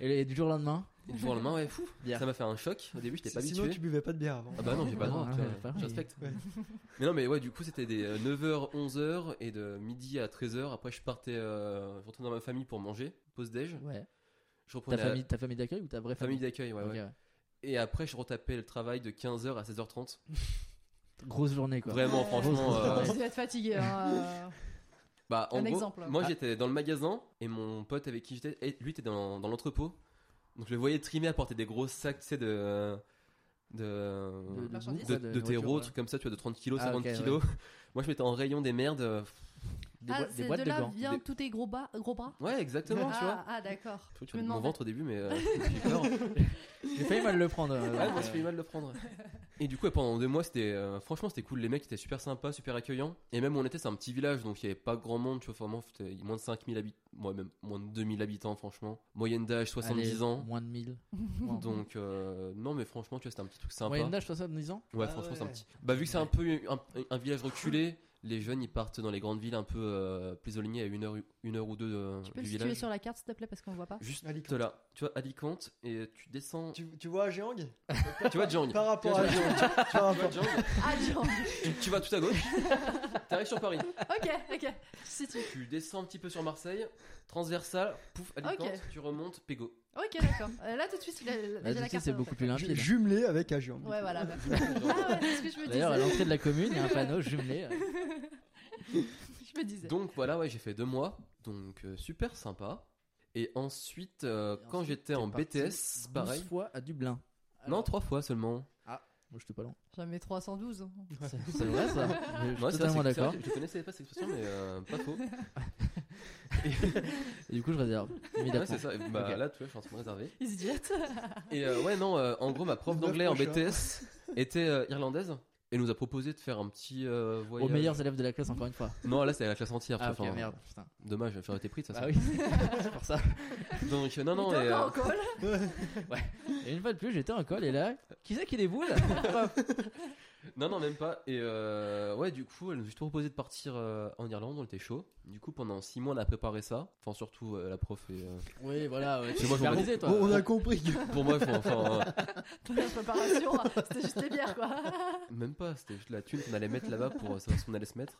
Speaker 4: Et et du jour au lendemain
Speaker 5: Et du jour au lendemain, ouais, fou.
Speaker 4: Bière.
Speaker 5: Ça m'a fait un choc. Au début, j'étais pas habitué.
Speaker 6: Sinon, tu buvais pas de bière avant.
Speaker 5: Ah bah non, j'ai pas le droit,
Speaker 4: Non,
Speaker 5: tu vois,
Speaker 4: ouais, pas
Speaker 5: je
Speaker 4: vrai.
Speaker 5: respecte.
Speaker 6: Ouais.
Speaker 5: Mais non, mais ouais, du coup, c'était des euh, 9h, 11h et de midi à 13h. Après, je partais, euh, je retournais dans ma famille pour manger, pause-déj.
Speaker 4: Ouais.
Speaker 5: Je
Speaker 4: Ta
Speaker 5: reprenais la
Speaker 4: famille, ta famille d'accueil ou ta vraie
Speaker 5: famille
Speaker 4: famille,
Speaker 5: d'accueil, ouais, ouais.
Speaker 4: Ok,
Speaker 5: Et après, je retapais le travail de 15h à 16h30.
Speaker 4: ouais. Grosse journée quoi.
Speaker 5: Vraiment,
Speaker 7: Ouais.
Speaker 5: franchement. euh,
Speaker 4: Ouais.
Speaker 7: Tu dois être fatigué. hein, euh.
Speaker 5: bah, en
Speaker 7: Un
Speaker 5: gros,
Speaker 7: exemple.
Speaker 5: moi,
Speaker 7: Ah.
Speaker 5: j'étais dans le magasin et mon pote avec qui j'étais, et lui, était dans, dans l'entrepôt. Donc, je le voyais trimer, apporter des gros sacs, tu sais, de. de.
Speaker 4: De- de
Speaker 5: de,
Speaker 4: marchandises,
Speaker 5: de
Speaker 4: ouais, de
Speaker 5: terreau,
Speaker 4: nourriture, ouais.
Speaker 5: trucs comme ça, tu vois, de 30 kilos,
Speaker 4: Ah,
Speaker 5: 50
Speaker 4: ok,
Speaker 5: kilos. Moi, je m'étais en rayon des merdes. euh,
Speaker 4: Des,
Speaker 7: ah,
Speaker 4: boi- des
Speaker 7: c'est
Speaker 4: boîtes
Speaker 7: de
Speaker 4: de
Speaker 7: là
Speaker 4: gants.
Speaker 7: vient
Speaker 5: Des-
Speaker 7: tous tes gros, bas, gros bras
Speaker 5: Ouais, exactement,
Speaker 7: ah,
Speaker 5: tu vois.
Speaker 7: ah, d'accord.
Speaker 5: Je trouve que tu
Speaker 7: Je me
Speaker 5: as mon
Speaker 7: demandais.
Speaker 5: ventre au début, mais euh, j'ai peur.
Speaker 4: J'ai failli mal le prendre. euh,
Speaker 5: Ouais,
Speaker 4: donc,
Speaker 5: moi, ça
Speaker 4: euh,
Speaker 5: fait mal de le prendre. Et du coup, ouais, pendant deux mois, c'était euh, franchement, c'était cool. Les mecs étaient super sympas, super accueillants. Et même, où on était, c'est un petit village, donc il n'y avait pas grand monde, tu vois. Vraiment, c'était moins de 5000 habitants, moi, même moins de 2000 habitants, franchement. Moyenne d'âge, 70
Speaker 4: allez,
Speaker 5: ans.
Speaker 4: Moins de 1000.
Speaker 5: Donc, euh, non, mais franchement, tu vois, c'était un petit truc sympa.
Speaker 4: Moyenne d'âge, 70 ans
Speaker 5: Ouais,
Speaker 6: Ah
Speaker 5: franchement, c'est un
Speaker 6: ouais.
Speaker 5: petit. Bah, vu que c'est un peu un, un village reculé, les jeunes ils partent dans les grandes villes un peu euh, plus éloignées à une heure, une heure ou deux euh,
Speaker 7: Tu peux
Speaker 5: du
Speaker 7: le situer
Speaker 5: village.
Speaker 7: sur la carte, s'il te plaît, parce qu'on voit pas.
Speaker 5: Juste
Speaker 6: Alicante.
Speaker 5: là, tu vois, Alicante, et tu descends. Tu,
Speaker 6: Tu, tu vois Jeong
Speaker 5: vois Djang.
Speaker 6: Par rapport à Jeong. par
Speaker 5: Tu vois
Speaker 6: rapport-
Speaker 5: Djang,
Speaker 7: Ah, genre.
Speaker 5: tu, tu vas tout à gauche, t'arrives sur Paris.
Speaker 7: ok, ok. Si tu-
Speaker 5: Tu descends un petit peu sur Marseille, transversal, pouf, Alicante,
Speaker 7: Ok.
Speaker 5: tu remontes, Pégo.
Speaker 7: Ok, d'accord. Euh, là, tout de suite, là, là,
Speaker 4: Là,
Speaker 7: j'ai
Speaker 4: tout
Speaker 7: la
Speaker 4: de suite,
Speaker 7: carte.
Speaker 4: c'est
Speaker 7: en
Speaker 4: beaucoup
Speaker 7: fait.
Speaker 4: plus limpide.
Speaker 6: Jumelé avec Ajeong.
Speaker 7: Ouais, voilà. bah.
Speaker 5: Genre.
Speaker 7: Ah ouais, c'est ce que je me
Speaker 4: D'ailleurs, à
Speaker 7: disais.
Speaker 4: l'entrée de la commune, il y a un panneau jumelé. euh,
Speaker 7: Je me disais.
Speaker 5: Donc voilà, ouais, j'ai fait deux mois, donc euh, super sympa. Et ensuite, euh,
Speaker 4: Et
Speaker 5: quand
Speaker 4: ensuite,
Speaker 5: j'étais en
Speaker 4: t'es parti
Speaker 5: BTS,
Speaker 4: 12
Speaker 5: pareil.
Speaker 4: fois à Dublin.
Speaker 5: Non, trois fois seulement.
Speaker 4: Moi, j'étais pas loin.
Speaker 7: J'en mets 312. hein.
Speaker 4: C'est c'est vrai, ça. Je suis
Speaker 5: Ouais, c'est vrai,
Speaker 4: totalement
Speaker 5: c'est- c'est vrai
Speaker 4: d'accord.
Speaker 5: que Je connaissais pas cette expression, mais euh, pas faux.
Speaker 4: Et du coup, je réserve.
Speaker 5: Ouais,
Speaker 4: immédiatement.
Speaker 5: c'est ça. Et Bah,
Speaker 4: Ok.
Speaker 5: Là, tu vois, je suis en train de réserver.
Speaker 7: Ils se jettent.
Speaker 5: Et euh, ouais, non, euh, en gros, ma prof
Speaker 6: Neuf
Speaker 5: d'anglais en
Speaker 6: prochains.
Speaker 5: BTS était euh, irlandaise et nous a proposé de faire un petit euh, voyage.
Speaker 4: Aux meilleurs élèves de la classe, encore une fois.
Speaker 5: Non, là, c'est la classe entière. tu
Speaker 4: Ah,
Speaker 5: vois,
Speaker 4: ok,
Speaker 5: enfin,
Speaker 4: merde. Putain.
Speaker 5: hein. Dommage, j'aurais été pris de toute
Speaker 4: Ah
Speaker 5: façon.
Speaker 4: oui, c'est pour ça.
Speaker 5: Donc, euh, non, non,
Speaker 7: T'es
Speaker 5: et,
Speaker 7: encore
Speaker 5: euh,
Speaker 7: en col.
Speaker 4: Et une fois de plus, j'étais en col et là, qui c'est qui déboule Hop.
Speaker 5: non, non, même pas. Et euh, ouais, du coup, elle nous a juste proposé de partir euh, en Irlande, on était chaud. Du coup, pendant six mois, on a préparé ça. Enfin, surtout euh, la prof et. euh,
Speaker 4: Oui, voilà. Ouais, tu
Speaker 5: C'est moi, je m'en
Speaker 4: supervisais, toi.
Speaker 6: Bon, on a compris que
Speaker 5: Pour moi, enfin, enfin, euh,
Speaker 7: Dans la préparation, c'était juste les bières, quoi.
Speaker 5: Même pas, c'était juste la thune qu'on allait mettre là-bas pour euh, savoir ce qu'on allait se mettre.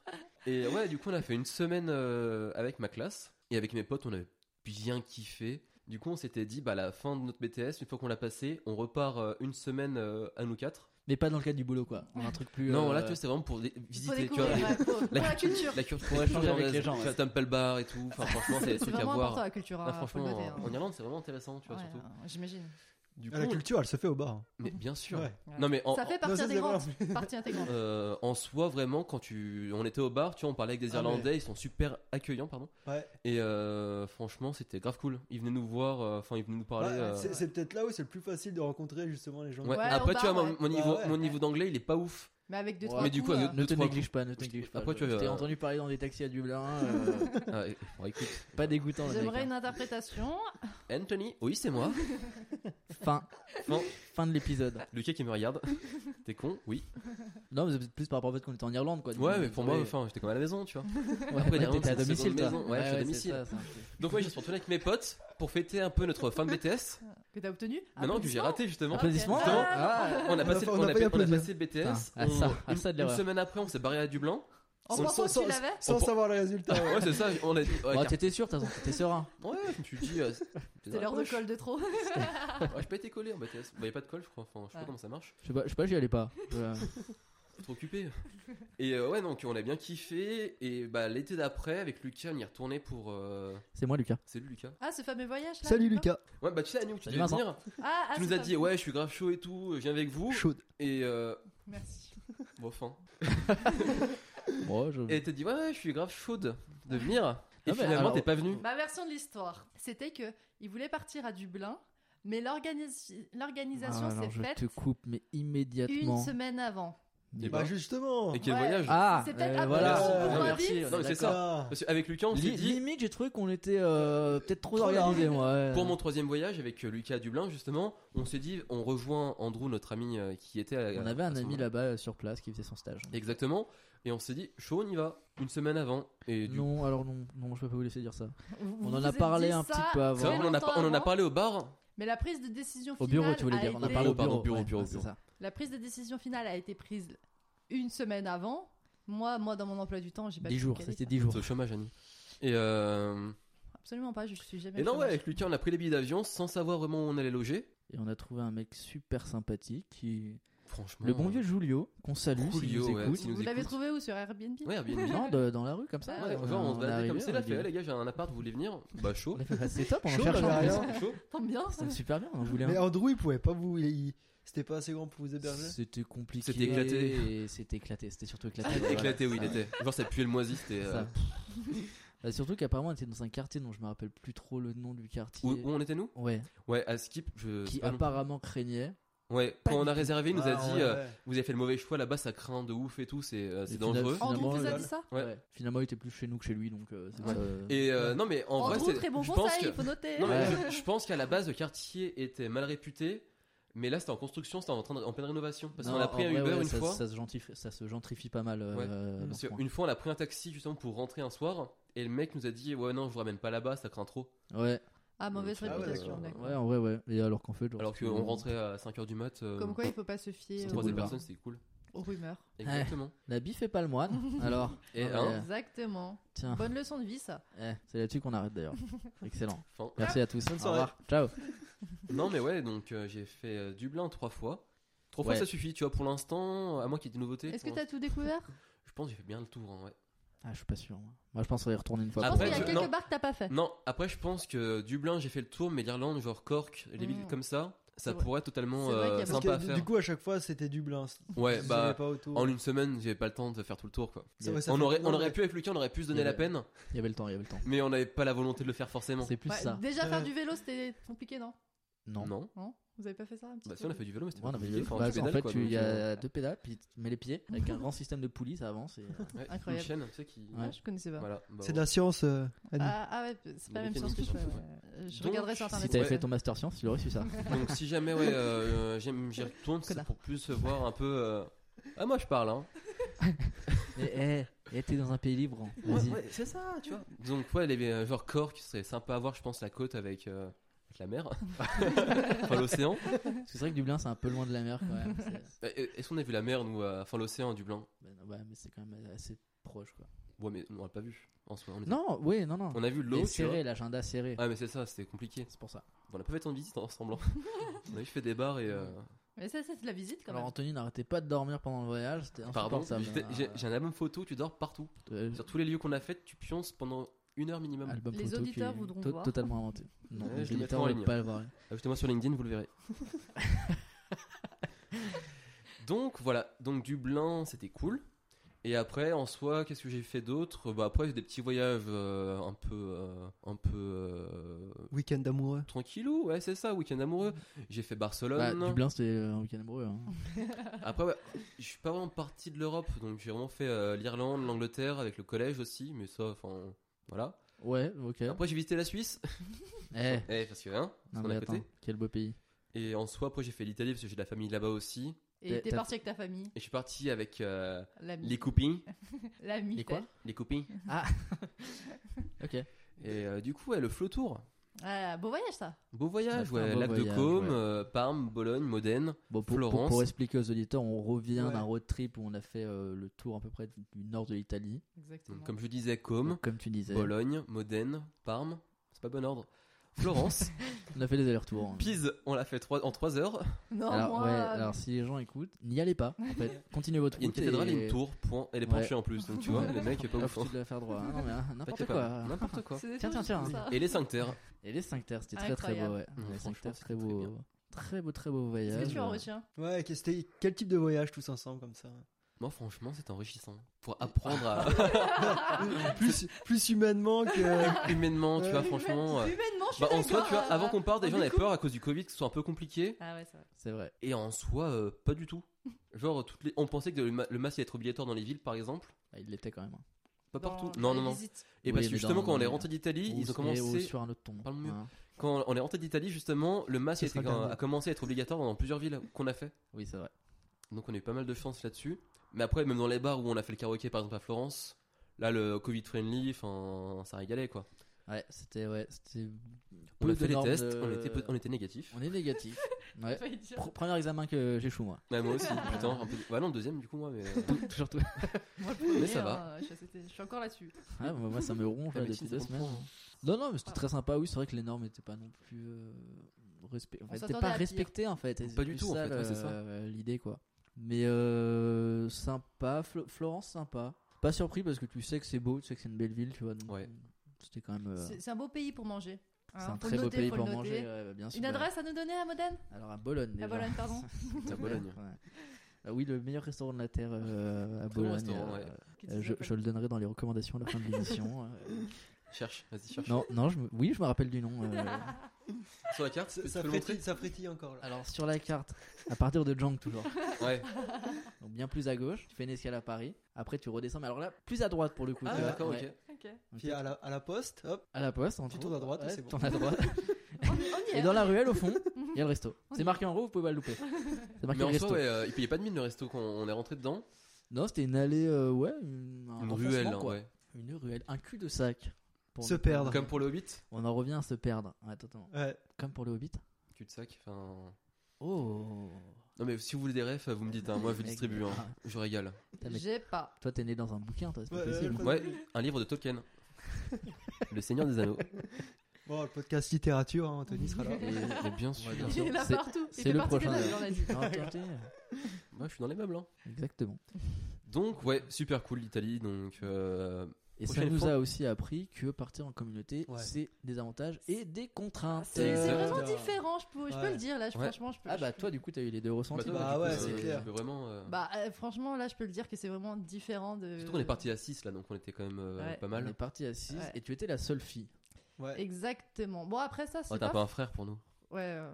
Speaker 5: Et ouais, du coup, on a fait une semaine euh, avec ma classe et avec mes potes, on avait bien kiffé. Du coup, on s'était dit, bah, à la fin de notre BTS, une fois qu'on l'a passé, on repart euh, une semaine euh, à nous quatre.
Speaker 4: Mais pas dans le cadre du boulot, quoi. Un truc plus.
Speaker 5: Non,
Speaker 4: euh,
Speaker 5: là, tu vois, c'était vraiment pour dé-
Speaker 7: Pour
Speaker 5: visiter, tu vois,
Speaker 7: découvrir ouais, pour- pour la culture.
Speaker 5: la culture,
Speaker 4: Pour échanger avec
Speaker 5: irlandaise.
Speaker 4: les gens,
Speaker 5: Tu
Speaker 4: ouais.
Speaker 5: vois, Temple Bar et tout. Enfin, franchement, c'est des
Speaker 7: C'est
Speaker 5: trucs à
Speaker 7: vraiment
Speaker 5: voir.
Speaker 7: important la culture.
Speaker 5: Ouais,
Speaker 7: hein, faut le
Speaker 5: franchement,
Speaker 7: noter, hein.
Speaker 5: en Irlande, c'est vraiment intéressant, tu vois,
Speaker 7: Ouais,
Speaker 5: surtout.
Speaker 7: euh, J'imagine.
Speaker 5: Du coup,
Speaker 6: la culture, elle se fait au bar.
Speaker 5: mais bien sûr.
Speaker 6: Ouais.
Speaker 5: Non, mais en,
Speaker 7: Ça fait
Speaker 6: Non,
Speaker 7: partie
Speaker 6: ça, c'est
Speaker 7: intégrante.
Speaker 6: vrai.
Speaker 7: Partie intégrante.
Speaker 5: Euh, en soi, vraiment, quand tu, on était au bar, tu vois, on parlait avec des
Speaker 6: Ah
Speaker 5: Irlandais, ils sont super accueillants, pardon.
Speaker 6: Ouais.
Speaker 5: Et euh, franchement, c'était grave cool. Ils venaient nous voir, euh, enfin, ils venaient nous parler.
Speaker 6: Ouais,
Speaker 5: euh,
Speaker 6: Bah, c'est, c'est peut-être là où c'est le plus facile de rencontrer justement les gens.
Speaker 5: ouais.
Speaker 7: Ouais,
Speaker 5: Après,
Speaker 7: au
Speaker 5: tu vois,
Speaker 7: bar,
Speaker 5: mon,
Speaker 7: ouais.
Speaker 5: mon niveau,
Speaker 6: Ah ouais.
Speaker 5: mon niveau d'anglais, il est pas ouf.
Speaker 7: Mais avec deux
Speaker 4: Ouais.
Speaker 7: trois
Speaker 5: Mais du
Speaker 7: coups,
Speaker 5: coup,
Speaker 4: Ne
Speaker 5: à
Speaker 7: euh,
Speaker 4: te
Speaker 5: Deux, trois
Speaker 4: néglige pas, ne te néglige pas.
Speaker 5: Après, tu
Speaker 4: Je
Speaker 5: vois,
Speaker 4: t'ai
Speaker 5: euh,
Speaker 4: entendu parler dans des taxis à Dublin. euh,
Speaker 5: Ah, et- bon, écoute,
Speaker 4: Pas dégoûtant, hein. le
Speaker 7: euh, j'aimerais
Speaker 4: mec.
Speaker 7: une interprétation.
Speaker 5: Anthony, oui, c'est moi.
Speaker 4: hein. Fin.
Speaker 5: Fin.
Speaker 4: Fin de l'épisode.
Speaker 5: Lucas qui me regarde. T'es con, oui.
Speaker 4: Non, mais c'est plus par rapport au fait qu'on était en Irlande, quoi.
Speaker 5: Ouais, mais pour moi,
Speaker 4: Ouais.
Speaker 5: enfin, j'étais comme à la maison, tu vois.
Speaker 4: Ouais,
Speaker 5: après,
Speaker 4: ouais,
Speaker 5: l'Irlande,
Speaker 4: t'étais à
Speaker 5: c'est une
Speaker 4: domicile,
Speaker 5: seconde
Speaker 4: toi.
Speaker 5: maison. Ouais, je suis à
Speaker 4: c'est
Speaker 5: domicile.
Speaker 4: ça, c'est un peu-
Speaker 5: Donc, ouais, je me suis retrouvé avec mes potes pour fêter un peu notre fin de BTS.
Speaker 7: que t'as obtenu
Speaker 5: Maintenant que j'ai raté, justement.
Speaker 4: Applaudissements
Speaker 5: Justement,
Speaker 4: Ah,
Speaker 5: On a
Speaker 6: On a
Speaker 5: passé,
Speaker 6: pas-
Speaker 5: on
Speaker 6: on
Speaker 5: a pa-
Speaker 6: a pas
Speaker 5: on a
Speaker 6: applaudi.
Speaker 5: passé le BTS.
Speaker 4: Putain, à
Speaker 5: on-
Speaker 4: ça, à
Speaker 5: une,
Speaker 4: ça de
Speaker 5: une
Speaker 4: l'erreur.
Speaker 5: semaine après, on s'est barré à Dublin.
Speaker 7: En
Speaker 5: Sans-
Speaker 7: pensant que
Speaker 6: sans-
Speaker 7: tu l'avais
Speaker 6: Sans
Speaker 5: pour-
Speaker 6: savoir le résultat.
Speaker 5: Ouais, c'est ça. On a, ouais,
Speaker 4: Bon, t'étais sûr, hein. t'as- t'étais serein.
Speaker 5: Ouais, je me suis dit. euh,
Speaker 7: C'était l'heure de colle de trop.
Speaker 5: Ouais, j'ai pas été collé en BTS. Bah, y a pas de colle, je crois. Enfin, je sais
Speaker 7: Ah.
Speaker 5: pas comment ça marche.
Speaker 4: Je sais pas, je sais pas, j'y allais pas. Euh, Je-
Speaker 5: Faut trop occupé. Et euh, ouais, donc on a bien kiffé. Et bah, l'été d'après, avec Lucas, on y est retourné pour. euh,
Speaker 4: C'est moi, Lucas.
Speaker 5: Salut Lucas.
Speaker 7: Ah, ce fameux voyage là.
Speaker 6: Salut
Speaker 7: je sais
Speaker 6: Lucas.
Speaker 5: Ouais, bah, tu sais, Annie, où tu
Speaker 4: Salut
Speaker 5: devais
Speaker 4: Vincent.
Speaker 5: venir.
Speaker 7: pas. Ah, ah,
Speaker 5: tu
Speaker 7: ce
Speaker 5: nous as
Speaker 7: fameux-
Speaker 5: dit, ouais, je suis grave chaud et tout, je viens avec vous.
Speaker 6: Chaude.
Speaker 5: Et euh,
Speaker 7: Merci.
Speaker 5: bon, enfin.
Speaker 4: Bon, je-
Speaker 5: Et t'as dit, ouais, ouais, je suis grave chaude de venir. Et
Speaker 4: Ah, mais
Speaker 5: finalement,
Speaker 4: alors-
Speaker 5: t'es pas venu.
Speaker 7: Ma version de l'histoire, c'était que il voulait partir à Dublin, mais l'organis- l'organisation
Speaker 4: Ah, alors,
Speaker 7: s'est
Speaker 4: je
Speaker 7: faite
Speaker 4: te coupe, mais
Speaker 7: une
Speaker 4: immédiatement.
Speaker 7: semaine avant.
Speaker 5: Et
Speaker 6: Bah
Speaker 5: bah,
Speaker 6: justement.
Speaker 5: Et quel
Speaker 7: Ouais.
Speaker 5: voyage
Speaker 4: Ah,
Speaker 7: C'est peut-être
Speaker 4: euh,
Speaker 7: un peu
Speaker 4: voilà.
Speaker 6: aussi pour
Speaker 4: Non,
Speaker 7: moi,
Speaker 4: merci,
Speaker 7: Vince.
Speaker 4: on est
Speaker 5: Non, mais c'est
Speaker 4: d'accord.
Speaker 6: Ah.
Speaker 5: Parce qu'avec Lucas, on s'est
Speaker 4: Li-
Speaker 5: dit.
Speaker 4: Limite, j'ai trouvé qu'on était euh, peut-être trop
Speaker 6: Trop
Speaker 4: organisé, moi. ouais.
Speaker 5: Pour mon troisième voyage avec euh, Lucas à Dublin, justement, on s'est dit, on rejoint Andrew, notre ami euh, qui était. à-
Speaker 4: On avait un
Speaker 5: à ce
Speaker 4: ami
Speaker 5: moment-là.
Speaker 4: là-bas euh, sur place qui faisait son stage.
Speaker 5: Exactement. Et on s'est dit, chaud, on y va. Une semaine avant. Et du
Speaker 4: Non, alors non, non, je peux pas vous laisser dire ça. On
Speaker 7: Vous- vous
Speaker 4: en
Speaker 7: vous
Speaker 4: a
Speaker 7: êtes
Speaker 4: parlé
Speaker 7: dit
Speaker 4: un
Speaker 7: ça
Speaker 4: petit peu
Speaker 5: C'est vrai,
Speaker 4: avant.
Speaker 5: on en, a
Speaker 7: longtemps
Speaker 5: pas- on en a
Speaker 7: avant.
Speaker 5: parlé au bar.
Speaker 7: Mais la prise de décision
Speaker 4: Au
Speaker 7: finale
Speaker 4: bureau, tu voulais
Speaker 7: a
Speaker 4: dire. On a
Speaker 7: été-
Speaker 4: parlé au
Speaker 5: Oh, Pardon,
Speaker 4: bureau.
Speaker 5: bureau,
Speaker 4: ouais,
Speaker 5: bureau,
Speaker 4: ouais, c'est
Speaker 5: bureau.
Speaker 4: ça.
Speaker 7: La prise de décision finale a été prise une semaine avant. Moi, moi dans mon emploi du temps, j'ai pas
Speaker 4: 10
Speaker 7: pu me
Speaker 4: jours,
Speaker 7: caler,
Speaker 4: c'était
Speaker 7: ça.
Speaker 4: 10 jours.
Speaker 5: C'est au chômage, Annie. Et, euh,
Speaker 7: Absolument pas, je suis jamais.
Speaker 5: et non,
Speaker 7: au
Speaker 5: ouais,
Speaker 7: chômage.
Speaker 5: avec Lucas, on a pris les billets d'avion sans savoir vraiment où on allait loger.
Speaker 4: Et on a trouvé un mec super sympathique qui,
Speaker 5: Franchement.
Speaker 4: Le bon vieux Julio, qu'on salue s'il
Speaker 5: Ah. Julio,
Speaker 4: nous
Speaker 5: ouais,
Speaker 4: écoute.
Speaker 5: s'il nous
Speaker 7: Vous l'avez
Speaker 5: écoute.
Speaker 7: trouvé où sur Airbnb
Speaker 5: Ouais, Airbnb.
Speaker 4: Non, de- dans la rue comme ça.
Speaker 5: Ouais,
Speaker 4: on-
Speaker 5: genre, on
Speaker 4: on
Speaker 5: se
Speaker 4: est
Speaker 5: baladait comme
Speaker 4: arrivé,
Speaker 5: c'est
Speaker 4: on
Speaker 5: là,
Speaker 4: a dit-
Speaker 5: fait, ouais, les gars, j'ai un appart, vous voulez venir Bah, chaud.
Speaker 4: on a fait, bah, c'est top, on
Speaker 6: Chaud,
Speaker 4: cherche
Speaker 6: là,
Speaker 4: un
Speaker 6: derrière.
Speaker 4: plus.
Speaker 5: Chaud.
Speaker 7: Tant bien.
Speaker 4: Ça me super bien, on voulait
Speaker 6: Mais
Speaker 5: oh,
Speaker 4: un.
Speaker 6: Andrew, il pouvait pas vous. il- C'était pas assez grand pour vous héberger
Speaker 4: C'était compliqué.
Speaker 5: C'était éclaté.
Speaker 4: et C'était éclaté, c'était surtout éclaté.
Speaker 5: C'était
Speaker 4: voilà.
Speaker 5: éclaté où il
Speaker 4: Ah, Ça-
Speaker 5: était. Genre, ça puait le moisi, c'était.
Speaker 4: ça.
Speaker 5: euh,
Speaker 4: Bah, surtout qu'apparemment, on était dans un quartier dont je me rappelle plus trop le nom du quartier.
Speaker 5: Où, où on était nous
Speaker 4: Ouais,
Speaker 5: Ouais, à Skip, je. c'est
Speaker 4: qui
Speaker 5: pas le nom.
Speaker 4: apparemment craignait.
Speaker 5: Ouais, quand on a réservé, il nous a
Speaker 6: Ah,
Speaker 5: dit
Speaker 6: ouais,
Speaker 5: euh,
Speaker 6: ouais.
Speaker 5: Vous avez fait le mauvais choix là-bas, ça craint de ouf et tout, c'est euh, c'est
Speaker 4: Et finalement-
Speaker 5: dangereux.
Speaker 4: Oh,
Speaker 7: Andrew
Speaker 4: Finalement,
Speaker 7: vous a
Speaker 4: là,
Speaker 7: dit ça
Speaker 5: Ouais.
Speaker 4: Finalement, il était plus chez nous que chez lui, donc euh, c'est
Speaker 5: Ouais.
Speaker 4: pas-
Speaker 5: Et euh, non, mais en vrai,
Speaker 7: Andrew,
Speaker 5: c'est-
Speaker 7: Oh, très bon
Speaker 5: je pense
Speaker 7: conseil,
Speaker 5: que.
Speaker 7: il faut noter.
Speaker 5: Non, mais
Speaker 4: Ouais.
Speaker 5: je, je pense qu'à la base, le quartier était mal réputé, mais là, c'était en construction, c'était en, train de- en pleine rénovation. Parce qu'on
Speaker 4: Non,
Speaker 5: a pris
Speaker 4: en
Speaker 5: un
Speaker 4: vrai,
Speaker 5: Uber
Speaker 4: ouais,
Speaker 5: une
Speaker 4: ça,
Speaker 5: fois.
Speaker 4: Ça se, gentrifie, ça se gentrifie pas mal. euh,
Speaker 5: Ouais.
Speaker 4: dans
Speaker 5: Parce
Speaker 4: ce
Speaker 5: que
Speaker 4: coin.
Speaker 5: une fois, on a pris un taxi justement pour rentrer un soir, et le mec nous a dit Ouais, non, je vous ramène pas là-bas, ça craint trop.
Speaker 4: Ouais.
Speaker 7: Ah, mauvaise
Speaker 6: Ah ouais,
Speaker 7: réputation.
Speaker 6: d'accord.
Speaker 7: d'accord.
Speaker 4: Ouais, en vrai, ouais. Et alors qu'en fait, genre,
Speaker 5: Alors
Speaker 4: tu-
Speaker 5: qu'on rentrait à 5h du mat, euh,
Speaker 7: Comme quoi, il faut pas se fier
Speaker 4: C'était
Speaker 5: sans
Speaker 4: hein.
Speaker 7: aux,
Speaker 5: croiser
Speaker 4: boulevard.
Speaker 5: personne, c'était cool.
Speaker 7: aux rumeurs.
Speaker 5: Exactement.
Speaker 4: La bif est pas le moine. Alors,
Speaker 5: Et
Speaker 4: Ah, Ouais.
Speaker 5: hein,
Speaker 7: Exactement.
Speaker 4: tiens,
Speaker 7: Bonne leçon de vie, ça.
Speaker 4: eh, c'est là-dessus qu'on arrête d'ailleurs. Excellent.
Speaker 5: enfin,
Speaker 4: Merci à tous. Au
Speaker 6: soirée.
Speaker 4: revoir. Ciao.
Speaker 5: Non, mais ouais, donc euh, j'ai fait euh, Dublin trois fois. Trois
Speaker 4: Ouais.
Speaker 5: fois, ça suffit, tu vois, pour l'instant, à moins qu'il y ait des nouveautés.
Speaker 7: Est-ce que
Speaker 5: pour
Speaker 7: t'as tout découvert
Speaker 5: l'instant, Je pense que j'ai fait bien le tour, hein, ouais.
Speaker 4: Ah, je suis pas sûr. moi. Moi, je pense qu'on va y retourner une fois.
Speaker 7: Je
Speaker 5: Après,
Speaker 7: pense qu'il y a
Speaker 5: je-
Speaker 7: quelques
Speaker 5: non.
Speaker 7: bars que t'as pas fait.
Speaker 5: Non, après, je pense que Dublin, j'ai fait le tour, mais l'Irlande, genre Cork, les villes
Speaker 7: Mm.
Speaker 5: comme ça, ça
Speaker 7: C'est vrai.
Speaker 5: pourrait être totalement
Speaker 7: C'est vrai
Speaker 5: euh,
Speaker 7: qu'il y a
Speaker 6: Parce
Speaker 5: sympa à
Speaker 6: que,
Speaker 5: faire.
Speaker 6: Du coup, à chaque fois, c'était Dublin.
Speaker 5: ouais,
Speaker 6: Vous
Speaker 5: bah,
Speaker 6: avez pas
Speaker 7: euh,
Speaker 6: autour.
Speaker 5: en une semaine, j'avais pas le temps de faire tout le tour, quoi.
Speaker 6: C'est vrai, ça
Speaker 5: on
Speaker 6: fait-
Speaker 5: aurait,
Speaker 6: non,
Speaker 5: on aurait
Speaker 6: mais-
Speaker 5: pu, avec Lucas, on aurait pu se donner
Speaker 4: Il y
Speaker 5: la
Speaker 4: avait-
Speaker 5: peine,
Speaker 4: Il y avait le temps, il y avait le temps.
Speaker 5: mais on n'avait pas la volonté de le faire forcément.
Speaker 4: C'est plus
Speaker 7: Ouais,
Speaker 4: ça.
Speaker 7: Déjà,
Speaker 6: Euh.
Speaker 7: faire du vélo, c'était compliqué, non
Speaker 4: Non.
Speaker 5: Non
Speaker 7: Non Vous avez pas fait ça un petit
Speaker 5: Bah,
Speaker 7: peu
Speaker 5: si, on a fait du vélo, mais c'était
Speaker 4: Ouais, on
Speaker 5: pas
Speaker 4: avait
Speaker 5: compliqué.
Speaker 4: vu.
Speaker 5: Enfin,
Speaker 4: Bah,
Speaker 5: tu
Speaker 4: en
Speaker 5: pédales,
Speaker 4: fait,
Speaker 5: quoi,
Speaker 4: tu-
Speaker 5: donc,
Speaker 4: il y
Speaker 5: euh,
Speaker 4: a deux pédales, puis tu mets les pieds avec un grand système de poulies, ça avance. Et... euh,
Speaker 5: ouais,
Speaker 7: Incroyable.
Speaker 5: Une chaîne, tu sais, qui.
Speaker 7: Ah, je connaissais pas.
Speaker 5: Voilà. bah,
Speaker 6: C'est de la science. euh, Annie.
Speaker 7: Ah, ah ouais, c'est pas la même chose que je fais.
Speaker 5: Mécanique,
Speaker 7: ouais. Je
Speaker 5: Donc,
Speaker 7: regarderai sur
Speaker 4: Si
Speaker 7: internet.
Speaker 4: t'avais
Speaker 5: Ouais.
Speaker 4: fait ton master science, tu l'aurais su ça.
Speaker 5: Donc si jamais ouais, euh, j'aime- j'y retourne, c'est
Speaker 7: Connard.
Speaker 5: pour plus voir un peu. euh, Ah moi je parle hein.
Speaker 4: Mais eh, eh, t'es dans un pays libre. Vas-y.
Speaker 5: c'est ça, tu vois. Donc ouais, les euh, genre Cork, ce serait sympa à voir, je pense la côte avec, euh, avec la mer, enfin l'océan.
Speaker 4: Parce que c'est vrai que Dublin, c'est un peu loin de la mer quand même. C'est-
Speaker 5: Euh, Est-ce qu'on a vu la mer nous, euh, enfin l'océan à Dublin
Speaker 4: Ben, ouais, mais c'est quand même assez proche quoi.
Speaker 5: Ouais, mais on l'a pas vu en soi. On était-
Speaker 4: Non, oui, non, non.
Speaker 5: On a vu
Speaker 4: Mais
Speaker 5: l'eau. tu vois.
Speaker 4: serré, l'agenda serré.
Speaker 5: Ah mais c'est ça, c'était compliqué.
Speaker 4: C'est pour ça.
Speaker 5: Bon, on n'a pas fait tant de visites ensemble. on a juste fait des bars et. euh,
Speaker 7: Mais ça, ça, c'est de la visite quand
Speaker 4: Alors
Speaker 7: même.
Speaker 4: Anthony n'arrêtait pas de dormir pendant le voyage, c'était
Speaker 5: Pardon,
Speaker 4: insupportable.
Speaker 5: j'étais- j'ai j'ai un album photo, tu dors partout.
Speaker 4: Euh,
Speaker 5: Sur tous les lieux qu'on a fait, tu pionces pendant une heure minimum.
Speaker 4: album
Speaker 7: Les
Speaker 4: photo
Speaker 7: auditeurs
Speaker 4: qui est
Speaker 7: voudront
Speaker 4: to-
Speaker 7: voir.
Speaker 4: Totalement inventé. Non,
Speaker 5: Ouais,
Speaker 4: les
Speaker 5: je le mettrai
Speaker 4: auditeurs
Speaker 5: en
Speaker 4: veulent
Speaker 5: ligne.
Speaker 4: pas le voir.
Speaker 5: Ajoutez-moi sur LinkedIn, vous le verrez. Donc voilà, donc Dublin, c'était cool. Et après, en soi, qu'est-ce que j'ai fait d'autre Bah après, des petits voyages euh, un peu, euh, un peu euh,
Speaker 6: Week-end amoureux.
Speaker 5: tranquillou. Ouais, c'est ça, week-end amoureux. J'ai fait
Speaker 4: Bah,
Speaker 5: Barcelone.
Speaker 4: Dublin, c'était euh, un week-end amoureux. hein.
Speaker 5: Après, ouais, je suis pas vraiment parti de l'Europe, donc j'ai vraiment fait euh, l'Irlande, l'Angleterre avec le collège aussi, mais ça, enfin, voilà.
Speaker 4: Ouais, ok.
Speaker 5: Après, j'ai visité la Suisse.
Speaker 4: Eh,
Speaker 5: Eh, parce que hein,
Speaker 4: non
Speaker 5: parce qu'on
Speaker 4: mais
Speaker 5: est à côté.
Speaker 4: attends, quel beau pays.
Speaker 5: Et en soi, après, j'ai fait l'Italie parce que j'ai de la famille là-bas aussi.
Speaker 7: Et t'es
Speaker 4: t'as-
Speaker 7: parti avec ta famille,
Speaker 5: Et je suis parti avec euh,
Speaker 7: l'ami.
Speaker 5: les copines.
Speaker 7: L'ami.
Speaker 4: Les quoi
Speaker 7: fait.
Speaker 5: Les copines.
Speaker 4: Ok.
Speaker 5: Et euh, du coup, ouais, le flow tour.
Speaker 7: Ah, beau voyage, ça.
Speaker 5: Beau voyage,
Speaker 4: Ça a fait
Speaker 5: ouais.
Speaker 4: un beau
Speaker 5: Lac de
Speaker 4: voyage,
Speaker 5: Caume,
Speaker 4: ouais.
Speaker 5: euh, Parme, Bologne, Modène.
Speaker 4: Bon, pour, pour-
Speaker 5: Florence.
Speaker 4: pour expliquer aux auditeurs, on revient
Speaker 6: Ouais.
Speaker 4: d'un road trip où on a fait euh, le tour à peu près du nord de l'Italie.
Speaker 7: Exactement.
Speaker 5: Comme je disais, Caume,
Speaker 4: Donc, Comme tu disais,
Speaker 5: Bologne, Modène, Parme. C'est pas bon ordre. Florence,
Speaker 4: on a fait des allers-retours. hein.
Speaker 5: Pise, on l'a fait trois- en 3 heures.
Speaker 7: Non,
Speaker 4: alors,
Speaker 7: moi.
Speaker 4: ouais, alors si les gens écoutent, n'y allez pas. En fait, continuez votre
Speaker 5: Il y a une
Speaker 4: route.
Speaker 5: cathédrale et
Speaker 4: et-
Speaker 5: une tour, point. Elle est
Speaker 4: Ouais.
Speaker 5: penchée en plus, donc tu vois, les mecs, pas
Speaker 4: Ah,
Speaker 5: ouf.
Speaker 4: faut-tu de la faire droit. hein. Non, mais, hein, n'importe
Speaker 5: T'inquiète
Speaker 4: quoi.
Speaker 5: pas, N'importe quoi.
Speaker 7: C'est des
Speaker 4: Tiens,
Speaker 7: choses
Speaker 4: tiens,
Speaker 7: comme
Speaker 4: tiens.
Speaker 7: ça.
Speaker 5: Et les 5 terres.
Speaker 4: Et les 5 terres, c'était très très beau,
Speaker 7: Incroyable.
Speaker 4: ouais.
Speaker 5: Ouais,
Speaker 4: les
Speaker 5: franchement,
Speaker 4: 5 terres,
Speaker 5: c'était
Speaker 4: très
Speaker 5: très
Speaker 4: beau,
Speaker 5: bien.
Speaker 4: très beau, très beau voyage.
Speaker 7: Est-ce que tu en retiens
Speaker 6: Ouais, que- c'était quel type de voyage tous ensemble comme ça
Speaker 5: Moi, franchement, c'est enrichissant. Pour apprendre à...
Speaker 6: plus, plus humainement que.
Speaker 5: humainement, tu vois,
Speaker 6: Ouais.
Speaker 5: franchement. euh,
Speaker 7: Humainement, je suis
Speaker 5: Bah, en soi,
Speaker 7: d'accord,
Speaker 5: tu vois,
Speaker 7: euh,
Speaker 5: avant qu'on parte, déjà, on avait
Speaker 7: découvre.
Speaker 5: peur à cause du Covid que ce soit un peu compliqué.
Speaker 7: Ah ouais, c'est vrai.
Speaker 4: C'est vrai.
Speaker 5: Et en soi, euh, pas du tout. Genre, toutes les... on pensait que le, ma- le masque allait être obligatoire dans les villes, par exemple.
Speaker 4: Bah, il l'était quand même. hein.
Speaker 5: Pas
Speaker 7: Dans-
Speaker 5: partout.
Speaker 7: dans
Speaker 5: Non,
Speaker 7: les
Speaker 5: non, non.
Speaker 7: visites.
Speaker 5: Et
Speaker 4: Oui,
Speaker 5: parce que
Speaker 4: mais
Speaker 5: justement,
Speaker 4: dans-
Speaker 5: quand on est rentré d'Italie,
Speaker 4: Ou-
Speaker 5: ils ont
Speaker 4: et- ou
Speaker 5: commencé.
Speaker 4: sur un autre ton.
Speaker 5: Parle mieux.
Speaker 4: Hein.
Speaker 5: Quand on est rentré d'Italie, justement, le masque
Speaker 6: Ce
Speaker 5: a, été-
Speaker 6: sera le dernier.
Speaker 5: a commencé à être obligatoire dans plusieurs villes qu'on a fait.
Speaker 4: Oui, c'est vrai.
Speaker 5: Donc, on a eu pas mal de chance là-dessus. Mais après, même dans les bars où on a fait le karaoké, par exemple, à Florence, là, le Covid friendly, enfin, ça régalait quoi.
Speaker 4: Ouais, c'était. Ouais, c'était
Speaker 5: On
Speaker 4: peu
Speaker 5: a
Speaker 4: de
Speaker 5: fait les
Speaker 4: normes
Speaker 5: tests,
Speaker 4: de-
Speaker 5: on était, peu- on était négatif.
Speaker 4: On est négatif. ouais.
Speaker 7: Fallait dire.
Speaker 4: Pr- premier examen que j'échoue, moi.
Speaker 5: Ouais, Bah, moi aussi, putain. un peu- Ouais, non, deuxième du coup, moi, mais. euh,
Speaker 4: Surtout.
Speaker 7: Moi, le premier,
Speaker 5: Mais ça va.
Speaker 7: euh, je c'était- je suis encore là-dessus.
Speaker 4: Ah, bah, moi, ça me ronge
Speaker 5: la
Speaker 4: là,
Speaker 5: médecine,
Speaker 4: depuis deux
Speaker 5: ça
Speaker 4: semaines.
Speaker 5: comprend, hein.
Speaker 4: Non, non, mais
Speaker 7: Ah.
Speaker 4: c'était très sympa. Oui, c'est vrai que les normes n'étaient pas non plus. Euh... respect- en fait,
Speaker 7: On
Speaker 4: t'es
Speaker 7: s'attendait
Speaker 4: pas
Speaker 7: à pire.
Speaker 4: respectées en fait.
Speaker 5: Pas du tout, en
Speaker 4: ça,
Speaker 5: fait, ouais, c'est ça.
Speaker 4: euh, L'idée quoi. Mais euh, sympa, Flo- Florence sympa. Pas surpris parce que tu sais que c'est beau, tu sais que c'est une belle ville, tu vois. donc,
Speaker 5: Ouais.
Speaker 4: C'était quand même. euh,
Speaker 7: C'est c'est un beau pays pour manger. hein.
Speaker 4: c'est un
Speaker 7: Faut le
Speaker 4: très beau
Speaker 7: noter,
Speaker 4: pays
Speaker 7: faut le
Speaker 4: pour
Speaker 7: noter.
Speaker 4: manger, ouais, bah, bien sûr.
Speaker 7: Une adresse à nous donner à Modène
Speaker 4: Alors à Bologne. déjà.
Speaker 7: Bologne, Ah, pardon.
Speaker 5: C'est à Bologne.
Speaker 4: Ouais. Ah oui, le meilleur restaurant de la terre euh, à
Speaker 5: Très bon
Speaker 4: Bologne.
Speaker 5: restaurant, ouais.
Speaker 7: Qu'est-ce
Speaker 4: euh,
Speaker 7: que
Speaker 4: je,
Speaker 7: ça s'appelle
Speaker 4: je le donnerai dans les recommandations à la fin de l'émission. euh.
Speaker 5: Cherche, vas-y, cherche.
Speaker 4: non, non, je me- oui, je me rappelle du nom. euh.
Speaker 5: Sur la carte,
Speaker 6: Ça,
Speaker 5: tu
Speaker 6: ça
Speaker 5: peux le montrer
Speaker 6: frétille, ça frétille encore là.
Speaker 4: Alors sur la carte, à partir de Jang toujours.
Speaker 5: Ouais,
Speaker 4: Donc bien plus à gauche, tu fais une escale à Paris. Après tu redescends, mais alors là plus à droite pour le coup.
Speaker 5: ah,
Speaker 4: tu vois.
Speaker 5: d'accord,
Speaker 4: Ouais.
Speaker 5: ok.
Speaker 7: Ok.
Speaker 4: Donc,
Speaker 6: Puis à la, à la poste, hop,
Speaker 4: à la poste, en
Speaker 6: Tu
Speaker 4: gros.
Speaker 6: tournes à droite et
Speaker 4: Ouais,
Speaker 6: c'est bon.
Speaker 4: tournes à droite.
Speaker 7: On y, on y
Speaker 4: et
Speaker 7: est. hein.
Speaker 4: dans la ruelle au fond, il y a le resto.
Speaker 7: On y
Speaker 4: C'est
Speaker 7: est.
Speaker 4: marqué en gros, vous pouvez pas le louper. C'est marqué
Speaker 5: Mais en
Speaker 4: resto.
Speaker 5: soi, ouais, euh, il payait pas de mine le resto quand on est rentré dedans.
Speaker 4: Non, c'était une allée, euh, ouais, une, un
Speaker 5: Une
Speaker 4: renfoncement,
Speaker 5: ruelle, hein,
Speaker 4: quoi.
Speaker 5: ouais.
Speaker 4: Une ruelle, un cul de sac. Pour
Speaker 6: se
Speaker 4: nous.
Speaker 6: perdre.
Speaker 5: Comme pour le Hobbit,
Speaker 4: On en revient à se perdre. Ouais, totalement.
Speaker 6: Ouais.
Speaker 4: Comme pour le Hobbit.
Speaker 5: cul-de-sac. Enfin.
Speaker 4: Oh.
Speaker 5: Non, mais si vous voulez des refs, vous me dites, hein, moi je distribue, hein. je régale.
Speaker 4: Putain, mais
Speaker 7: J'ai pas.
Speaker 4: toi, t'es né dans un bouquin, toi, c'est pas
Speaker 6: Ouais,
Speaker 4: possible.
Speaker 6: ouais,
Speaker 5: Ouais, un livre de Tolkien. Le Seigneur des Anneaux.
Speaker 6: Bon, le podcast littérature, hein, Anthony sera là.
Speaker 5: Et, mais bien sûr.
Speaker 4: Ouais, bien
Speaker 7: Il
Speaker 4: sûr.
Speaker 7: est là
Speaker 4: C'est-
Speaker 7: partout. Il
Speaker 4: c'est
Speaker 7: fait
Speaker 4: le
Speaker 7: partie des
Speaker 4: prochain,
Speaker 7: navires, on a dit.
Speaker 4: Non, attendez.
Speaker 5: Moi, je suis dans les meubles. Hein.
Speaker 4: Exactement.
Speaker 5: Donc, ouais, super cool l'Italie. Donc, euh,
Speaker 4: Et ça
Speaker 5: Prochaine
Speaker 4: nous
Speaker 5: fois.
Speaker 4: a aussi appris que partir en communauté,
Speaker 6: Ouais.
Speaker 4: c'est des avantages et des contraintes.
Speaker 7: Ah, C'est c'est
Speaker 5: Exactement.
Speaker 7: vraiment différent, je peux, je peux
Speaker 6: Ouais.
Speaker 7: le dire là, je-
Speaker 5: Ouais.
Speaker 7: franchement, je peux.
Speaker 4: Ah bah
Speaker 7: je-
Speaker 4: toi, du coup, hein. t'as eu les deux ressentis.
Speaker 6: Bah,
Speaker 4: du coup,
Speaker 6: ouais,
Speaker 5: euh,
Speaker 6: c'est clair.
Speaker 5: je peux vraiment. euh,
Speaker 7: Bah euh, franchement là, je peux le dire que c'est vraiment différent de.
Speaker 5: Surtout qu'on est parti à 6 là, donc euh, on était quand même euh,
Speaker 7: Ouais.
Speaker 5: pas
Speaker 4: On est
Speaker 5: mal.
Speaker 4: parti à 6
Speaker 7: Ouais.
Speaker 4: et tu étais la seule fille.
Speaker 6: Ouais.
Speaker 7: Exactement. Bon après ça, c'est
Speaker 5: Oh, t'es
Speaker 7: pas.
Speaker 5: un peu un frère pour nous.
Speaker 7: Ouais. euh,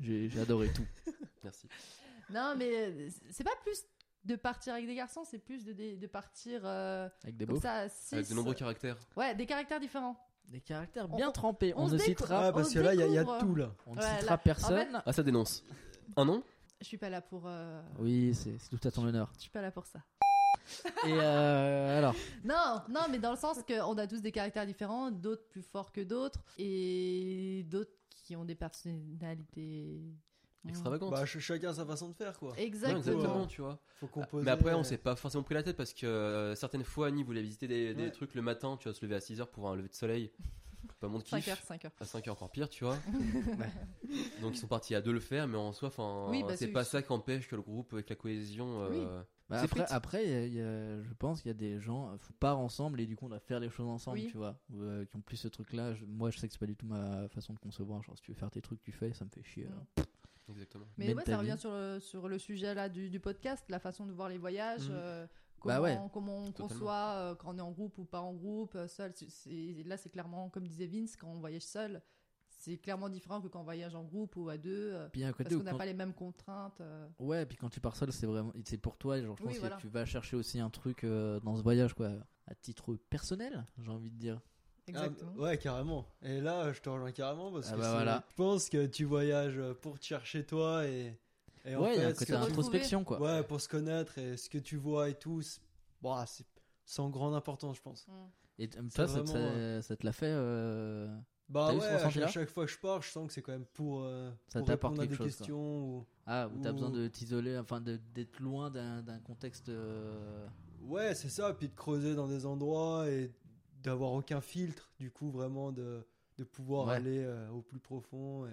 Speaker 4: J'ai j'ai adoré tout.
Speaker 5: Merci.
Speaker 7: Non mais euh, c'est pas plus de partir avec des garçons, c'est plus de, de, de partir euh,
Speaker 4: Avec des
Speaker 7: comme
Speaker 4: beaux.
Speaker 7: ça à six.
Speaker 5: Avec de nombreux caractères.
Speaker 7: Ouais, des caractères différents.
Speaker 4: Des caractères
Speaker 7: On-
Speaker 4: bien trempés. On,
Speaker 7: on
Speaker 4: ne
Speaker 7: se
Speaker 4: citera,
Speaker 7: découvre.
Speaker 6: Ah, parce
Speaker 7: on
Speaker 6: que là, il y, a- il y a
Speaker 7: découvre.
Speaker 6: tout là.
Speaker 4: on ne
Speaker 7: Ouais,
Speaker 4: citera
Speaker 7: là- en
Speaker 4: personne.
Speaker 5: Ah, ça dénonce. Un an
Speaker 7: Je suis pas là pour. euh,
Speaker 4: Oui, c'est c'est tout à ton honneur.
Speaker 7: Je suis pas là pour ça.
Speaker 4: Et euh, alors,
Speaker 7: Non, non, mais dans le sens qu'on a tous des caractères différents, d'autres plus forts que d'autres, et d'autres qui ont des personnalités.
Speaker 5: Extravagante.
Speaker 6: Bah, ch- chacun sa façon de faire quoi.
Speaker 7: Mm.
Speaker 5: Non,
Speaker 7: Exactement.
Speaker 5: exactement, tu vois.
Speaker 6: Faut composer. euh,
Speaker 5: Mais après,
Speaker 4: euh,
Speaker 5: on s'est pas forcément pris la tête parce que euh, certaines fois, Annie voulait visiter des, des
Speaker 6: Ouais.
Speaker 5: trucs le matin, tu vas se lever à 6h pour un lever de soleil. pas mon
Speaker 7: 5
Speaker 5: kiff.
Speaker 7: heures, 5 heures.
Speaker 5: À 5h encore pire, tu vois. Donc ils sont partis à deux le faire, mais en soi, enfin,
Speaker 7: Oui, bah,
Speaker 5: c'est
Speaker 7: c'est-
Speaker 5: pas ça qui empêche que le groupe avec la cohésion. euh,
Speaker 4: bah,
Speaker 5: C'est
Speaker 4: après,
Speaker 5: frites.
Speaker 4: après, il y a- il y a- je pense qu'il y a des gens qui partent ensemble et du coup on va faire les choses ensemble,
Speaker 7: Oui.
Speaker 4: tu vois, ou, euh, qui ont plus ce truc-là. Je- Moi, je sais que c'est pas du tout ma façon de concevoir. Genre, si tu veux faire tes trucs, tu fais. Ça me fait chier.
Speaker 7: Mm.
Speaker 4: hein.
Speaker 5: Exactement.
Speaker 7: Mais
Speaker 4: Mène
Speaker 7: ouais,
Speaker 4: ta
Speaker 7: ça revient
Speaker 4: vie.
Speaker 7: sur le, sur le sujet là du, du podcast, la façon de voir les voyages,
Speaker 6: Mhm.
Speaker 7: euh, comment,
Speaker 4: Bah ouais.
Speaker 7: comment on
Speaker 5: Totalement.
Speaker 7: conçoit euh, quand on est en groupe ou pas en groupe, euh, seul. C'est- c'est- là, c'est clairement, comme disait Vince, quand on voyage seul, c'est clairement différent que quand on voyage en groupe ou à deux, euh,
Speaker 4: Puis il y a un côté
Speaker 7: parce
Speaker 4: où
Speaker 7: qu'on n'a
Speaker 4: quand- Ah,
Speaker 7: pas les mêmes contraintes. euh.
Speaker 4: Ouais, puis quand tu pars seul, c'est vraiment, c'est pour toi. Genre, je
Speaker 7: Oui,
Speaker 4: pense
Speaker 7: voilà.
Speaker 4: que tu vas chercher aussi un truc euh, dans ce voyage, quoi, à titre personnel, j'ai envie de dire.
Speaker 6: Ah,
Speaker 7: Exactement.
Speaker 6: ouais, carrément. Et là, je te rejoins carrément parce
Speaker 4: Ah
Speaker 6: que
Speaker 4: bah
Speaker 6: c'est-
Speaker 4: voilà.
Speaker 6: je pense que tu voyages euh, pour te chercher toi et, et en
Speaker 4: ouais, il y a un
Speaker 6: fait, ce
Speaker 4: côté
Speaker 6: que tu-
Speaker 4: introspection, quoi.
Speaker 6: ouais, pour se connaître et ce que tu vois et tout, c'est bah, c'est sans grande importance, je pense.
Speaker 7: Mhm.
Speaker 4: Et t- toi, ça, te-
Speaker 6: vraiment, euh,
Speaker 4: ça te l'a fait. euh,
Speaker 6: Bah
Speaker 4: T'as eu
Speaker 6: ouais,
Speaker 4: ce
Speaker 6: à
Speaker 4: ressenti-là
Speaker 6: chaque, chaque fois que je pars, je sens que c'est quand même pour, euh,
Speaker 4: Ça
Speaker 6: pour
Speaker 4: t'apporte
Speaker 6: répondre à des
Speaker 4: quelque chose, quoi.
Speaker 6: questions ou
Speaker 4: Ah, où t'as
Speaker 6: Ou-
Speaker 4: besoin de t'isoler, enfin de- d'être loin d'un d'un contexte. euh,
Speaker 6: Ouais, c'est ça, puis de creuser dans des endroits et d'avoir aucun filtre, du coup vraiment de, de pouvoir
Speaker 4: Ouais.
Speaker 6: aller euh, au plus profond et,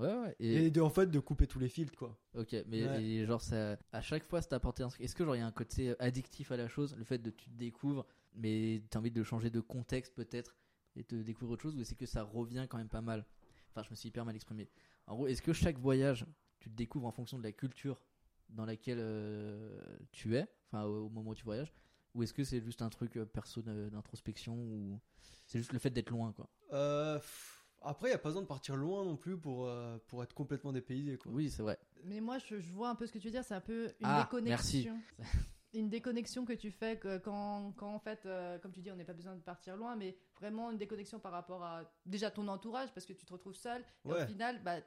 Speaker 4: Ouais, ouais.
Speaker 6: et...
Speaker 4: Et,
Speaker 6: de en fait de couper tous les filtres quoi.
Speaker 4: ok, mais
Speaker 6: Ouais.
Speaker 4: et genre ça, à chaque fois, ça t'a apporté un truc. Est-ce que genre il y a un côté addictif à la chose, le fait de tu te découvres, mais t'as envie de changer de contexte peut-être et te découvrir autre chose, ou c'est que ça revient quand même pas mal. Enfin, je me suis hyper mal exprimé. En gros, est-ce que chaque voyage, tu te découvres en fonction de la culture dans laquelle euh, tu es, enfin au, au moment où tu voyages, ou est-ce que c'est juste un truc euh, perso de- d'introspection ou c'est juste le fait d'être loin quoi.
Speaker 6: Euh, pff, après, il n'y a pas besoin de partir loin non plus pour, euh, pour être complètement dépaysé. Quoi.
Speaker 4: Oui, c'est vrai.
Speaker 7: Mais moi, je, je vois un peu ce que tu veux dire. C'est un peu une
Speaker 4: Ah,
Speaker 7: déconnexion. Une déconnexion que tu fais que- quand, quand, en fait, euh, comme tu dis, on n'a pas besoin de partir loin, mais vraiment une déconnexion par rapport à déjà ton entourage, parce que tu te retrouves seul. Et
Speaker 6: Ouais.
Speaker 7: au final, bah,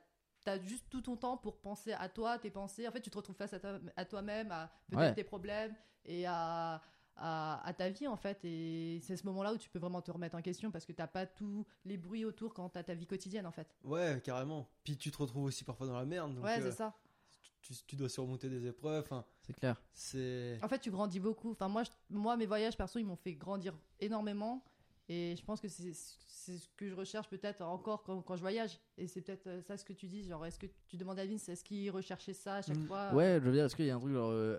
Speaker 7: tu as juste tout ton temps pour penser à toi, tes pensées. En fait, tu te retrouves face à, toi- à toi-même, à peut-être
Speaker 4: Ouais.
Speaker 7: tes problèmes et à, à, à ta vie, en fait. Et c'est ce moment-là où tu peux vraiment te remettre en question, parce que tu pas tous les bruits autour quand tu as ta vie quotidienne, en fait.
Speaker 6: Ouais, carrément. Puis tu te retrouves aussi parfois dans la merde. Donc,
Speaker 7: ouais,
Speaker 6: euh,
Speaker 7: c'est ça.
Speaker 6: tu, tu dois surmonter des épreuves. enfin,
Speaker 4: C'est clair.
Speaker 6: c'est.
Speaker 7: En fait, tu grandis beaucoup. Enfin, moi, je- moi mes voyages perso, ils m'ont fait grandir énormément. Et je pense que c'est c'est ce que je recherche peut-être encore quand, quand je voyage. Et c'est peut-être euh, ça ce que tu dis, genre est-ce que tu demandes à Vince, est-ce qu'il recherchait ça à chaque
Speaker 6: Mm.
Speaker 7: fois
Speaker 4: Ouais, je veux dire, est-ce qu'il y a un truc, genre, euh,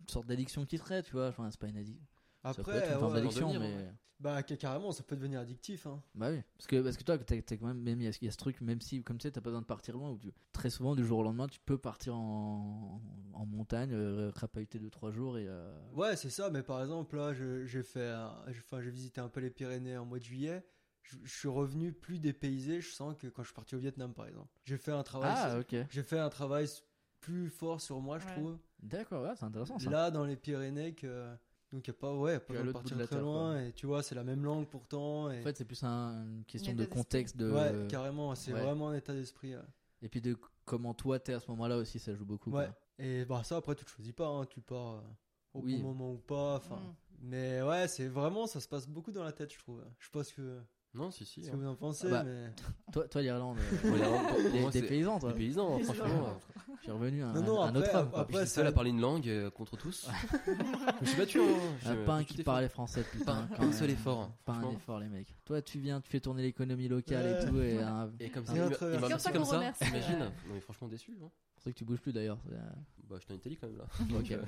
Speaker 4: une sorte d'addiction qui serait, tu vois Enfin, c'est pas une addiction.
Speaker 7: Ah.
Speaker 4: Ça peut
Speaker 6: Après,
Speaker 4: être une forme
Speaker 6: ouais,
Speaker 4: d'addiction,
Speaker 5: devenir,
Speaker 4: mais.
Speaker 5: ouais.
Speaker 6: bah, ca- carrément, ça peut devenir addictif. hein.
Speaker 4: Bah oui, parce que, parce que toi, t'as t'as quand même, même il y, a- il y a ce truc, même si, comme tu sais, t'as pas besoin de partir loin, où tu- très souvent, du jour au lendemain, tu peux partir en, en montagne, euh, rapahuter 2-3 jours et. euh,
Speaker 6: Ouais, c'est ça, mais par exemple, là, je- j'ai fait, un- j'ai enfin, j'ai visité un peu les Pyrénées en mois de juillet. Je, je suis revenu plus dépaysé, je sens que quand je suis parti au Vietnam, par exemple. J'ai fait un travail,
Speaker 4: ah, ok.
Speaker 6: j'ai fait un travail s- plus fort sur moi, je
Speaker 7: Ouais.
Speaker 6: trouve.
Speaker 4: D'accord, ouais, Ah, c'est intéressant ça.
Speaker 6: Là, dans les Pyrénées, que... donc y a pas, ouais, y a pas
Speaker 4: Que à
Speaker 6: besoin de
Speaker 4: l'autre bout de
Speaker 6: partir
Speaker 4: la
Speaker 6: très
Speaker 4: terre,
Speaker 6: loin. Et tu vois, c'est la même langue pourtant. Et...
Speaker 4: En fait, c'est plus un- une question
Speaker 7: L'état
Speaker 4: de
Speaker 7: d'esprit.
Speaker 4: contexte de...
Speaker 6: ouais, carrément, c'est
Speaker 4: ouais.
Speaker 6: vraiment un état d'esprit. ouais.
Speaker 4: et puis de comment toi t'es à ce moment-là aussi, ça joue beaucoup.
Speaker 6: Ouais.
Speaker 4: quoi.
Speaker 6: Et bah ça après tu te choisis pas, hein, tu pars euh, au
Speaker 4: Oui.
Speaker 6: bon moment ou pas. Enfin,
Speaker 7: Mm.
Speaker 6: mais ouais, c'est vraiment ça se passe beaucoup dans la tête, je trouve. Je sais pas ce que,
Speaker 5: Non, si, si.
Speaker 6: ce
Speaker 5: hein.
Speaker 6: que vous en pensez,
Speaker 4: Ah bah,
Speaker 6: mais
Speaker 5: euh,
Speaker 4: Toi, toi l'Irlande, euh,
Speaker 5: Ouais, l'Irlande, pour- pour
Speaker 4: des,
Speaker 5: moi,
Speaker 4: des
Speaker 5: c'est-
Speaker 4: paysans, toi.
Speaker 5: Les paysans, hein, franchement. euh,
Speaker 4: Je suis revenu un,
Speaker 6: non non
Speaker 4: un
Speaker 6: après
Speaker 4: autre homme. quoi.
Speaker 6: après
Speaker 5: J'étais
Speaker 6: c'est
Speaker 5: seul à parler une langue euh, contre tous. je me suis battu. Hein.
Speaker 4: Un
Speaker 5: J'ai-
Speaker 4: pain
Speaker 5: tout
Speaker 4: qui
Speaker 5: est fait.
Speaker 4: parlait français, putain.
Speaker 5: Pas
Speaker 4: quand
Speaker 5: un
Speaker 4: même.
Speaker 5: seul effort, hein,
Speaker 4: Pas un
Speaker 5: franchement.
Speaker 4: effort, les mecs. Toi, tu viens, tu fais tourner l'économie locale et
Speaker 6: Ouais.
Speaker 4: tout, et
Speaker 7: Ouais.
Speaker 4: un-
Speaker 5: Et comme ça,
Speaker 6: Et
Speaker 5: il m'a-
Speaker 6: entre-
Speaker 5: il
Speaker 6: C'est
Speaker 5: m'a
Speaker 6: comme
Speaker 5: remercié
Speaker 7: ça
Speaker 5: comme
Speaker 7: qu'on
Speaker 5: ça.
Speaker 7: remercie,
Speaker 5: Imagine.
Speaker 7: ouais.
Speaker 5: Non, mais franchement déçu. hein.
Speaker 4: C'est pour ça que tu bouges plus d'ailleurs. c'est-
Speaker 5: Bah, j'étais en Italie quand même là.
Speaker 4: Ok,
Speaker 5: euh,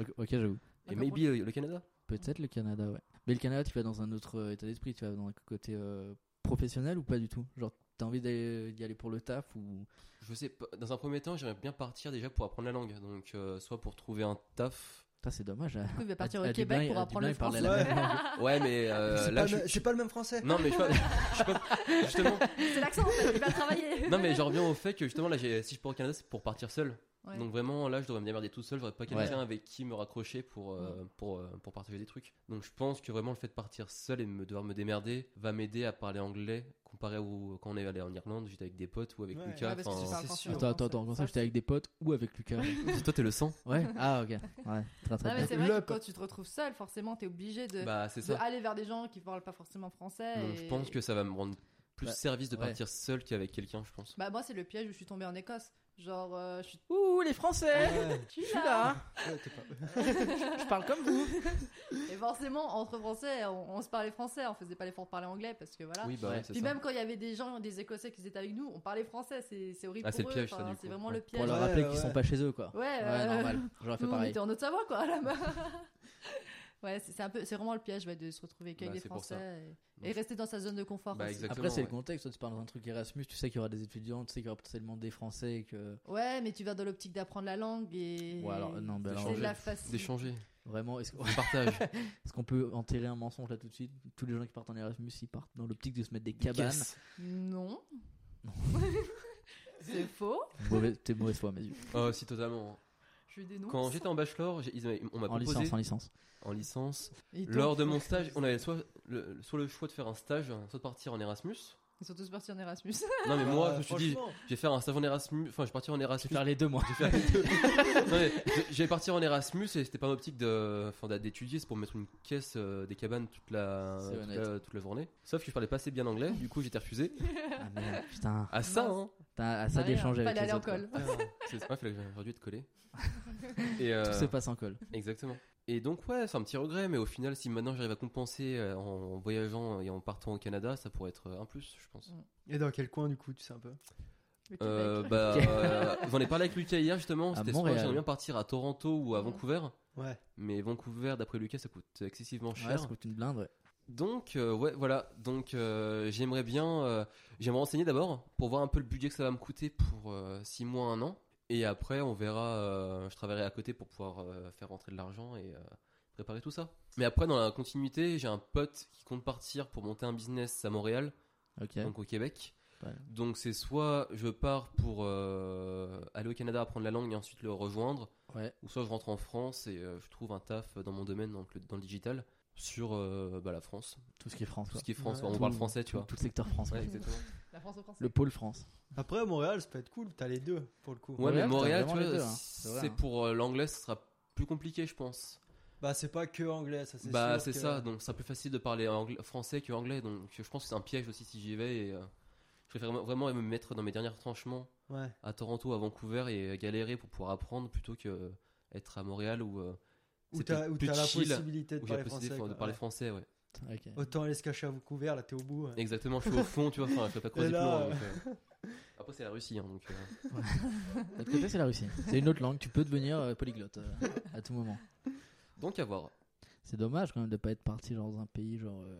Speaker 4: ok, ok, j'avoue.
Speaker 5: Et
Speaker 7: D'accord,
Speaker 5: maybe
Speaker 7: bon.
Speaker 5: euh, le Canada.
Speaker 4: Peut-être le Canada, ouais. Mais le Canada, tu vas dans un autre euh, état d'esprit, tu vas dans un côté euh, professionnel ou pas du tout Genre, t'as envie d'aller- euh, d'y aller pour le taf ou
Speaker 5: Je sais pas. Dans un premier temps, j'aimerais bien partir déjà pour apprendre la langue. Donc, euh, soit pour trouver un taf.
Speaker 4: Putain, c'est dommage. hein.
Speaker 7: Du coup, il va partir
Speaker 4: À- à
Speaker 7: au Québec
Speaker 4: Dubaï-
Speaker 7: pour
Speaker 4: à
Speaker 7: apprendre le
Speaker 4: Dubaï,
Speaker 7: français.
Speaker 4: il parlait la même langue.
Speaker 5: Ouais, mais euh,
Speaker 6: c'est
Speaker 5: là,
Speaker 6: pas,
Speaker 5: je
Speaker 6: le- c'est pas le même français.
Speaker 5: Non, mais je sais pas- je sais pas- Justement.
Speaker 7: C'est l'accent, en fait, il va travailler.
Speaker 5: Non, mais je reviens au fait que justement, là, j'ai- si je pars au Canada, c'est pour partir seul.
Speaker 7: Ouais.
Speaker 5: Donc vraiment, là, je devrais me démerder tout seul. J'aurais pas quelqu'un
Speaker 4: Ouais.
Speaker 5: avec qui me raccrocher pour, euh, pour, euh, pour partager des trucs. Donc je pense que vraiment, le fait de partir seul et me devoir me démerder va m'aider à parler anglais comparé au quand on est allé en Irlande, j'étais avec des potes ou avec
Speaker 6: Ouais.
Speaker 5: Lucas.
Speaker 7: Ouais, parce que
Speaker 5: enfin,
Speaker 7: tu parles
Speaker 6: c'est
Speaker 7: français.
Speaker 6: sûr.
Speaker 4: Attends, attends, attends. Comme ça, j'étais avec des potes ou avec Lucas.
Speaker 5: toi, t'es le sang.
Speaker 4: Ouais. Ah, ok. Ouais, très
Speaker 7: Non,
Speaker 4: très
Speaker 7: mais
Speaker 4: bien.
Speaker 7: c'est vrai que
Speaker 6: Le-
Speaker 7: quand tu te retrouves seul, forcément, t'es obligé de,
Speaker 5: Bah, c'est
Speaker 7: de
Speaker 5: ça.
Speaker 7: aller vers des gens qui parlent pas forcément français.
Speaker 5: Donc
Speaker 7: et-
Speaker 5: je pense que ça va me rendre plus
Speaker 4: Bah,
Speaker 5: service de
Speaker 4: ouais.
Speaker 5: partir seul qu'avec quelqu'un, je pense.
Speaker 7: Bah, moi, c'est le piège où je suis tombée en Écosse. Genre, euh, je suis.
Speaker 4: Ouh, les Français
Speaker 6: Ouais,
Speaker 7: Je suis là
Speaker 6: ouais, t'es pas-
Speaker 4: Je parle comme vous
Speaker 7: Et forcément, entre Français, on, on se parlait français, on faisait pas l'effort de parler anglais parce que voilà.
Speaker 5: Oui, bah
Speaker 4: Ouais.
Speaker 5: ouais, c'est
Speaker 7: Puis
Speaker 5: ça.
Speaker 7: même quand il y avait des gens, des Écossais qui étaient avec nous, on parlait français, c'est c'est horrible
Speaker 5: Ah, c'est
Speaker 7: pour
Speaker 5: le
Speaker 7: eux.
Speaker 5: piège, ça,
Speaker 7: enfin,
Speaker 5: du
Speaker 7: c'est
Speaker 5: coup.
Speaker 7: vraiment
Speaker 5: Ouais.
Speaker 7: le
Speaker 4: Pour
Speaker 7: piège.
Speaker 4: leur
Speaker 6: Ouais,
Speaker 4: rappeler qu'ils
Speaker 6: ouais.
Speaker 4: sont pas chez eux, quoi.
Speaker 7: Ouais,
Speaker 4: Ouais,
Speaker 7: euh,
Speaker 4: normal. J'aurais fait
Speaker 7: nous, on
Speaker 4: pareil.
Speaker 7: était en Haute-Savoie, quoi, là-bas. ouais, c'est c'est un peu, c'est vraiment le piège ouais, de se retrouver qu'avec
Speaker 5: Bah,
Speaker 7: des
Speaker 5: c'est pour ça.
Speaker 7: Français et,
Speaker 5: Donc-
Speaker 7: et rester dans sa zone de confort.
Speaker 5: Bah,
Speaker 7: aussi.
Speaker 5: exactement.
Speaker 4: Après, c'est le
Speaker 5: ouais.
Speaker 4: contexte. Toi, Tu parles dans un truc Erasmus, tu sais qu'il y aura des étudiants, tu sais qu'il y aura potentiellement des Français et que
Speaker 7: Ouais, mais tu vas dans l'optique d'apprendre la langue et.
Speaker 4: Ouais, alors, non, bah,
Speaker 7: c'est
Speaker 4: alors,
Speaker 7: de la
Speaker 5: je-
Speaker 7: facilité.
Speaker 5: D'échanger,
Speaker 4: vraiment. Est-ce qu'on-
Speaker 5: de partage.
Speaker 4: est-ce qu'on peut enterrer un mensonge là tout de suite Tous les gens qui partent en Erasmus, ils partent dans l'optique de se mettre des cabanes.
Speaker 6: Yes.
Speaker 7: Non.
Speaker 4: Non.
Speaker 7: c'est faux.
Speaker 4: Mauvaise- T'es mauvaise foi, mes yeux.
Speaker 5: Oh, si, totalement.
Speaker 7: Je dénonce.
Speaker 5: Quand j'étais en bachelor, j'ai- ils avaient- on m'a
Speaker 4: En
Speaker 5: proposé
Speaker 4: licence, en licence.
Speaker 5: en licence
Speaker 7: Et donc,
Speaker 5: Lors de mon stage, on avait soit le, soit le choix de faire un stage, soit de partir en Erasmus.
Speaker 7: Ils sont tous partis en Erasmus.
Speaker 5: Non mais moi,
Speaker 6: Ouais,
Speaker 5: je me suis dit,
Speaker 6: Ah, franchement.
Speaker 5: je vais faire un stage en Erasmus. Enfin, je vais partir en Erasmus.
Speaker 4: Faire les deux, moi.
Speaker 5: Je vais faire les deux. Non, mais je- je vais partir en Erasmus et c'était pas mon optique de, enfin, d'a- d'étudier, c'est pour mettre une caisse euh, des cabanes toute la,
Speaker 4: C'est
Speaker 5: toute
Speaker 4: honnête.
Speaker 5: la, toute la journée. Sauf que je parlais pas assez bien anglais, du coup j'étais refusé.
Speaker 4: Ah merde, putain.
Speaker 5: À ça, hein.
Speaker 4: T'as à ça
Speaker 7: Rien,
Speaker 4: d'échanger avec
Speaker 7: Fallait
Speaker 4: les
Speaker 7: aller hein, en
Speaker 4: autres.
Speaker 7: col.
Speaker 4: quoi.
Speaker 5: C'est ouais, fallait que j'aurais dû être collé. Et euh,
Speaker 4: Tout se passe en col.
Speaker 5: Exactement. Et donc ouais, c'est un petit regret, mais au final, si maintenant j'arrive à compenser euh, en voyageant et en partant au Canada, ça pourrait être euh, un plus, je pense.
Speaker 6: Et dans quel coin du coup, tu sais un peu
Speaker 7: Le Québec.
Speaker 5: Euh, bah, euh, j'en ai parlé avec Lucas hier justement.
Speaker 4: À
Speaker 5: C'était
Speaker 4: Montréal.
Speaker 5: soit j'aimerais bien partir à Toronto ou à
Speaker 7: Mhm.
Speaker 5: Vancouver,
Speaker 6: Ouais.
Speaker 5: mais Vancouver, d'après Lucas, ça coûte excessivement
Speaker 4: Ouais,
Speaker 5: cher.
Speaker 4: ça coûte une blinde, ouais.
Speaker 5: Donc euh, ouais, voilà. Donc euh, j'aimerais bien, euh, j'aimerais renseigner d'abord pour voir un peu le budget que ça va me coûter pour 6 mois, 1 an, et après on verra. euh, je travaillerai à côté pour pouvoir euh, faire rentrer de l'argent et euh, préparer tout ça. Mais après dans la continuité, j'ai un pote qui compte partir pour monter un business à Montréal
Speaker 4: Ok.
Speaker 5: donc au Québec.
Speaker 4: Ouais.
Speaker 5: Donc c'est soit je pars pour euh, aller au Canada apprendre la langue et ensuite le rejoindre,
Speaker 4: Ouais.
Speaker 5: ou soit je rentre en France et euh, je trouve un taf dans mon domaine, donc le- dans le digital, sur euh, bah, la France.
Speaker 4: Tout ce qui est France.
Speaker 5: Tout
Speaker 4: quoi.
Speaker 5: ce qui est France,
Speaker 6: Ouais.
Speaker 5: on
Speaker 4: Tout-
Speaker 5: parle français, tu
Speaker 4: tout-
Speaker 5: vois.
Speaker 4: Tout le secteur France.
Speaker 5: Ouais,
Speaker 4: ouais.
Speaker 5: exactement.
Speaker 7: La France au français.
Speaker 4: Le pôle France.
Speaker 6: Après à Montréal, ça peut être cool. T'as les deux pour le coup.
Speaker 5: Ouais, mais
Speaker 4: Montréal,
Speaker 5: Montréal,
Speaker 4: t'as
Speaker 5: tu
Speaker 4: vraiment les
Speaker 5: vois,
Speaker 4: deux, hein. C'est vrai,
Speaker 5: c'est
Speaker 4: hein.
Speaker 5: pour euh, l'anglais, ce sera plus compliqué, je pense.
Speaker 6: Bah c'est pas que anglais, ça c'est
Speaker 5: Bah,
Speaker 6: sûr
Speaker 5: c'est
Speaker 6: que-
Speaker 5: ça, donc c'est plus facile de parler anglais, français que anglais, donc je pense que c'est un piège aussi si j'y vais et euh, je préfère vraiment me mettre dans mes derniers retranchements
Speaker 6: Ouais.
Speaker 5: à Toronto, à Vancouver et euh, galérer pour pouvoir apprendre plutôt que euh, être à Montréal où euh,
Speaker 6: Où
Speaker 5: c'est
Speaker 6: t'as
Speaker 5: peut-être
Speaker 6: où
Speaker 5: plus
Speaker 6: t'as la
Speaker 5: chill,
Speaker 6: possibilité de
Speaker 5: où j'ai la
Speaker 6: parler
Speaker 5: possibilité
Speaker 6: français.
Speaker 5: de
Speaker 6: quoi.
Speaker 5: parler
Speaker 6: Ouais.
Speaker 5: français. Ouais.
Speaker 4: Ok.
Speaker 6: Autant aller se cacher à vous couvert, là t'es au bout. ouais.
Speaker 5: Exactement, je suis au fond, tu vois, enfin, je peux pas croiser
Speaker 6: Et
Speaker 5: plus
Speaker 6: là,
Speaker 5: loin. donc, euh. Après, c'est la Russie, hein, donc. euh,
Speaker 4: L'autre côté, c'est la Russie. C'est une autre langue. Tu peux devenir euh, polyglotte euh, à tout moment.
Speaker 5: Donc, à voir.
Speaker 4: C'est dommage quand même de pas être parti genre dans un pays genre. euh,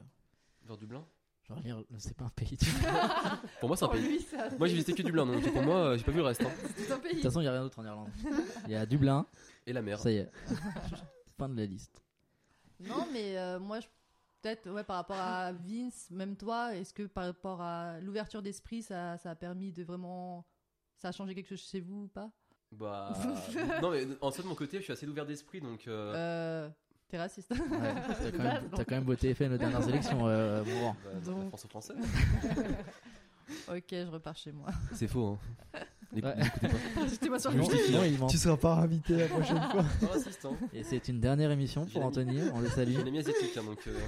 Speaker 5: Vers Dublin
Speaker 4: Genre, l'Ir- c'est pas un pays. tu vois. De
Speaker 5: Pour moi, c'est un
Speaker 7: Pour
Speaker 5: pays.
Speaker 7: lui, ça,
Speaker 5: Moi, j'ai
Speaker 7: c'est-
Speaker 5: visité que Dublin, donc pour moi, euh, j'ai pas vu le reste. hein.
Speaker 7: C'est un pays.
Speaker 4: toute façon, il y a rien d'autre en Irlande. Il y a Dublin.
Speaker 5: Et la mer.
Speaker 4: Ça y est. fin de la liste.
Speaker 7: Non, mais euh, moi, je- peut-être, ouais, par rapport à Vince, même toi, est-ce que par rapport à l'ouverture d'esprit, ça, ça a permis de vraiment. Ça a changé quelque chose chez vous ou pas
Speaker 5: Bah. non, mais euh, en fait, de mon côté, je suis assez ouvert d'esprit, donc. euh,
Speaker 7: euh, T'es raciste.
Speaker 4: Ouais, T'as quand, même-
Speaker 7: Dommage,
Speaker 4: t'as quand même voté FN aux dernières élections, euh, Bourran.
Speaker 5: bah, La
Speaker 7: donc-
Speaker 5: France aux Français.
Speaker 7: ok, je repars chez moi.
Speaker 5: C'est faux, hein.
Speaker 4: Ouais.
Speaker 7: J'étais sur
Speaker 4: Non,
Speaker 7: le
Speaker 4: non, il ment.
Speaker 6: Tu seras pas invité la prochaine fois.
Speaker 5: Pas raciste, hein.
Speaker 4: Et c'est une dernière émission pour
Speaker 5: J'ai-
Speaker 4: Anthony. On le salue.
Speaker 5: J'ai un ami asiatique, hein, donc. euh,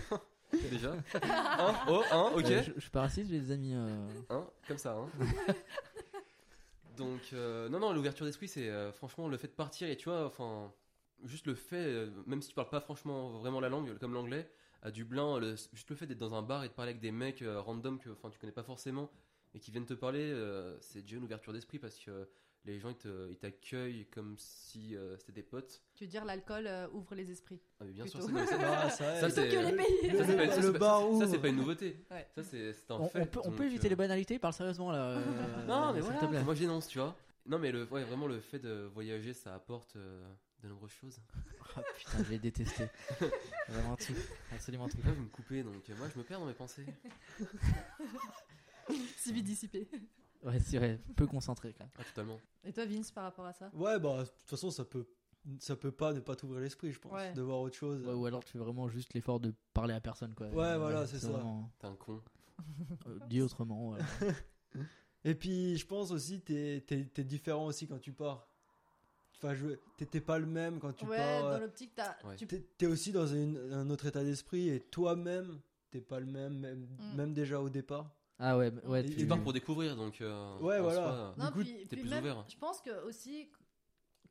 Speaker 5: Déjà. Un, oh, un, ok.
Speaker 4: Euh, je, je suis pas raciste, j'ai des amis. euh,
Speaker 5: Hein, comme ça. Hein. Donc, euh, non, non, l'ouverture d'esprit, c'est euh, franchement le fait de partir. Et tu vois, enfin, juste le fait, euh, même si tu parles pas franchement vraiment la langue, comme l'anglais, à Dublin, le- juste le fait d'être dans un bar et de parler avec des mecs euh, random que enfin, tu connais pas forcément et qui viennent te parler, euh, c'est déjà une ouverture d'esprit parce que euh, les gens ils te- ils t'accueillent comme si euh, c'était des potes.
Speaker 7: Tu veux dire, l'alcool euh, ouvre les esprits.
Speaker 5: Ah, mais bien sûr,
Speaker 7: Plutôt.
Speaker 5: c'est comme ça.
Speaker 6: Ah, ça,
Speaker 5: Ça,
Speaker 6: ouais.
Speaker 5: c'est-
Speaker 7: que les pays
Speaker 5: ça, c'est pas- ça,
Speaker 6: le
Speaker 5: c'est pas-
Speaker 6: bar
Speaker 5: Ça,
Speaker 6: ouvre.
Speaker 5: c'est pas une nouveauté.
Speaker 7: Ouais.
Speaker 5: Ça, c'est c'est un
Speaker 4: On, on
Speaker 5: fait.
Speaker 4: peut, on
Speaker 5: donc,
Speaker 4: peut éviter
Speaker 5: euh,
Speaker 4: les banalités, parle sérieusement là. euh,
Speaker 5: Non, mais
Speaker 4: s'il
Speaker 5: voilà,
Speaker 4: te plaît.
Speaker 5: moi je dénonce, tu vois. Non, mais le, ouais, vraiment, le fait de voyager, ça apporte euh, de nombreuses choses.
Speaker 4: Ah, putain, je l'ai détesté. Vraiment tout. Absolument tout.
Speaker 5: Là, vous me coupez, donc euh, moi je me perds dans mes pensées.
Speaker 7: Si vite dissipé.
Speaker 4: Ouais, c'est vrai, peu concentré quand même.
Speaker 5: Ah, totalement.
Speaker 7: Et toi, Vince, par rapport à ça
Speaker 6: Ouais, bah, de toute façon, ça peut, ça peut pas ne pas t'ouvrir l'esprit, je pense,
Speaker 7: Ouais.
Speaker 6: de voir autre chose.
Speaker 4: Ouais, ou alors tu fais vraiment juste l'effort de parler à personne quoi.
Speaker 6: Ouais, voilà, c'est ça.
Speaker 4: vraiment,
Speaker 5: T'es un con.
Speaker 4: euh, dit autrement. voilà.
Speaker 6: Et puis, je pense aussi, t'es es, différent aussi quand tu pars. Enfin, je veux- t'es t'es pas le même quand tu
Speaker 7: Ouais,
Speaker 6: pars. euh,
Speaker 7: dans l'optique, t'as-
Speaker 5: Ouais.
Speaker 7: tu-
Speaker 6: T'es t'es aussi dans une- un autre état d'esprit et toi-même, t'es pas le même, même,
Speaker 7: Mm.
Speaker 6: même déjà au départ.
Speaker 4: Ah ouais, mais- ouais.
Speaker 6: Et-
Speaker 5: Tu
Speaker 4: tu-
Speaker 5: pars pour découvrir, donc. euh,
Speaker 6: Ouais,
Speaker 5: en
Speaker 6: voilà.
Speaker 5: soi,
Speaker 7: Non,
Speaker 6: coup,
Speaker 7: puis,
Speaker 5: t'es
Speaker 7: puis
Speaker 5: plus
Speaker 7: même,
Speaker 5: ouvert.
Speaker 7: Je pense que aussi,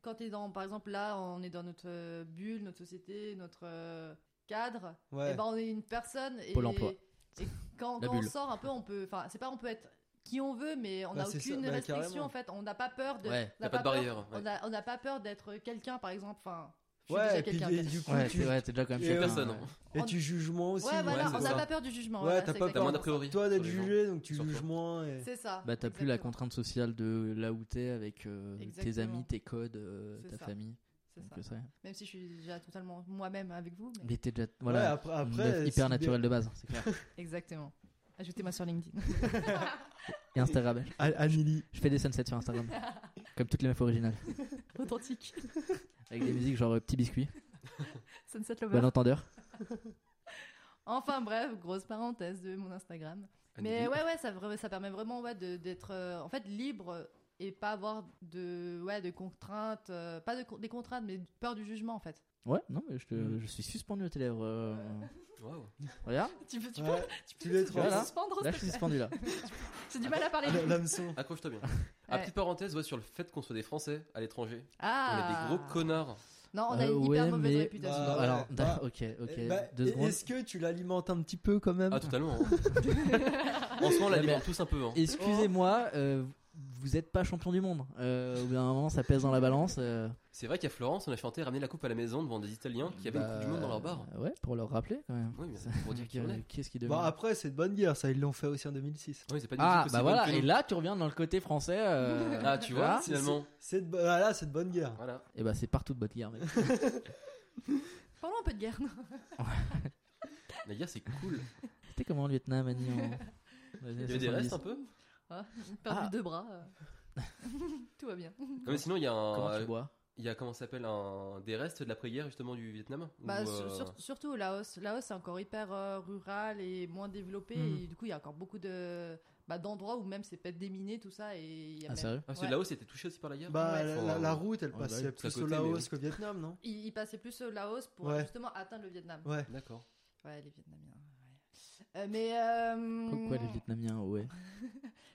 Speaker 7: quand t'es dans, par exemple, là, on est dans notre euh, bulle, notre société, notre euh, cadre,
Speaker 6: Ouais.
Speaker 7: et ben on est une personne. Et,
Speaker 4: Pôle emploi.
Speaker 7: Et quand,
Speaker 4: La
Speaker 7: quand on
Speaker 4: bulle.
Speaker 7: sort un peu, on peut. Enfin, c'est pas, on peut être qui on veut, mais on
Speaker 6: Bah,
Speaker 7: n'a
Speaker 6: c'est ça,
Speaker 7: aucune
Speaker 6: bah,
Speaker 7: restriction
Speaker 6: carrément.
Speaker 7: en fait. On n'a pas peur de.
Speaker 4: Ouais,
Speaker 7: on
Speaker 5: t'as
Speaker 7: n'a
Speaker 5: pas de
Speaker 7: peur-
Speaker 5: barrière, ouais.
Speaker 7: On n'a- on n'a pas peur d'être quelqu'un, par exemple. Enfin, je suis
Speaker 6: Ouais,
Speaker 7: déjà
Speaker 6: et puis
Speaker 7: quelqu'un.
Speaker 6: et du coup,
Speaker 4: ouais,
Speaker 6: tu,
Speaker 4: t'es ouais, t'es déjà quand même
Speaker 6: Et
Speaker 4: quelqu'un,
Speaker 5: Personne.
Speaker 4: ouais.
Speaker 5: hein.
Speaker 6: et tu juges moins aussi.
Speaker 7: ouais, voilà,
Speaker 5: ouais, c'est
Speaker 7: on n'a
Speaker 5: ça.
Speaker 7: pas peur du jugement.
Speaker 6: Ouais,
Speaker 7: voilà,
Speaker 6: t'as
Speaker 7: c'est
Speaker 6: pas-
Speaker 5: T'as moins
Speaker 7: exactement
Speaker 5: d'a priori.
Speaker 6: Toi d'être
Speaker 5: sur les gens.
Speaker 6: jugé, donc tu
Speaker 5: Sur
Speaker 6: juges
Speaker 5: toi.
Speaker 6: moins. Et...
Speaker 7: ça. C'est ça.
Speaker 4: Bah t'as plus la
Speaker 7: exactement.
Speaker 4: contrainte sociale de là où t'es avec euh, tes
Speaker 7: Exactement.
Speaker 4: amis, tes codes, euh,
Speaker 7: C'est
Speaker 4: ta
Speaker 7: ça.
Speaker 4: famille.
Speaker 7: C'est
Speaker 4: Donc,
Speaker 7: ça.
Speaker 4: euh, ça.
Speaker 7: Même si je suis déjà totalement moi-même avec vous. mais-
Speaker 4: Mais t'es déjà
Speaker 6: Ouais,
Speaker 4: voilà,
Speaker 6: après,
Speaker 4: une
Speaker 6: après,
Speaker 4: meuf
Speaker 6: ce qui
Speaker 4: hyper
Speaker 6: est-
Speaker 4: naturel de base, c'est clair.
Speaker 7: Exactement. Ajoutez-moi sur LinkedIn.
Speaker 4: Et Instagram.
Speaker 6: An- Anneli.
Speaker 4: Je fais des sunsets sur Instagram. Comme toutes les meufs originales.
Speaker 7: Authentique.
Speaker 4: Avec des musiques genre euh, Petit Biscuit,
Speaker 7: Sunset Lover.
Speaker 4: Bon Entendeur.
Speaker 7: Enfin bref, grosse parenthèse de mon Instagram. Mais
Speaker 5: Anneli.
Speaker 7: ouais, ouais, ça, vra- ça permet vraiment ouais, de- d'être euh, en fait libre et pas avoir de, ouais, de contraintes, euh, pas de, con- des contraintes, mais peur du jugement en fait.
Speaker 4: Ouais, non, mais je, te-
Speaker 6: Mm.
Speaker 4: je suis suspendu à tes lèvres. euh,
Speaker 5: Waouh.
Speaker 4: Regarde,
Speaker 7: Tu peux, tu peux,
Speaker 6: Ouais,
Speaker 7: tu
Speaker 6: tu les
Speaker 7: peux
Speaker 6: trois.
Speaker 4: Voilà.
Speaker 7: suspendre
Speaker 4: là je suis suspendu là.
Speaker 7: J'ai du mal à
Speaker 6: Ah,
Speaker 7: parler.
Speaker 6: L'hameçon.
Speaker 5: Accroche-toi bien. Ah,
Speaker 7: Ouais.
Speaker 5: petite parenthèse ouais, sur le fait qu'on soit des Français à l'étranger.
Speaker 7: Ah
Speaker 5: On est des gros connards.
Speaker 7: Non, on a
Speaker 4: Euh,
Speaker 7: une hyper
Speaker 4: ouais,
Speaker 7: mauvaise
Speaker 4: mais-
Speaker 7: réputation.
Speaker 6: Bah, Ah ouais.
Speaker 4: Alors, d'accord,
Speaker 6: Ah.
Speaker 4: ok, ok,
Speaker 6: Eh ben,
Speaker 4: deux secondes.
Speaker 6: Est-ce que tu l'alimentes un petit peu quand même
Speaker 5: Ah, totalement. hein. en ce moment, on
Speaker 4: La
Speaker 5: l'alimente
Speaker 4: merde.
Speaker 5: tous un peu. hein.
Speaker 4: Excusez-moi, euh, vous êtes pas champion du monde. Euh, au bout d'un moment, ça pèse dans la balance. euh,
Speaker 5: C'est vrai qu'à Florence, on a chanté ramener la coupe à la maison devant des Italiens qui avaient une
Speaker 4: bah,
Speaker 5: Coupe du Monde dans leur bar.
Speaker 4: Ouais, pour leur rappeler quand même.
Speaker 5: Oui, mais
Speaker 4: Ça-
Speaker 5: pour dire qui on
Speaker 4: euh,
Speaker 5: est.
Speaker 4: Qu'est-ce qui devient
Speaker 6: Bah après, c'est de bonne guerre, ça, ils l'ont fait aussi en 2006.
Speaker 5: Oui, c'est pas une
Speaker 4: Ah,
Speaker 5: musique aussi
Speaker 4: bah
Speaker 5: bonne
Speaker 4: voilà,
Speaker 5: que
Speaker 4: et
Speaker 5: nous.
Speaker 4: là tu reviens dans le côté français. euh,
Speaker 5: Ah, tu vois,
Speaker 4: là.
Speaker 5: finalement.
Speaker 6: C'est de, bo- ah, là, c'est de bonne guerre.
Speaker 5: Voilà.
Speaker 4: Et bah c'est partout de bonne guerre, mec.
Speaker 7: Parlons un peu de guerre. non
Speaker 5: La guerre, c'est cool.
Speaker 4: C'était comment le Vietnam, Annie en... dans les années
Speaker 5: Il y avait des
Speaker 4: 70?
Speaker 5: restes hein, un peu
Speaker 7: Perdu
Speaker 4: Ah.
Speaker 7: deux bras. euh. Tout va bien.
Speaker 5: Non, mais sinon, il y a
Speaker 4: Comment tu
Speaker 5: un.
Speaker 4: bois
Speaker 5: Il y a comment ça s'appelle un... des restes de l'après-guerre justement du Vietnam ou,
Speaker 7: Bah,
Speaker 5: euh,
Speaker 7: sur- sur- surtout au Laos. Laos, c'est encore hyper euh, rural et moins développé.
Speaker 4: Mhm.
Speaker 7: Et du coup, il y a encore beaucoup de bah, d'endroits où même c'est peut-être déminé, tout ça. Et il y
Speaker 4: Ah,
Speaker 7: a même-
Speaker 4: sérieux
Speaker 5: Ah, parce que
Speaker 7: Ouais.
Speaker 5: là-haut, c'était touché aussi par la guerre
Speaker 6: Bah
Speaker 7: Ouais.
Speaker 6: la, la- la route, elle
Speaker 4: Ouais,
Speaker 6: passait
Speaker 4: bah oui,
Speaker 5: c'est à
Speaker 6: plus au
Speaker 5: côté, mais
Speaker 6: Laos
Speaker 5: oui.
Speaker 6: qu'au Vietnam, non
Speaker 7: Ils ils passaient plus au Laos pour
Speaker 6: Ouais.
Speaker 7: justement atteindre le Vietnam.
Speaker 6: Ouais.
Speaker 5: D'accord.
Speaker 7: Ouais, les Vietnamiens. ouais. Euh, mais euh,
Speaker 4: Pourquoi les Vietnamiens Ouais.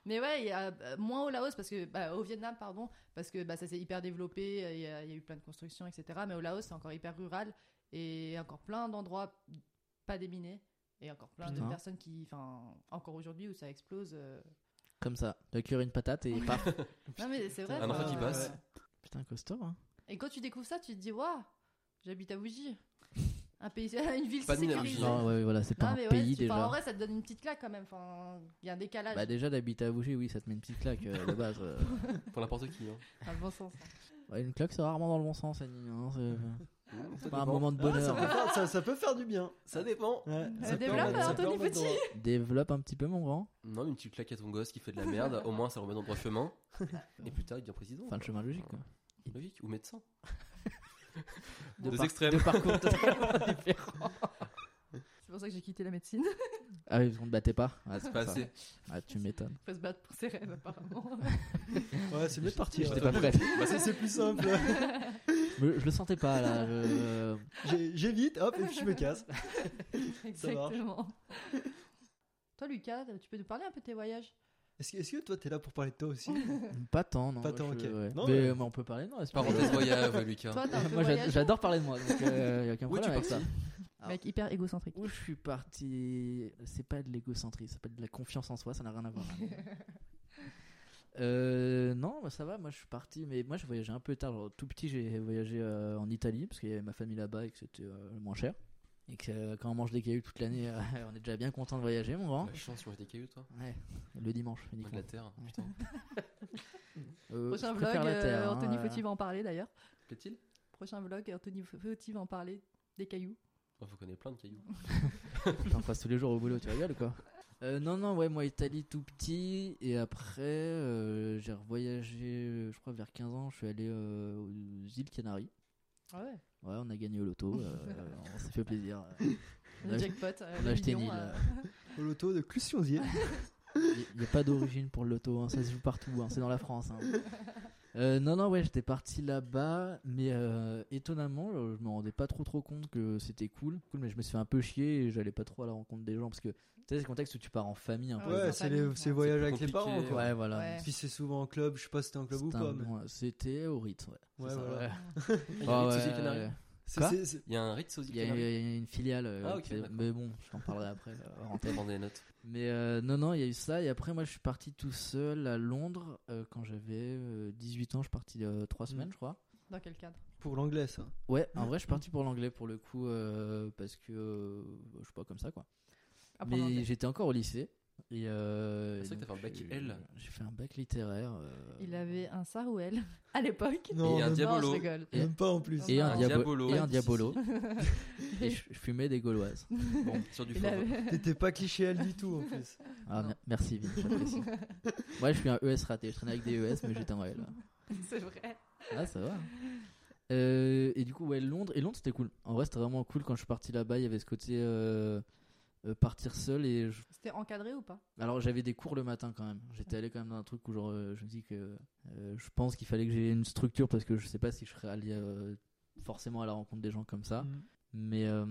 Speaker 7: mais ouais, il y a, euh, moins au Laos parce que bah, au Vietnam pardon parce que bah, ça s'est hyper développé, euh, il y, a- il y a eu plein de constructions etc. Mais au Laos c'est encore hyper rural et encore plein d'endroits pas déminés Et encore plein
Speaker 4: Putain.
Speaker 7: de personnes qui, enfin, encore aujourd'hui où ça explose. euh.
Speaker 4: Comme ça, de cuire une patate et paf.
Speaker 7: Non mais c'est vrai.
Speaker 5: Un enfant
Speaker 7: enfin,
Speaker 5: qui passe.
Speaker 7: euh,
Speaker 4: Putain, costaud, hein.
Speaker 7: Et quand tu découvres ça, tu te dis waouh, j'habite à Ouiji, un pays, une ville
Speaker 5: Pas nul à
Speaker 7: sécurisée.
Speaker 5: Ougy.
Speaker 4: Non, ouais, voilà, c'est pas
Speaker 7: Non,
Speaker 4: un
Speaker 7: Ah, mais ouais,
Speaker 4: pays
Speaker 7: tu- enfin,
Speaker 4: déjà.
Speaker 7: En vrai, ça te donne une petite claque quand même. Enfin, il y a un décalage.
Speaker 4: Bah, déjà, d'habiter à bouger, oui, ça te met une petite claque euh, de base. euh.
Speaker 5: Pour n'importe qui. Hein.
Speaker 7: Dans le bon sens.
Speaker 4: Ouais, une claque, c'est rarement dans le bon sens, Annie. hein, c'est- C'est pas un moment de
Speaker 6: Ah, ça,
Speaker 4: bonheur.
Speaker 6: peut faire, ça- ça peut faire du bien.
Speaker 5: Ça dépend.
Speaker 6: Ouais,
Speaker 7: Euh, Ça
Speaker 6: peut
Speaker 7: développe, hein,
Speaker 6: remettre- ça peut
Speaker 7: Anthony
Speaker 6: remettre
Speaker 7: Petit.
Speaker 6: droit.
Speaker 4: Développe un petit peu, mon grand.
Speaker 5: Non, mais une petite claque à ton gosse qui fait de la merde, au moins ça le remet dans le droit chemin. Et plus tard, il devient président.
Speaker 4: Enfin, le chemin logique, quoi.
Speaker 5: Logique, ou médecin.
Speaker 4: Deux
Speaker 5: Deux
Speaker 4: par-
Speaker 5: extrêmes.
Speaker 4: Deux parcours totalement différents.
Speaker 7: C'est pour ça que j'ai quitté la médecine.
Speaker 4: Ah oui, parce qu'on te battait pas. Ah,
Speaker 5: C'est
Speaker 4: pour
Speaker 5: pas
Speaker 4: ça.
Speaker 5: assez.
Speaker 4: Ah, tu m'étonnes.
Speaker 7: Faut se battre pour ses rêves apparemment.
Speaker 6: Ouais, c'est mieux de partir.
Speaker 4: J'étais pas prête.
Speaker 6: Bah, c'est- c'est plus simple.
Speaker 4: Je, je le sentais pas, là. je- euh,
Speaker 6: J'ai- J'évite, hop, et puis je me casse.
Speaker 7: Exactement. Toi, Lucas, tu peux nous parler un peu de tes voyages
Speaker 6: Est-ce que, est-ce que toi, t'es là pour parler de toi aussi
Speaker 4: Pas tant, non.
Speaker 6: Pas tant,
Speaker 4: je-
Speaker 6: ok.
Speaker 4: ouais.
Speaker 6: Non,
Speaker 4: mais
Speaker 6: mais-
Speaker 4: euh, mais on peut parler de moi. c'est pas
Speaker 5: Parenthèse
Speaker 4: grave.
Speaker 5: voyage, ouais, Lucas.
Speaker 7: Toi, t'as un peu
Speaker 4: Moi, j'a-
Speaker 7: voyagé
Speaker 4: j'adore parler de moi, donc euh, y a aucun
Speaker 5: Oui, tu
Speaker 4: problème avec ça.
Speaker 5: partis.
Speaker 7: Mec hyper égocentrique.
Speaker 4: Où je suis parti, c'est pas de l'égocentrisme, c'est pas de la confiance en soi, ça n'a rien à voir. Euh, non, bah, ça va, moi je suis parti, mais moi je voyageais un peu tard. Genre, tout petit, j'ai voyagé euh, en Italie parce qu'il y avait ma famille là-bas et que c'était euh, le moins cher. Et que euh, quand on mange des cailloux toute l'année, euh, on est déjà bien content de voyager, mon grand.
Speaker 5: La chance, tu manges des cailloux, toi.
Speaker 4: Ouais, le dimanche uniquement.
Speaker 5: Angleterre, putain.
Speaker 4: Euh,
Speaker 7: Prochain
Speaker 4: je
Speaker 7: vlog,
Speaker 4: préfère la
Speaker 7: euh,
Speaker 4: terre, hein,
Speaker 7: Anthony
Speaker 4: euh,
Speaker 7: Fauti va en parler d'ailleurs.
Speaker 5: Plaît-il
Speaker 7: Prochain vlog, Anthony Fauti va en parler des cailloux.
Speaker 5: Oh, Vous connaissez plein de cailloux.
Speaker 4: J'en passe tous les jours au boulot, tu rigoles ou quoi Euh, Non, non, ouais, moi Italie tout petit, et après euh, j'ai revoyagé, euh, je crois vers 15 ans, je suis allé euh, aux îles Canaries.
Speaker 7: Ah ouais.
Speaker 4: Ouais, on a gagné au loto, euh, on s'est fait plaisir.
Speaker 7: Le euh, jackpot.
Speaker 4: on a acheté une île.
Speaker 6: Au loto de Clusionzier.
Speaker 4: Il n'y a pas d'origine pour le loto, hein, ça se joue partout, hein, c'est dans la France. hein. Euh, non, non, ouais, j'étais parti là-bas, mais euh, étonnamment, euh, je me rendais pas trop trop compte que c'était cool, cool, mais je me suis fait un peu chier et j'allais pas trop à la rencontre des gens parce que tu sais, c'est le contexte où tu pars en famille un peu.
Speaker 7: Ouais,
Speaker 6: Ouais,
Speaker 7: sans
Speaker 6: c'est les
Speaker 7: famille,
Speaker 6: c'est
Speaker 7: ouais.
Speaker 6: voyages avec
Speaker 5: C'est
Speaker 6: les
Speaker 5: plus
Speaker 6: parents,
Speaker 5: compliqué,
Speaker 6: quoi.
Speaker 4: Ouais, voilà.
Speaker 7: Ouais.
Speaker 6: Puis c'est souvent en club, je sais pas si c'était en club ou
Speaker 4: euh, C'était
Speaker 6: pas.
Speaker 4: un
Speaker 6: mais-
Speaker 4: bon- euh, C'était au rite, ouais. C'est
Speaker 6: Ouais,
Speaker 4: ça,
Speaker 6: voilà.
Speaker 5: Il y a
Speaker 4: Ah
Speaker 5: un
Speaker 4: ouais,
Speaker 5: rite saucier canari.
Speaker 4: ouais.
Speaker 6: C'est-
Speaker 4: Quoi
Speaker 6: c'est- c'est-
Speaker 5: Il y a un rite saucier
Speaker 4: Il y, a- il y
Speaker 5: canari.
Speaker 4: a une filiale, euh,
Speaker 5: Ah, ok,
Speaker 4: qui est-
Speaker 5: d'accord.
Speaker 4: mais bon, je t'en parlerai après. là, hors antenne.
Speaker 5: Prends des notes.
Speaker 4: mais euh, non, non, il y a eu ça. Et après, moi, je suis parti tout seul à Londres euh, quand j'avais euh, 18 ans. Je suis parti 3
Speaker 5: Mm.
Speaker 4: semaines, je crois.
Speaker 7: Dans quel cadre
Speaker 6: Pour l'anglais, ça.
Speaker 4: Ouais, en vrai, je suis parti pour l'anglais pour le coup euh, parce que euh, je suis pas comme ça quoi.
Speaker 7: Apprendre
Speaker 4: Mais
Speaker 7: Ah, l'anglais.
Speaker 4: j'étais encore au lycée. Et euh,
Speaker 5: Ah, c'est vrai que
Speaker 4: et
Speaker 5: t'as
Speaker 4: donc,
Speaker 5: fait un bac
Speaker 4: j'ai-
Speaker 5: L.
Speaker 4: J'ai fait un bac littéraire. euh,
Speaker 7: Il avait un sarouel à l'époque.
Speaker 6: Non,
Speaker 5: Et un
Speaker 6: même,
Speaker 5: diable.
Speaker 7: Non,
Speaker 5: Diabolo.
Speaker 7: je rigole.
Speaker 4: Et-
Speaker 6: même pas en plus.
Speaker 4: Et un,
Speaker 7: Un
Speaker 4: diabo-
Speaker 5: diabolo.
Speaker 4: Et un
Speaker 5: Si,
Speaker 4: diabolo.
Speaker 7: Et-
Speaker 4: et je, je fumais des gauloises.
Speaker 5: Bon, sur du
Speaker 7: Il
Speaker 5: faux.
Speaker 7: avait-
Speaker 6: T'étais pas cliché elle du tout en plus.
Speaker 4: Ah,
Speaker 7: Non.
Speaker 4: mer- merci, Vin, j'apprécie. Moi, je suis un ES raté. Je traînais avec des ES, mais j'étais un L.
Speaker 7: C'est vrai.
Speaker 4: Ah, ça va. Euh, et du coup, ouais, Londres. Et Londres, c'était cool. En vrai, c'était vraiment cool. Quand je suis parti là-bas, il y avait ce côté euh, euh, partir seul. Et je-
Speaker 7: C'était encadré ou pas
Speaker 4: Alors, j'avais des cours le matin quand même. J'étais allé quand même dans un truc où genre, euh, je me dis que euh, je pense qu'il fallait que j'ai une structure parce que je sais pas si je serais allé euh, forcément à la rencontre des gens comme ça.
Speaker 6: Mhm.
Speaker 4: Mais euh,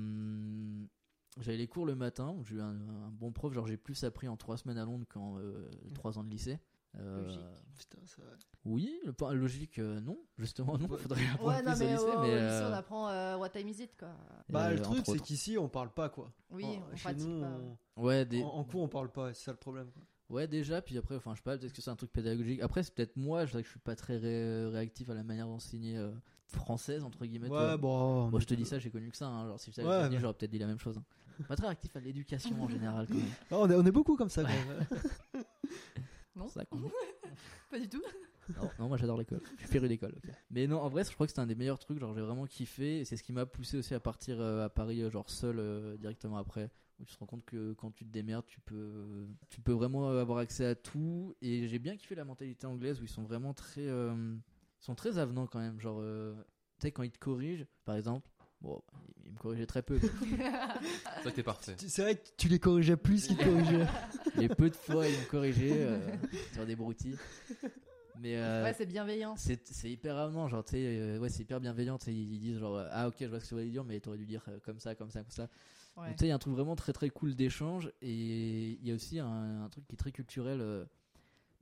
Speaker 4: j'avais les cours le matin, j'ai eu un, un bon prof, genre j'ai plus appris en trois semaines à Londres qu'en euh, trois ans de lycée. Euh,
Speaker 7: Logique.
Speaker 6: Putain, ça va.
Speaker 4: Oui, le, point- logique, euh, non, justement, non,
Speaker 6: Ouais.
Speaker 4: faudrait apprendre plus au lycée, mais,
Speaker 7: on
Speaker 4: euh,
Speaker 7: apprend What Time Is It quoi.
Speaker 6: Bah,
Speaker 4: euh,
Speaker 6: le truc,
Speaker 4: entre
Speaker 6: c'est
Speaker 4: autres.
Speaker 6: qu'ici, on parle pas quoi.
Speaker 7: Oui,
Speaker 6: Oh,
Speaker 7: on
Speaker 6: chez
Speaker 7: pratique
Speaker 6: nous,
Speaker 7: pas.
Speaker 6: on-
Speaker 4: Ouais, des-
Speaker 6: en, en cours, on parle pas, c'est ça le problème. quoi.
Speaker 4: ouais, déjà, puis après, enfin, je sais pas, peut-être que c'est un truc pédagogique. Après, c'est peut-être moi, je sais que je suis pas très ré- réactif à la manière d'enseigner euh, française, entre guillemets. tu vois.
Speaker 6: Ouais, bah, bon.
Speaker 4: Moi, je te dis ça, j'ai connu que ça. hein. Genre, si je t'avais
Speaker 6: Ouais,
Speaker 4: connu,
Speaker 6: mais-
Speaker 4: j'aurais peut-être dit la même chose. hein. Pas très réactif à l'éducation en général, quand même.
Speaker 6: Ah, on, est, on est beaucoup comme ça quand même.
Speaker 7: Non,
Speaker 4: C'est ça qu'on dit.
Speaker 7: pas du tout.
Speaker 4: Non, non, moi j'adore l'école. Je suis féru d'école. ok. Mais non, en vrai, je crois que c'était un des meilleurs trucs. Genre, j'ai vraiment kiffé. Et c'est ce qui m'a poussé aussi à partir euh, à Paris, euh, genre seul, euh, directement après. Où tu te rends compte que quand tu te démerdes, tu peux, tu peux vraiment euh, avoir accès à tout. Et j'ai bien kiffé la mentalité anglaise où ils sont vraiment très. euh, ils sont très avenants quand même. Genre, euh, tu sais, quand ils te corrigent, par exemple. Bon, ils- ils me corrigeaient très peu. mais
Speaker 5: C'est vrai que t'es parfait.
Speaker 6: Tu- C'est vrai que tu les corrigeais plus qu'ils te corrigeaient.
Speaker 4: les peu de fois, ils m'ont corrigé euh, sur des broutilles. Mais euh,
Speaker 7: Ouais, c'est bienveillant.
Speaker 4: C'est c'est hyper avenant, genre, tu sais, euh, ouais, c'est hyper bienveillant, tu sais, ils ils disent genre, euh, ah ok, je vois ce que tu voulais dire, mais t'aurais dû dire euh, comme ça, comme ça, comme ça. Donc,
Speaker 7: Ouais.
Speaker 4: tu sais, il y a un truc vraiment très très cool d'échange, et il y a aussi un, un truc qui est très culturel, euh,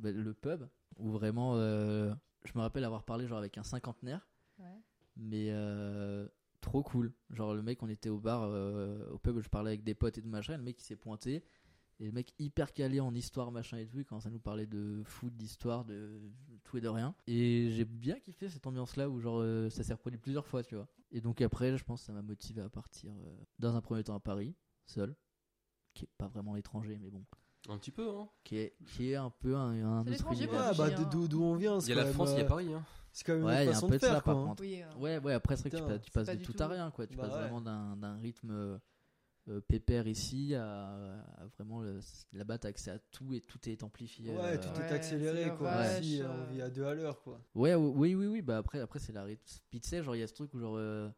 Speaker 4: bah, le pub, où vraiment, euh, je me rappelle avoir parlé genre avec un cinquantenaire,
Speaker 7: Ouais.
Speaker 4: mais euh, trop cool. Genre, le mec, on était au bar, euh, au pub, je parlais avec des potes et tout machin, et le mec, il s'est pointé. Et le mec hyper calé en histoire, machin et tout, il commence à nous parler de foot, d'histoire, de tout et de rien. Et j'ai bien kiffé cette ambiance-là où, genre, euh, ça s'est reproduit plusieurs fois, tu vois. Et donc après, je pense que ça m'a motivé à partir, euh, dans un premier temps à Paris, seul, qui est pas vraiment l'étranger, mais bon,
Speaker 5: Un petit peu, hein.
Speaker 4: qui est, qui est un peu un, un autre
Speaker 7: C'est l'étranger,
Speaker 4: univers.
Speaker 7: quoi.
Speaker 6: Ouais, bah
Speaker 7: J'ai un-
Speaker 6: d'où d'où on vient.
Speaker 5: Il
Speaker 6: c'est
Speaker 5: y a
Speaker 6: quand
Speaker 5: la
Speaker 6: même,
Speaker 5: France, il y a
Speaker 6: euh,
Speaker 5: Paris. Hein.
Speaker 6: C'est quand même
Speaker 4: Ouais, il y
Speaker 6: une
Speaker 4: a un
Speaker 6: façon
Speaker 4: peu
Speaker 6: de
Speaker 4: de ça,
Speaker 6: faire, quoi.
Speaker 4: par
Speaker 6: hein.
Speaker 4: contre.
Speaker 7: Oui, euh,
Speaker 4: Ouais, ouais, après, c'est vrai que tu
Speaker 6: Putain,
Speaker 4: passes, tu passes
Speaker 7: pas
Speaker 4: de
Speaker 7: du
Speaker 4: tout,
Speaker 7: tout.
Speaker 4: à rien, quoi. Tu
Speaker 6: Bah
Speaker 4: passes
Speaker 6: ouais.
Speaker 4: vraiment d'un d'un rythme euh, euh, pépère ici à, à vraiment le- là-bas, t'as accès à tout et tout est amplifié. euh,
Speaker 6: Ouais, tout
Speaker 7: Ouais,
Speaker 6: est accéléré,
Speaker 7: c'est
Speaker 6: quoi.
Speaker 4: vache,
Speaker 6: Ici,
Speaker 7: euh.
Speaker 6: on vit à deux à l'heure, quoi.
Speaker 4: Ouais, ou- oui, oui, oui. Bah après, après c'est la ryth- Puis tu sais, genre, il y a ce truc où, genre, euh,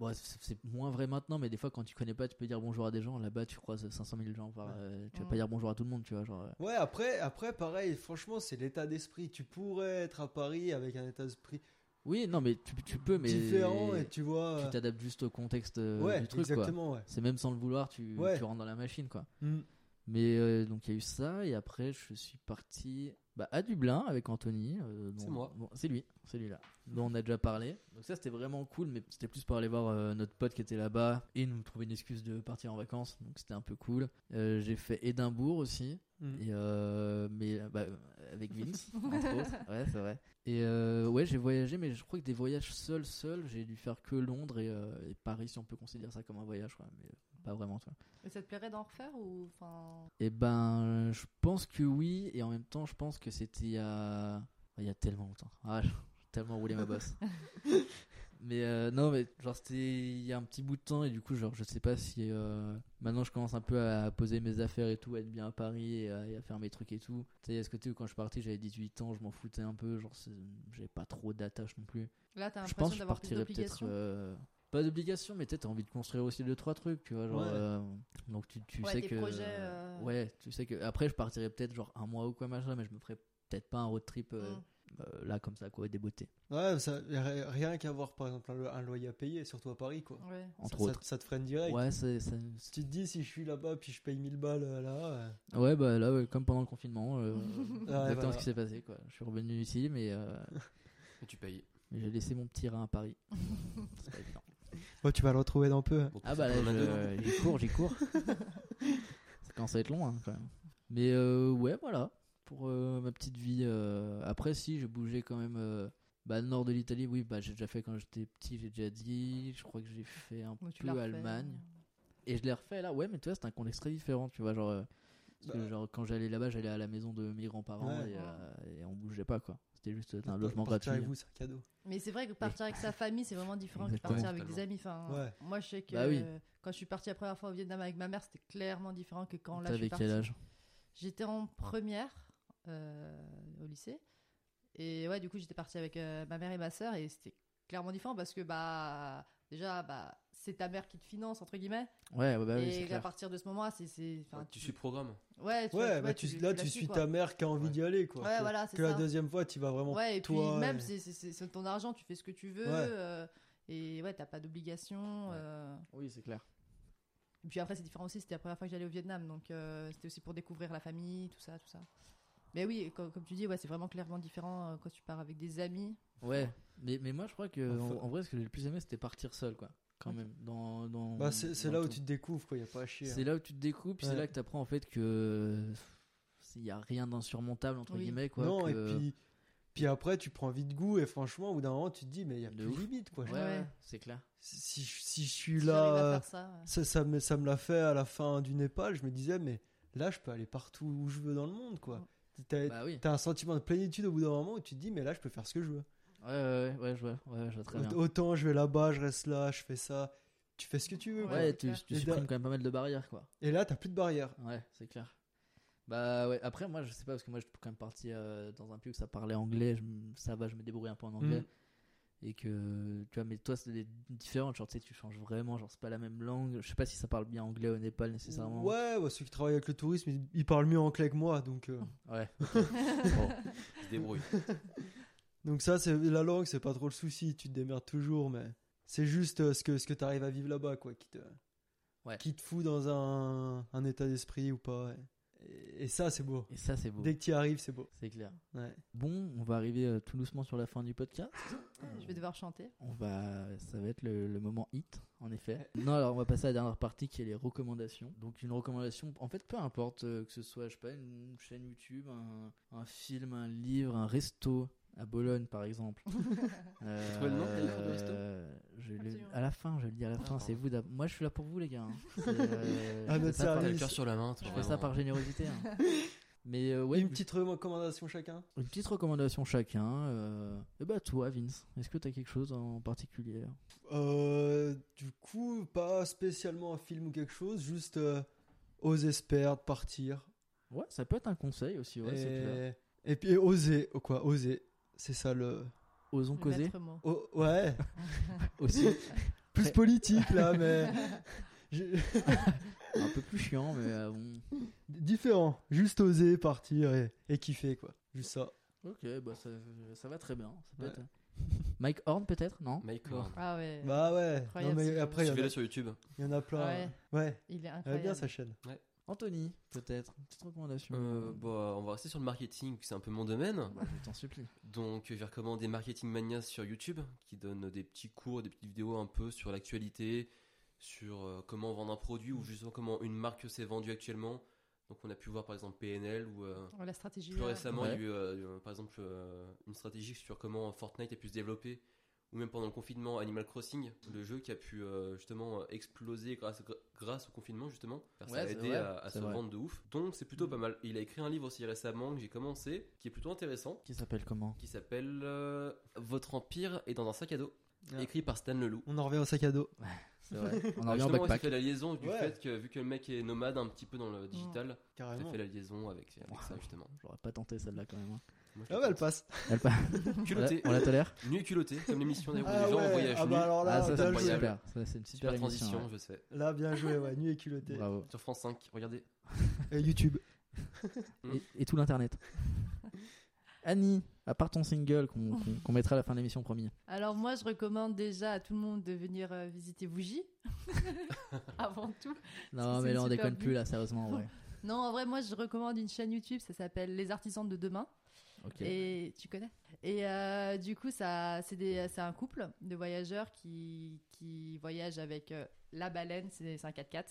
Speaker 4: bon, c'est c'est moins vrai maintenant, mais des fois, quand tu connais pas, tu peux dire bonjour à des gens. Là-bas, tu croises 500 000 gens. par,
Speaker 6: Ouais.
Speaker 4: euh, tu vas
Speaker 7: Mm.
Speaker 4: pas dire bonjour à tout le monde, tu vois. Genre, euh.
Speaker 6: Ouais, après, après, pareil, franchement, c'est l'état d'esprit. Tu pourrais être à Paris avec un état d'esprit
Speaker 4: Oui, non, mais tu, tu peux, mais.
Speaker 6: différent et tu vois.
Speaker 4: tu
Speaker 6: euh,
Speaker 4: t'adaptes juste au contexte euh,
Speaker 6: ouais,
Speaker 4: du truc, quoi.
Speaker 6: exactement, ouais.
Speaker 4: C'est même sans le vouloir, tu,
Speaker 6: Ouais.
Speaker 4: tu rentres dans la machine, quoi.
Speaker 6: Mm.
Speaker 4: Mais euh, donc il y a eu ça, et après je suis parti bah, à Dublin avec Anthony. euh, dont-
Speaker 5: C'est moi.
Speaker 4: bon, c'est lui, c'est lui là, dont on a déjà parlé. Donc ça c'était vraiment cool, mais c'était plus pour aller voir euh, notre pote qui était là-bas et nous trouver une excuse de partir en vacances, donc c'était un peu cool. Euh, J'ai fait Édimbourg aussi,
Speaker 6: Mm.
Speaker 4: et, euh, mais euh, bah, euh, avec Vince, entre autres. Ouais, c'est vrai. Et euh, ouais, j'ai voyagé, mais je crois que des voyages seul, seul, j'ai dû faire que Londres et, euh, et Paris, si on peut considérer ça comme un voyage, quoi, mais euh, pas vraiment, tu vois.
Speaker 7: Et ça te plairait d'en refaire ou enfin
Speaker 4: Eh ben, je pense que oui, et en même temps, je pense que c'était il y a... Il y a tellement longtemps. Ah, j'ai tellement roulé ma bosse. mais euh, non, mais genre, c'était il y a un petit bout de temps, et du coup, genre, je sais pas si... euh, Maintenant, je commence un peu à poser mes affaires et tout, à être bien à Paris, et à, et à faire mes trucs et tout. Tu sais, il y a ce côté où quand je suis parti, j'avais 18 ans, je m'en foutais un peu, genre, c'est- j'avais pas trop d'attache non plus.
Speaker 7: Là, t'as
Speaker 4: Je pense
Speaker 7: l'impression
Speaker 4: que je
Speaker 7: d'avoir plus
Speaker 4: partirais peut-être...
Speaker 7: d'obligations.
Speaker 4: euh, Pas d'obligation, mais peut-être t'as envie de construire aussi deux, trois trucs, tu vois, genre...
Speaker 6: Ouais.
Speaker 4: euh, Donc tu, tu
Speaker 7: Ouais,
Speaker 4: sais
Speaker 7: tes
Speaker 4: que...
Speaker 7: projets, euh,
Speaker 4: Ouais, tu sais que après je partirais peut-être genre un mois ou quoi machin, mais je me ferais peut-être pas un road trip euh,
Speaker 7: Mm.
Speaker 4: euh, là comme ça quoi, déboté.
Speaker 6: Ouais, ça, r- rien qu'à avoir par exemple un lo- un loyer à payer, surtout à Paris, quoi.
Speaker 7: Ouais.
Speaker 4: Entre
Speaker 6: ça, ça-
Speaker 4: autres.
Speaker 6: ça te freine direct.
Speaker 4: Ouais, c'est, c'est-
Speaker 6: Si tu te dis, si je suis là-bas, puis je paye 1000 balles euh, là. euh,
Speaker 4: ouais bah là ouais, comme pendant le confinement, euh, exactement
Speaker 6: ouais, voilà.
Speaker 4: ce qui s'est passé quoi. Je suis revenu ici mais euh,
Speaker 5: Et tu payes.
Speaker 4: mais j'ai laissé mon petit rein à Paris. c'est pas évident.
Speaker 6: Ouais, tu vas le retrouver dans peu. hein.
Speaker 5: Bon,
Speaker 4: Ah bah là
Speaker 5: on en a deux, non
Speaker 4: je- j'y cours, j'y cours. ça commence à être long hein, quand même. Mais euh, ouais voilà pour euh, ma petite vie. euh, Après si j'ai bougé quand même. euh, Bah, le nord de l'Italie, oui, bah, j'ai déjà fait quand j'étais petit, j'ai déjà dit. Je crois que j'ai fait un
Speaker 7: Ou tu euh.
Speaker 4: peu
Speaker 7: l'as refait.
Speaker 4: Allemagne. Et je l'ai refait là, ouais, mais tu vois, c'est un contexte très différent, tu vois. Genre, euh, parce que,
Speaker 6: Bah.
Speaker 4: genre quand j'allais là-bas, j'allais à la maison de mes grands-parents
Speaker 6: Ouais.
Speaker 4: et, euh, et on bougeait pas, quoi. C'était juste euh, t'as un
Speaker 6: Par-
Speaker 4: logement
Speaker 6: partir
Speaker 4: gratuit.
Speaker 6: avec vous, c'est un cadeau.
Speaker 7: Mais c'est vrai que partir avec sa famille, c'est vraiment différent que
Speaker 4: Exactement.
Speaker 7: partir avec des amis. Enfin,
Speaker 6: Ouais.
Speaker 7: moi, je sais que
Speaker 4: Bah oui.
Speaker 7: euh, quand je suis partie la première fois au Vietnam avec ma mère, c'était clairement différent que quand là je
Speaker 4: T'avais
Speaker 7: suis
Speaker 4: quel
Speaker 7: partie.
Speaker 4: âge
Speaker 7: J'étais en première euh, au lycée et ouais, du coup, j'étais partie avec euh, ma mère et ma sœur et c'était clairement différent parce que bah déjà bah c'est ta mère qui te finance entre guillemets
Speaker 4: Ouais, ouais, bah oui, c'est
Speaker 7: et à
Speaker 4: clair.
Speaker 7: partir de ce moment-là, c'est c'est enfin,
Speaker 5: Ouais, Ah, Tu suis programme.
Speaker 7: ouais, tu-
Speaker 6: Ouais,
Speaker 7: ouais,
Speaker 6: bah,
Speaker 7: tu-
Speaker 6: tu,
Speaker 7: tu
Speaker 6: là,
Speaker 7: la
Speaker 6: tu
Speaker 7: suis,
Speaker 6: suis
Speaker 7: quoi.
Speaker 6: ta mère qui a envie d'y aller, quoi.
Speaker 7: Ouais,
Speaker 6: Que-
Speaker 7: voilà, c'est
Speaker 6: que la
Speaker 7: ça.
Speaker 6: deuxième fois, tu vas vraiment
Speaker 7: Ouais, et
Speaker 6: toi,
Speaker 7: puis même,
Speaker 6: et-
Speaker 7: c'est- c'est- c'est c'est ton argent, tu fais ce que tu veux.
Speaker 6: Ouais.
Speaker 7: euh, et ouais, t'as pas d'obligation.
Speaker 4: Ouais.
Speaker 7: euh.
Speaker 4: Oui, c'est clair.
Speaker 7: Et puis après, c'est différent aussi, c'était la première fois que j'allais au Vietnam, donc euh, c'était aussi pour découvrir la famille, tout ça, tout ça. Mais oui, co- comme, tu dis, ouais, c'est vraiment clairement différent euh, quand tu pars avec des amis.
Speaker 4: Ouais, mais, mais moi je crois que en,
Speaker 6: Enfin.
Speaker 4: en vrai ce que j'ai le plus aimé c'était partir seul quoi, quand
Speaker 7: Ok.
Speaker 4: même. Dans, dans,
Speaker 6: Bah, c'est c'est
Speaker 4: dans
Speaker 6: là où
Speaker 4: tout.
Speaker 6: tu te découvres, quoi. Y a pas à chier.
Speaker 4: C'est
Speaker 6: hein.
Speaker 4: là où tu te découpes, c'est
Speaker 6: Ouais.
Speaker 4: là que tu apprends en fait que il n'y a rien d'insurmontable entre
Speaker 7: Oui.
Speaker 4: guillemets quoi.
Speaker 6: non,
Speaker 4: que-
Speaker 6: et puis, puis après, tu prends vite goût, et franchement, au bout d'un moment, tu te dis, mais il y a
Speaker 4: De
Speaker 6: plus
Speaker 4: ouf.
Speaker 6: de limite, quoi.
Speaker 4: Ouais,
Speaker 7: Ouais.
Speaker 4: ouais, c'est clair.
Speaker 6: Si, je- si je suis
Speaker 7: Si j'arrive à
Speaker 6: là, euh,
Speaker 7: faire ça, ouais.
Speaker 6: ça, ça me, ça me l'a fait à la fin du Népal, je me disais, mais là, je peux aller partout où je veux dans le monde, quoi. T'as
Speaker 4: Bah oui.
Speaker 6: t'as un sentiment de plénitude au bout d'un moment où tu te dis, mais là, je peux faire ce que je veux.
Speaker 4: Ouais, ouais, ouais, ouais, je vois, ouais, je vois très bien.
Speaker 6: Autant je vais là-bas, je reste là, je fais ça. Tu fais ce que tu veux.
Speaker 7: Ouais,
Speaker 4: Ouais,
Speaker 7: c'est
Speaker 6: quoi.
Speaker 4: tu,
Speaker 7: clair.
Speaker 4: tu
Speaker 6: Et
Speaker 4: supprimes
Speaker 6: da-
Speaker 4: quand même pas mal de barrières quoi.
Speaker 6: Et là, t'as plus de barrière.
Speaker 4: Ouais, c'est clair. Bah ouais, après moi je sais pas parce que moi je suis quand même parti euh, dans un pays où ça parlait anglais, je m- ça va, je me débrouille un peu en anglais.
Speaker 6: Mm.
Speaker 4: Et que tu vois, mais toi c'est des- différent, genre tu sais, tu changes vraiment, genre c'est pas la même langue. Je sais pas si ça parle bien anglais au Népal nécessairement.
Speaker 6: Ouais, ouais, ceux qui travaillent avec le tourisme, ils, ils parlent mieux anglais que moi. Donc, euh,
Speaker 4: Ouais. Bon.
Speaker 5: Tu te débrouilles.
Speaker 4: Ah,
Speaker 6: donc ça, c'est la langue, c'est pas trop le souci. Tu te démerdes toujours, mais c'est juste euh, ce que, ce que t'arrives à vivre là-bas, quoi, qui te,
Speaker 4: Ouais.
Speaker 6: qui te fout dans un, un état d'esprit ou pas. ouais. Et, et ça, c'est beau.
Speaker 4: Et ça, c'est beau.
Speaker 6: Dès que tu y arrives, c'est beau.
Speaker 4: C'est clair.
Speaker 6: Ouais.
Speaker 4: Bon, on va arriver euh, tout doucement sur la fin du podcast.
Speaker 7: euh, Je vais devoir chanter.
Speaker 4: On va, ça va être le, le moment hit, en effet. Non, alors on va passer à la dernière partie qui est les recommandations. Donc une recommandation, en fait, peu importe euh, que ce soit, je sais pas, une chaîne YouTube, un, un film, un livre, un resto à Bologne, par exemple. Euh,
Speaker 5: trouvé le nom, t'as dit, pour le resto
Speaker 4: je le-
Speaker 7: Absolument.
Speaker 4: À la fin, je le dis à la fin. C'est vous. d'ab- Moi, je suis là pour vous, les gars. hein. C'est, euh,
Speaker 6: À
Speaker 5: Ah,
Speaker 4: je fais
Speaker 6: notre
Speaker 4: ça par-
Speaker 5: T'as le
Speaker 6: service.
Speaker 5: cœur sur la main, toi.
Speaker 4: je fais ça
Speaker 5: bah, vraiment.
Speaker 4: par générosité. hein. Mais euh, ouais,
Speaker 6: une petite recommandation chacun.
Speaker 4: une petite recommandation chacun. Euh... Et bah toi, Vince, est-ce que t'as quelque chose en particulier
Speaker 6: Euh, du coup, pas spécialement un film ou quelque chose, juste euh, oser se perdre, partir.
Speaker 4: Ouais, ça peut être un conseil aussi. Ouais, c'est clair.
Speaker 6: et... et puis et oser, oh, quoi, oser. C'est ça le.
Speaker 4: Osons
Speaker 7: Le
Speaker 4: causer
Speaker 7: maître mot.
Speaker 6: Oh, ouais,
Speaker 4: aussi.
Speaker 6: plus politique là, mais. J'ai-
Speaker 4: un peu plus chiant, mais euh, bon.
Speaker 6: Différent. Juste oser, partir et, et kiffer, quoi. Juste ça.
Speaker 4: Ok, bah ça, ça va très bien. ça peut
Speaker 6: Ouais.
Speaker 4: être- euh. Mike Horn peut-être, non
Speaker 5: Mike
Speaker 4: Bon.
Speaker 5: Horn.
Speaker 7: Ah ouais.
Speaker 6: Bah ouais. Non,
Speaker 7: Incroyable,
Speaker 6: mais
Speaker 7: ce
Speaker 6: après, il y, en
Speaker 5: Suivez-le
Speaker 6: a-
Speaker 5: sur YouTube.
Speaker 6: il y en a plein.
Speaker 7: Ouais.
Speaker 6: ouais.
Speaker 7: Il est
Speaker 6: Elle est
Speaker 7: incroyable.
Speaker 6: bien sa chaîne.
Speaker 4: Anthony peut-être. Petite recommandation.
Speaker 5: Euh, bah, on va rester sur le marketing, c'est un peu mon domaine.
Speaker 4: Bah, je t'en supplie.
Speaker 5: Donc, j'ai recommandé Marketing Mania sur YouTube, qui donne des petits cours, des petites vidéos un peu sur l'actualité, sur euh, comment vendre un produit ou justement comment une marque s'est vendue actuellement. Donc, on a pu voir par exemple PNL ou euh,
Speaker 7: Oh, La stratégie.
Speaker 5: plus
Speaker 7: euh,
Speaker 5: récemment,
Speaker 4: Ouais.
Speaker 5: il y a eu euh, par exemple euh, une stratégie sur comment Fortnite a pu se développer, ou même pendant le confinement, Animal Crossing, le jeu qui a pu euh, justement exploser grâce, grâce au confinement, justement. Car
Speaker 4: Ouais,
Speaker 5: ça a
Speaker 4: c'est
Speaker 5: aidé
Speaker 4: vrai,
Speaker 5: à, à
Speaker 4: c'est
Speaker 5: se
Speaker 4: vrai. Mm.
Speaker 5: vendre de ouf. Donc, c'est plutôt pas mal. Il a écrit un livre aussi récemment que j'ai commencé, qui est plutôt intéressant
Speaker 4: Qui s'appelle comment
Speaker 5: qui s'appelle euh, Votre empire est dans un sac à dos,
Speaker 6: Ah.
Speaker 5: écrit par Stan Leloup.
Speaker 6: On en revient au sac à dos.
Speaker 4: C'est vrai. On en
Speaker 5: Ah,
Speaker 4: revient en
Speaker 5: justement, ça
Speaker 4: backpack. Mm.
Speaker 5: fait la liaison du
Speaker 6: Ouais.
Speaker 5: fait que vu que le mec est nomade un petit peu dans le digital,
Speaker 4: Ah
Speaker 5: ça
Speaker 6: Carrément.
Speaker 5: fait la liaison avec, avec
Speaker 4: Ouais.
Speaker 5: ça justement.
Speaker 4: J'aurais pas tenté celle-là quand même. hein.
Speaker 5: Moi, je
Speaker 6: Ah
Speaker 5: le
Speaker 6: ouais, elle
Speaker 5: tente.
Speaker 6: passe.
Speaker 4: Elle pa- on, la,
Speaker 5: Culotté,
Speaker 4: on la tolère
Speaker 5: nu et culotté, comme l'émission des où
Speaker 6: Ah
Speaker 5: les gens
Speaker 6: ouais,
Speaker 5: voyagent
Speaker 6: ah
Speaker 5: nus.
Speaker 6: bah alors là,
Speaker 4: Ah, ça,
Speaker 6: bien
Speaker 4: c'est
Speaker 5: incroyable.
Speaker 6: joué.
Speaker 4: super. Ça, c'est une super,
Speaker 5: Super
Speaker 4: émission.
Speaker 5: transition,
Speaker 4: ouais.
Speaker 5: je sais.
Speaker 6: Là, bien joué, ouais, nu et culotté.
Speaker 4: Bravo.
Speaker 5: Sur France 5, regardez.
Speaker 6: Et YouTube.
Speaker 4: Et, et tout l'internet. Annie, à part ton single qu'on qu'on- qu'on mettra à la fin de l'émission, promis.
Speaker 7: Alors moi, je recommande déjà à tout le monde de venir euh, visiter Bougie. Avant tout.
Speaker 4: Non,
Speaker 7: c'est
Speaker 4: mais
Speaker 7: une
Speaker 4: là on
Speaker 7: super
Speaker 4: déconne
Speaker 7: vue.
Speaker 4: plus là, sérieusement. Ouais.
Speaker 7: Non, en vrai, moi, je recommande une chaîne YouTube. Ça s'appelle Les Artisans de demain.
Speaker 4: Ok.
Speaker 7: Et tu connais Et euh, du coup, ça, c'est des- c'est un couple de voyageurs qui, qui voyagent avec euh, la baleine, c'est c'est un 4x4.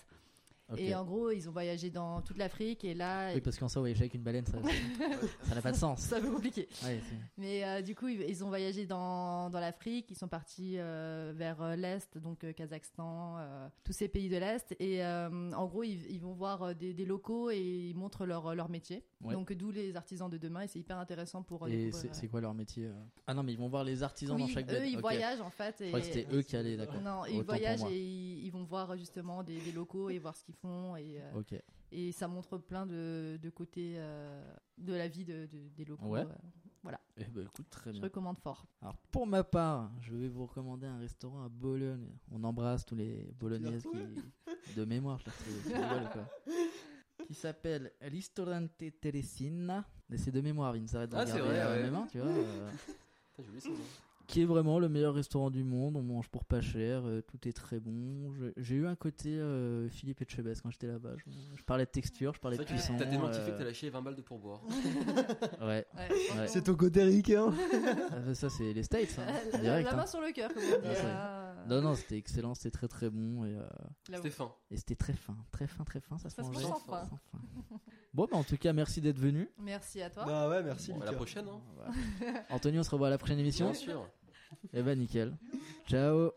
Speaker 4: Ok.
Speaker 7: Et en gros, ils ont voyagé dans toute l'Afrique et là,
Speaker 4: Oui, parce qu'en soi, voyager avec une baleine, ça ça n'a pas de sens.
Speaker 7: c'est un peu compliqué.
Speaker 4: Ouais, c'est-
Speaker 7: Mais euh, du coup, ils, ils ont voyagé dans, dans l'Afrique, ils sont partis euh, vers euh, l'Est, donc euh, Kazakhstan, euh, tous ces pays de l'Est. Et euh, en gros, ils, ils vont voir euh, des, des locaux et ils montrent leur, leur métier.
Speaker 4: Ouais.
Speaker 7: Donc d'où les artisans de demain et c'est hyper intéressant pour... euh,
Speaker 4: Et
Speaker 7: découvrir,
Speaker 4: c'est
Speaker 7: euh,
Speaker 4: c'est quoi leur métier euh Ah non, mais ils vont voir les artisans
Speaker 7: oui,
Speaker 4: dans chaque
Speaker 7: eux,
Speaker 4: bled.
Speaker 7: ils
Speaker 4: Ok.
Speaker 7: voyagent en fait.
Speaker 4: Je
Speaker 7: Et...
Speaker 4: crois que c'était eux qui allaient, d'accord.
Speaker 7: Non,
Speaker 4: Autant
Speaker 7: ils
Speaker 4: pour
Speaker 7: voyagent
Speaker 4: moi.
Speaker 7: et ils, ils vont voir justement des, des locaux et voir ce qu'ils font. Et, euh,
Speaker 4: Ok. Eh
Speaker 7: et ça montre plein de, de côtés euh, de la vie de, de- des locaux.
Speaker 4: Ouais.
Speaker 7: euh,
Speaker 4: Eh ben, écoute, très
Speaker 7: je
Speaker 4: bien.
Speaker 7: recommande fort.
Speaker 4: Alors, pour ma part, je vais vous recommander un restaurant à Bologne. On embrasse tous les Bolognaises qui. De mémoire, je l'ai retrouvé, tu rigoles, quoi. Qui s'appelle Ristorante Teresina. Mais c'est de mémoire, Vin, s'arrête de
Speaker 5: Ah, c'est
Speaker 4: regarder
Speaker 5: vrai,
Speaker 4: euh,
Speaker 5: ouais.
Speaker 4: mes mains, tu vois. euh,
Speaker 5: Putain, j'ai oublié son nom.
Speaker 4: qui est vraiment le meilleur restaurant du monde. On mange pour pas cher, euh, tout est très bon. Je- J'ai eu un côté euh, Philippe Etchebest quand j'étais là-bas. Je, je parlais de texture, je parlais
Speaker 5: C'est
Speaker 4: de
Speaker 5: vrai que
Speaker 4: cuisson.
Speaker 5: t'as tellement kiffé que
Speaker 4: euh, Ah
Speaker 5: t'as lâché 20 balles de pourboire.
Speaker 4: Ouais, Ouais.
Speaker 6: C'est ton hein côté ricain.
Speaker 4: Ah, ça c'est les States, hein,
Speaker 7: Euh, La-
Speaker 4: direct.
Speaker 7: la
Speaker 4: hein.
Speaker 7: main sur le cœur, comme on dit.
Speaker 4: Ah, c'est-
Speaker 7: Ah,
Speaker 4: Non, non, c'était excellent, c'était très très bon et, euh,
Speaker 7: là-haut.
Speaker 5: C'était fin.
Speaker 4: et c'était très fin, très fin, très fin, ça,
Speaker 7: Ça se
Speaker 4: mangeait.
Speaker 7: mange sans
Speaker 5: fin.
Speaker 4: Sans fin. Bon, bah, en tout cas, merci d'être venu.
Speaker 7: Merci à toi.
Speaker 6: Ah ouais, merci.
Speaker 5: Bon, à
Speaker 6: Lucas.
Speaker 5: la prochaine, hein.
Speaker 4: Voilà. Anthony, on se revoit à la prochaine Eh ben, émission.
Speaker 5: Bien sûr.
Speaker 4: Et bah nickel. Ciao.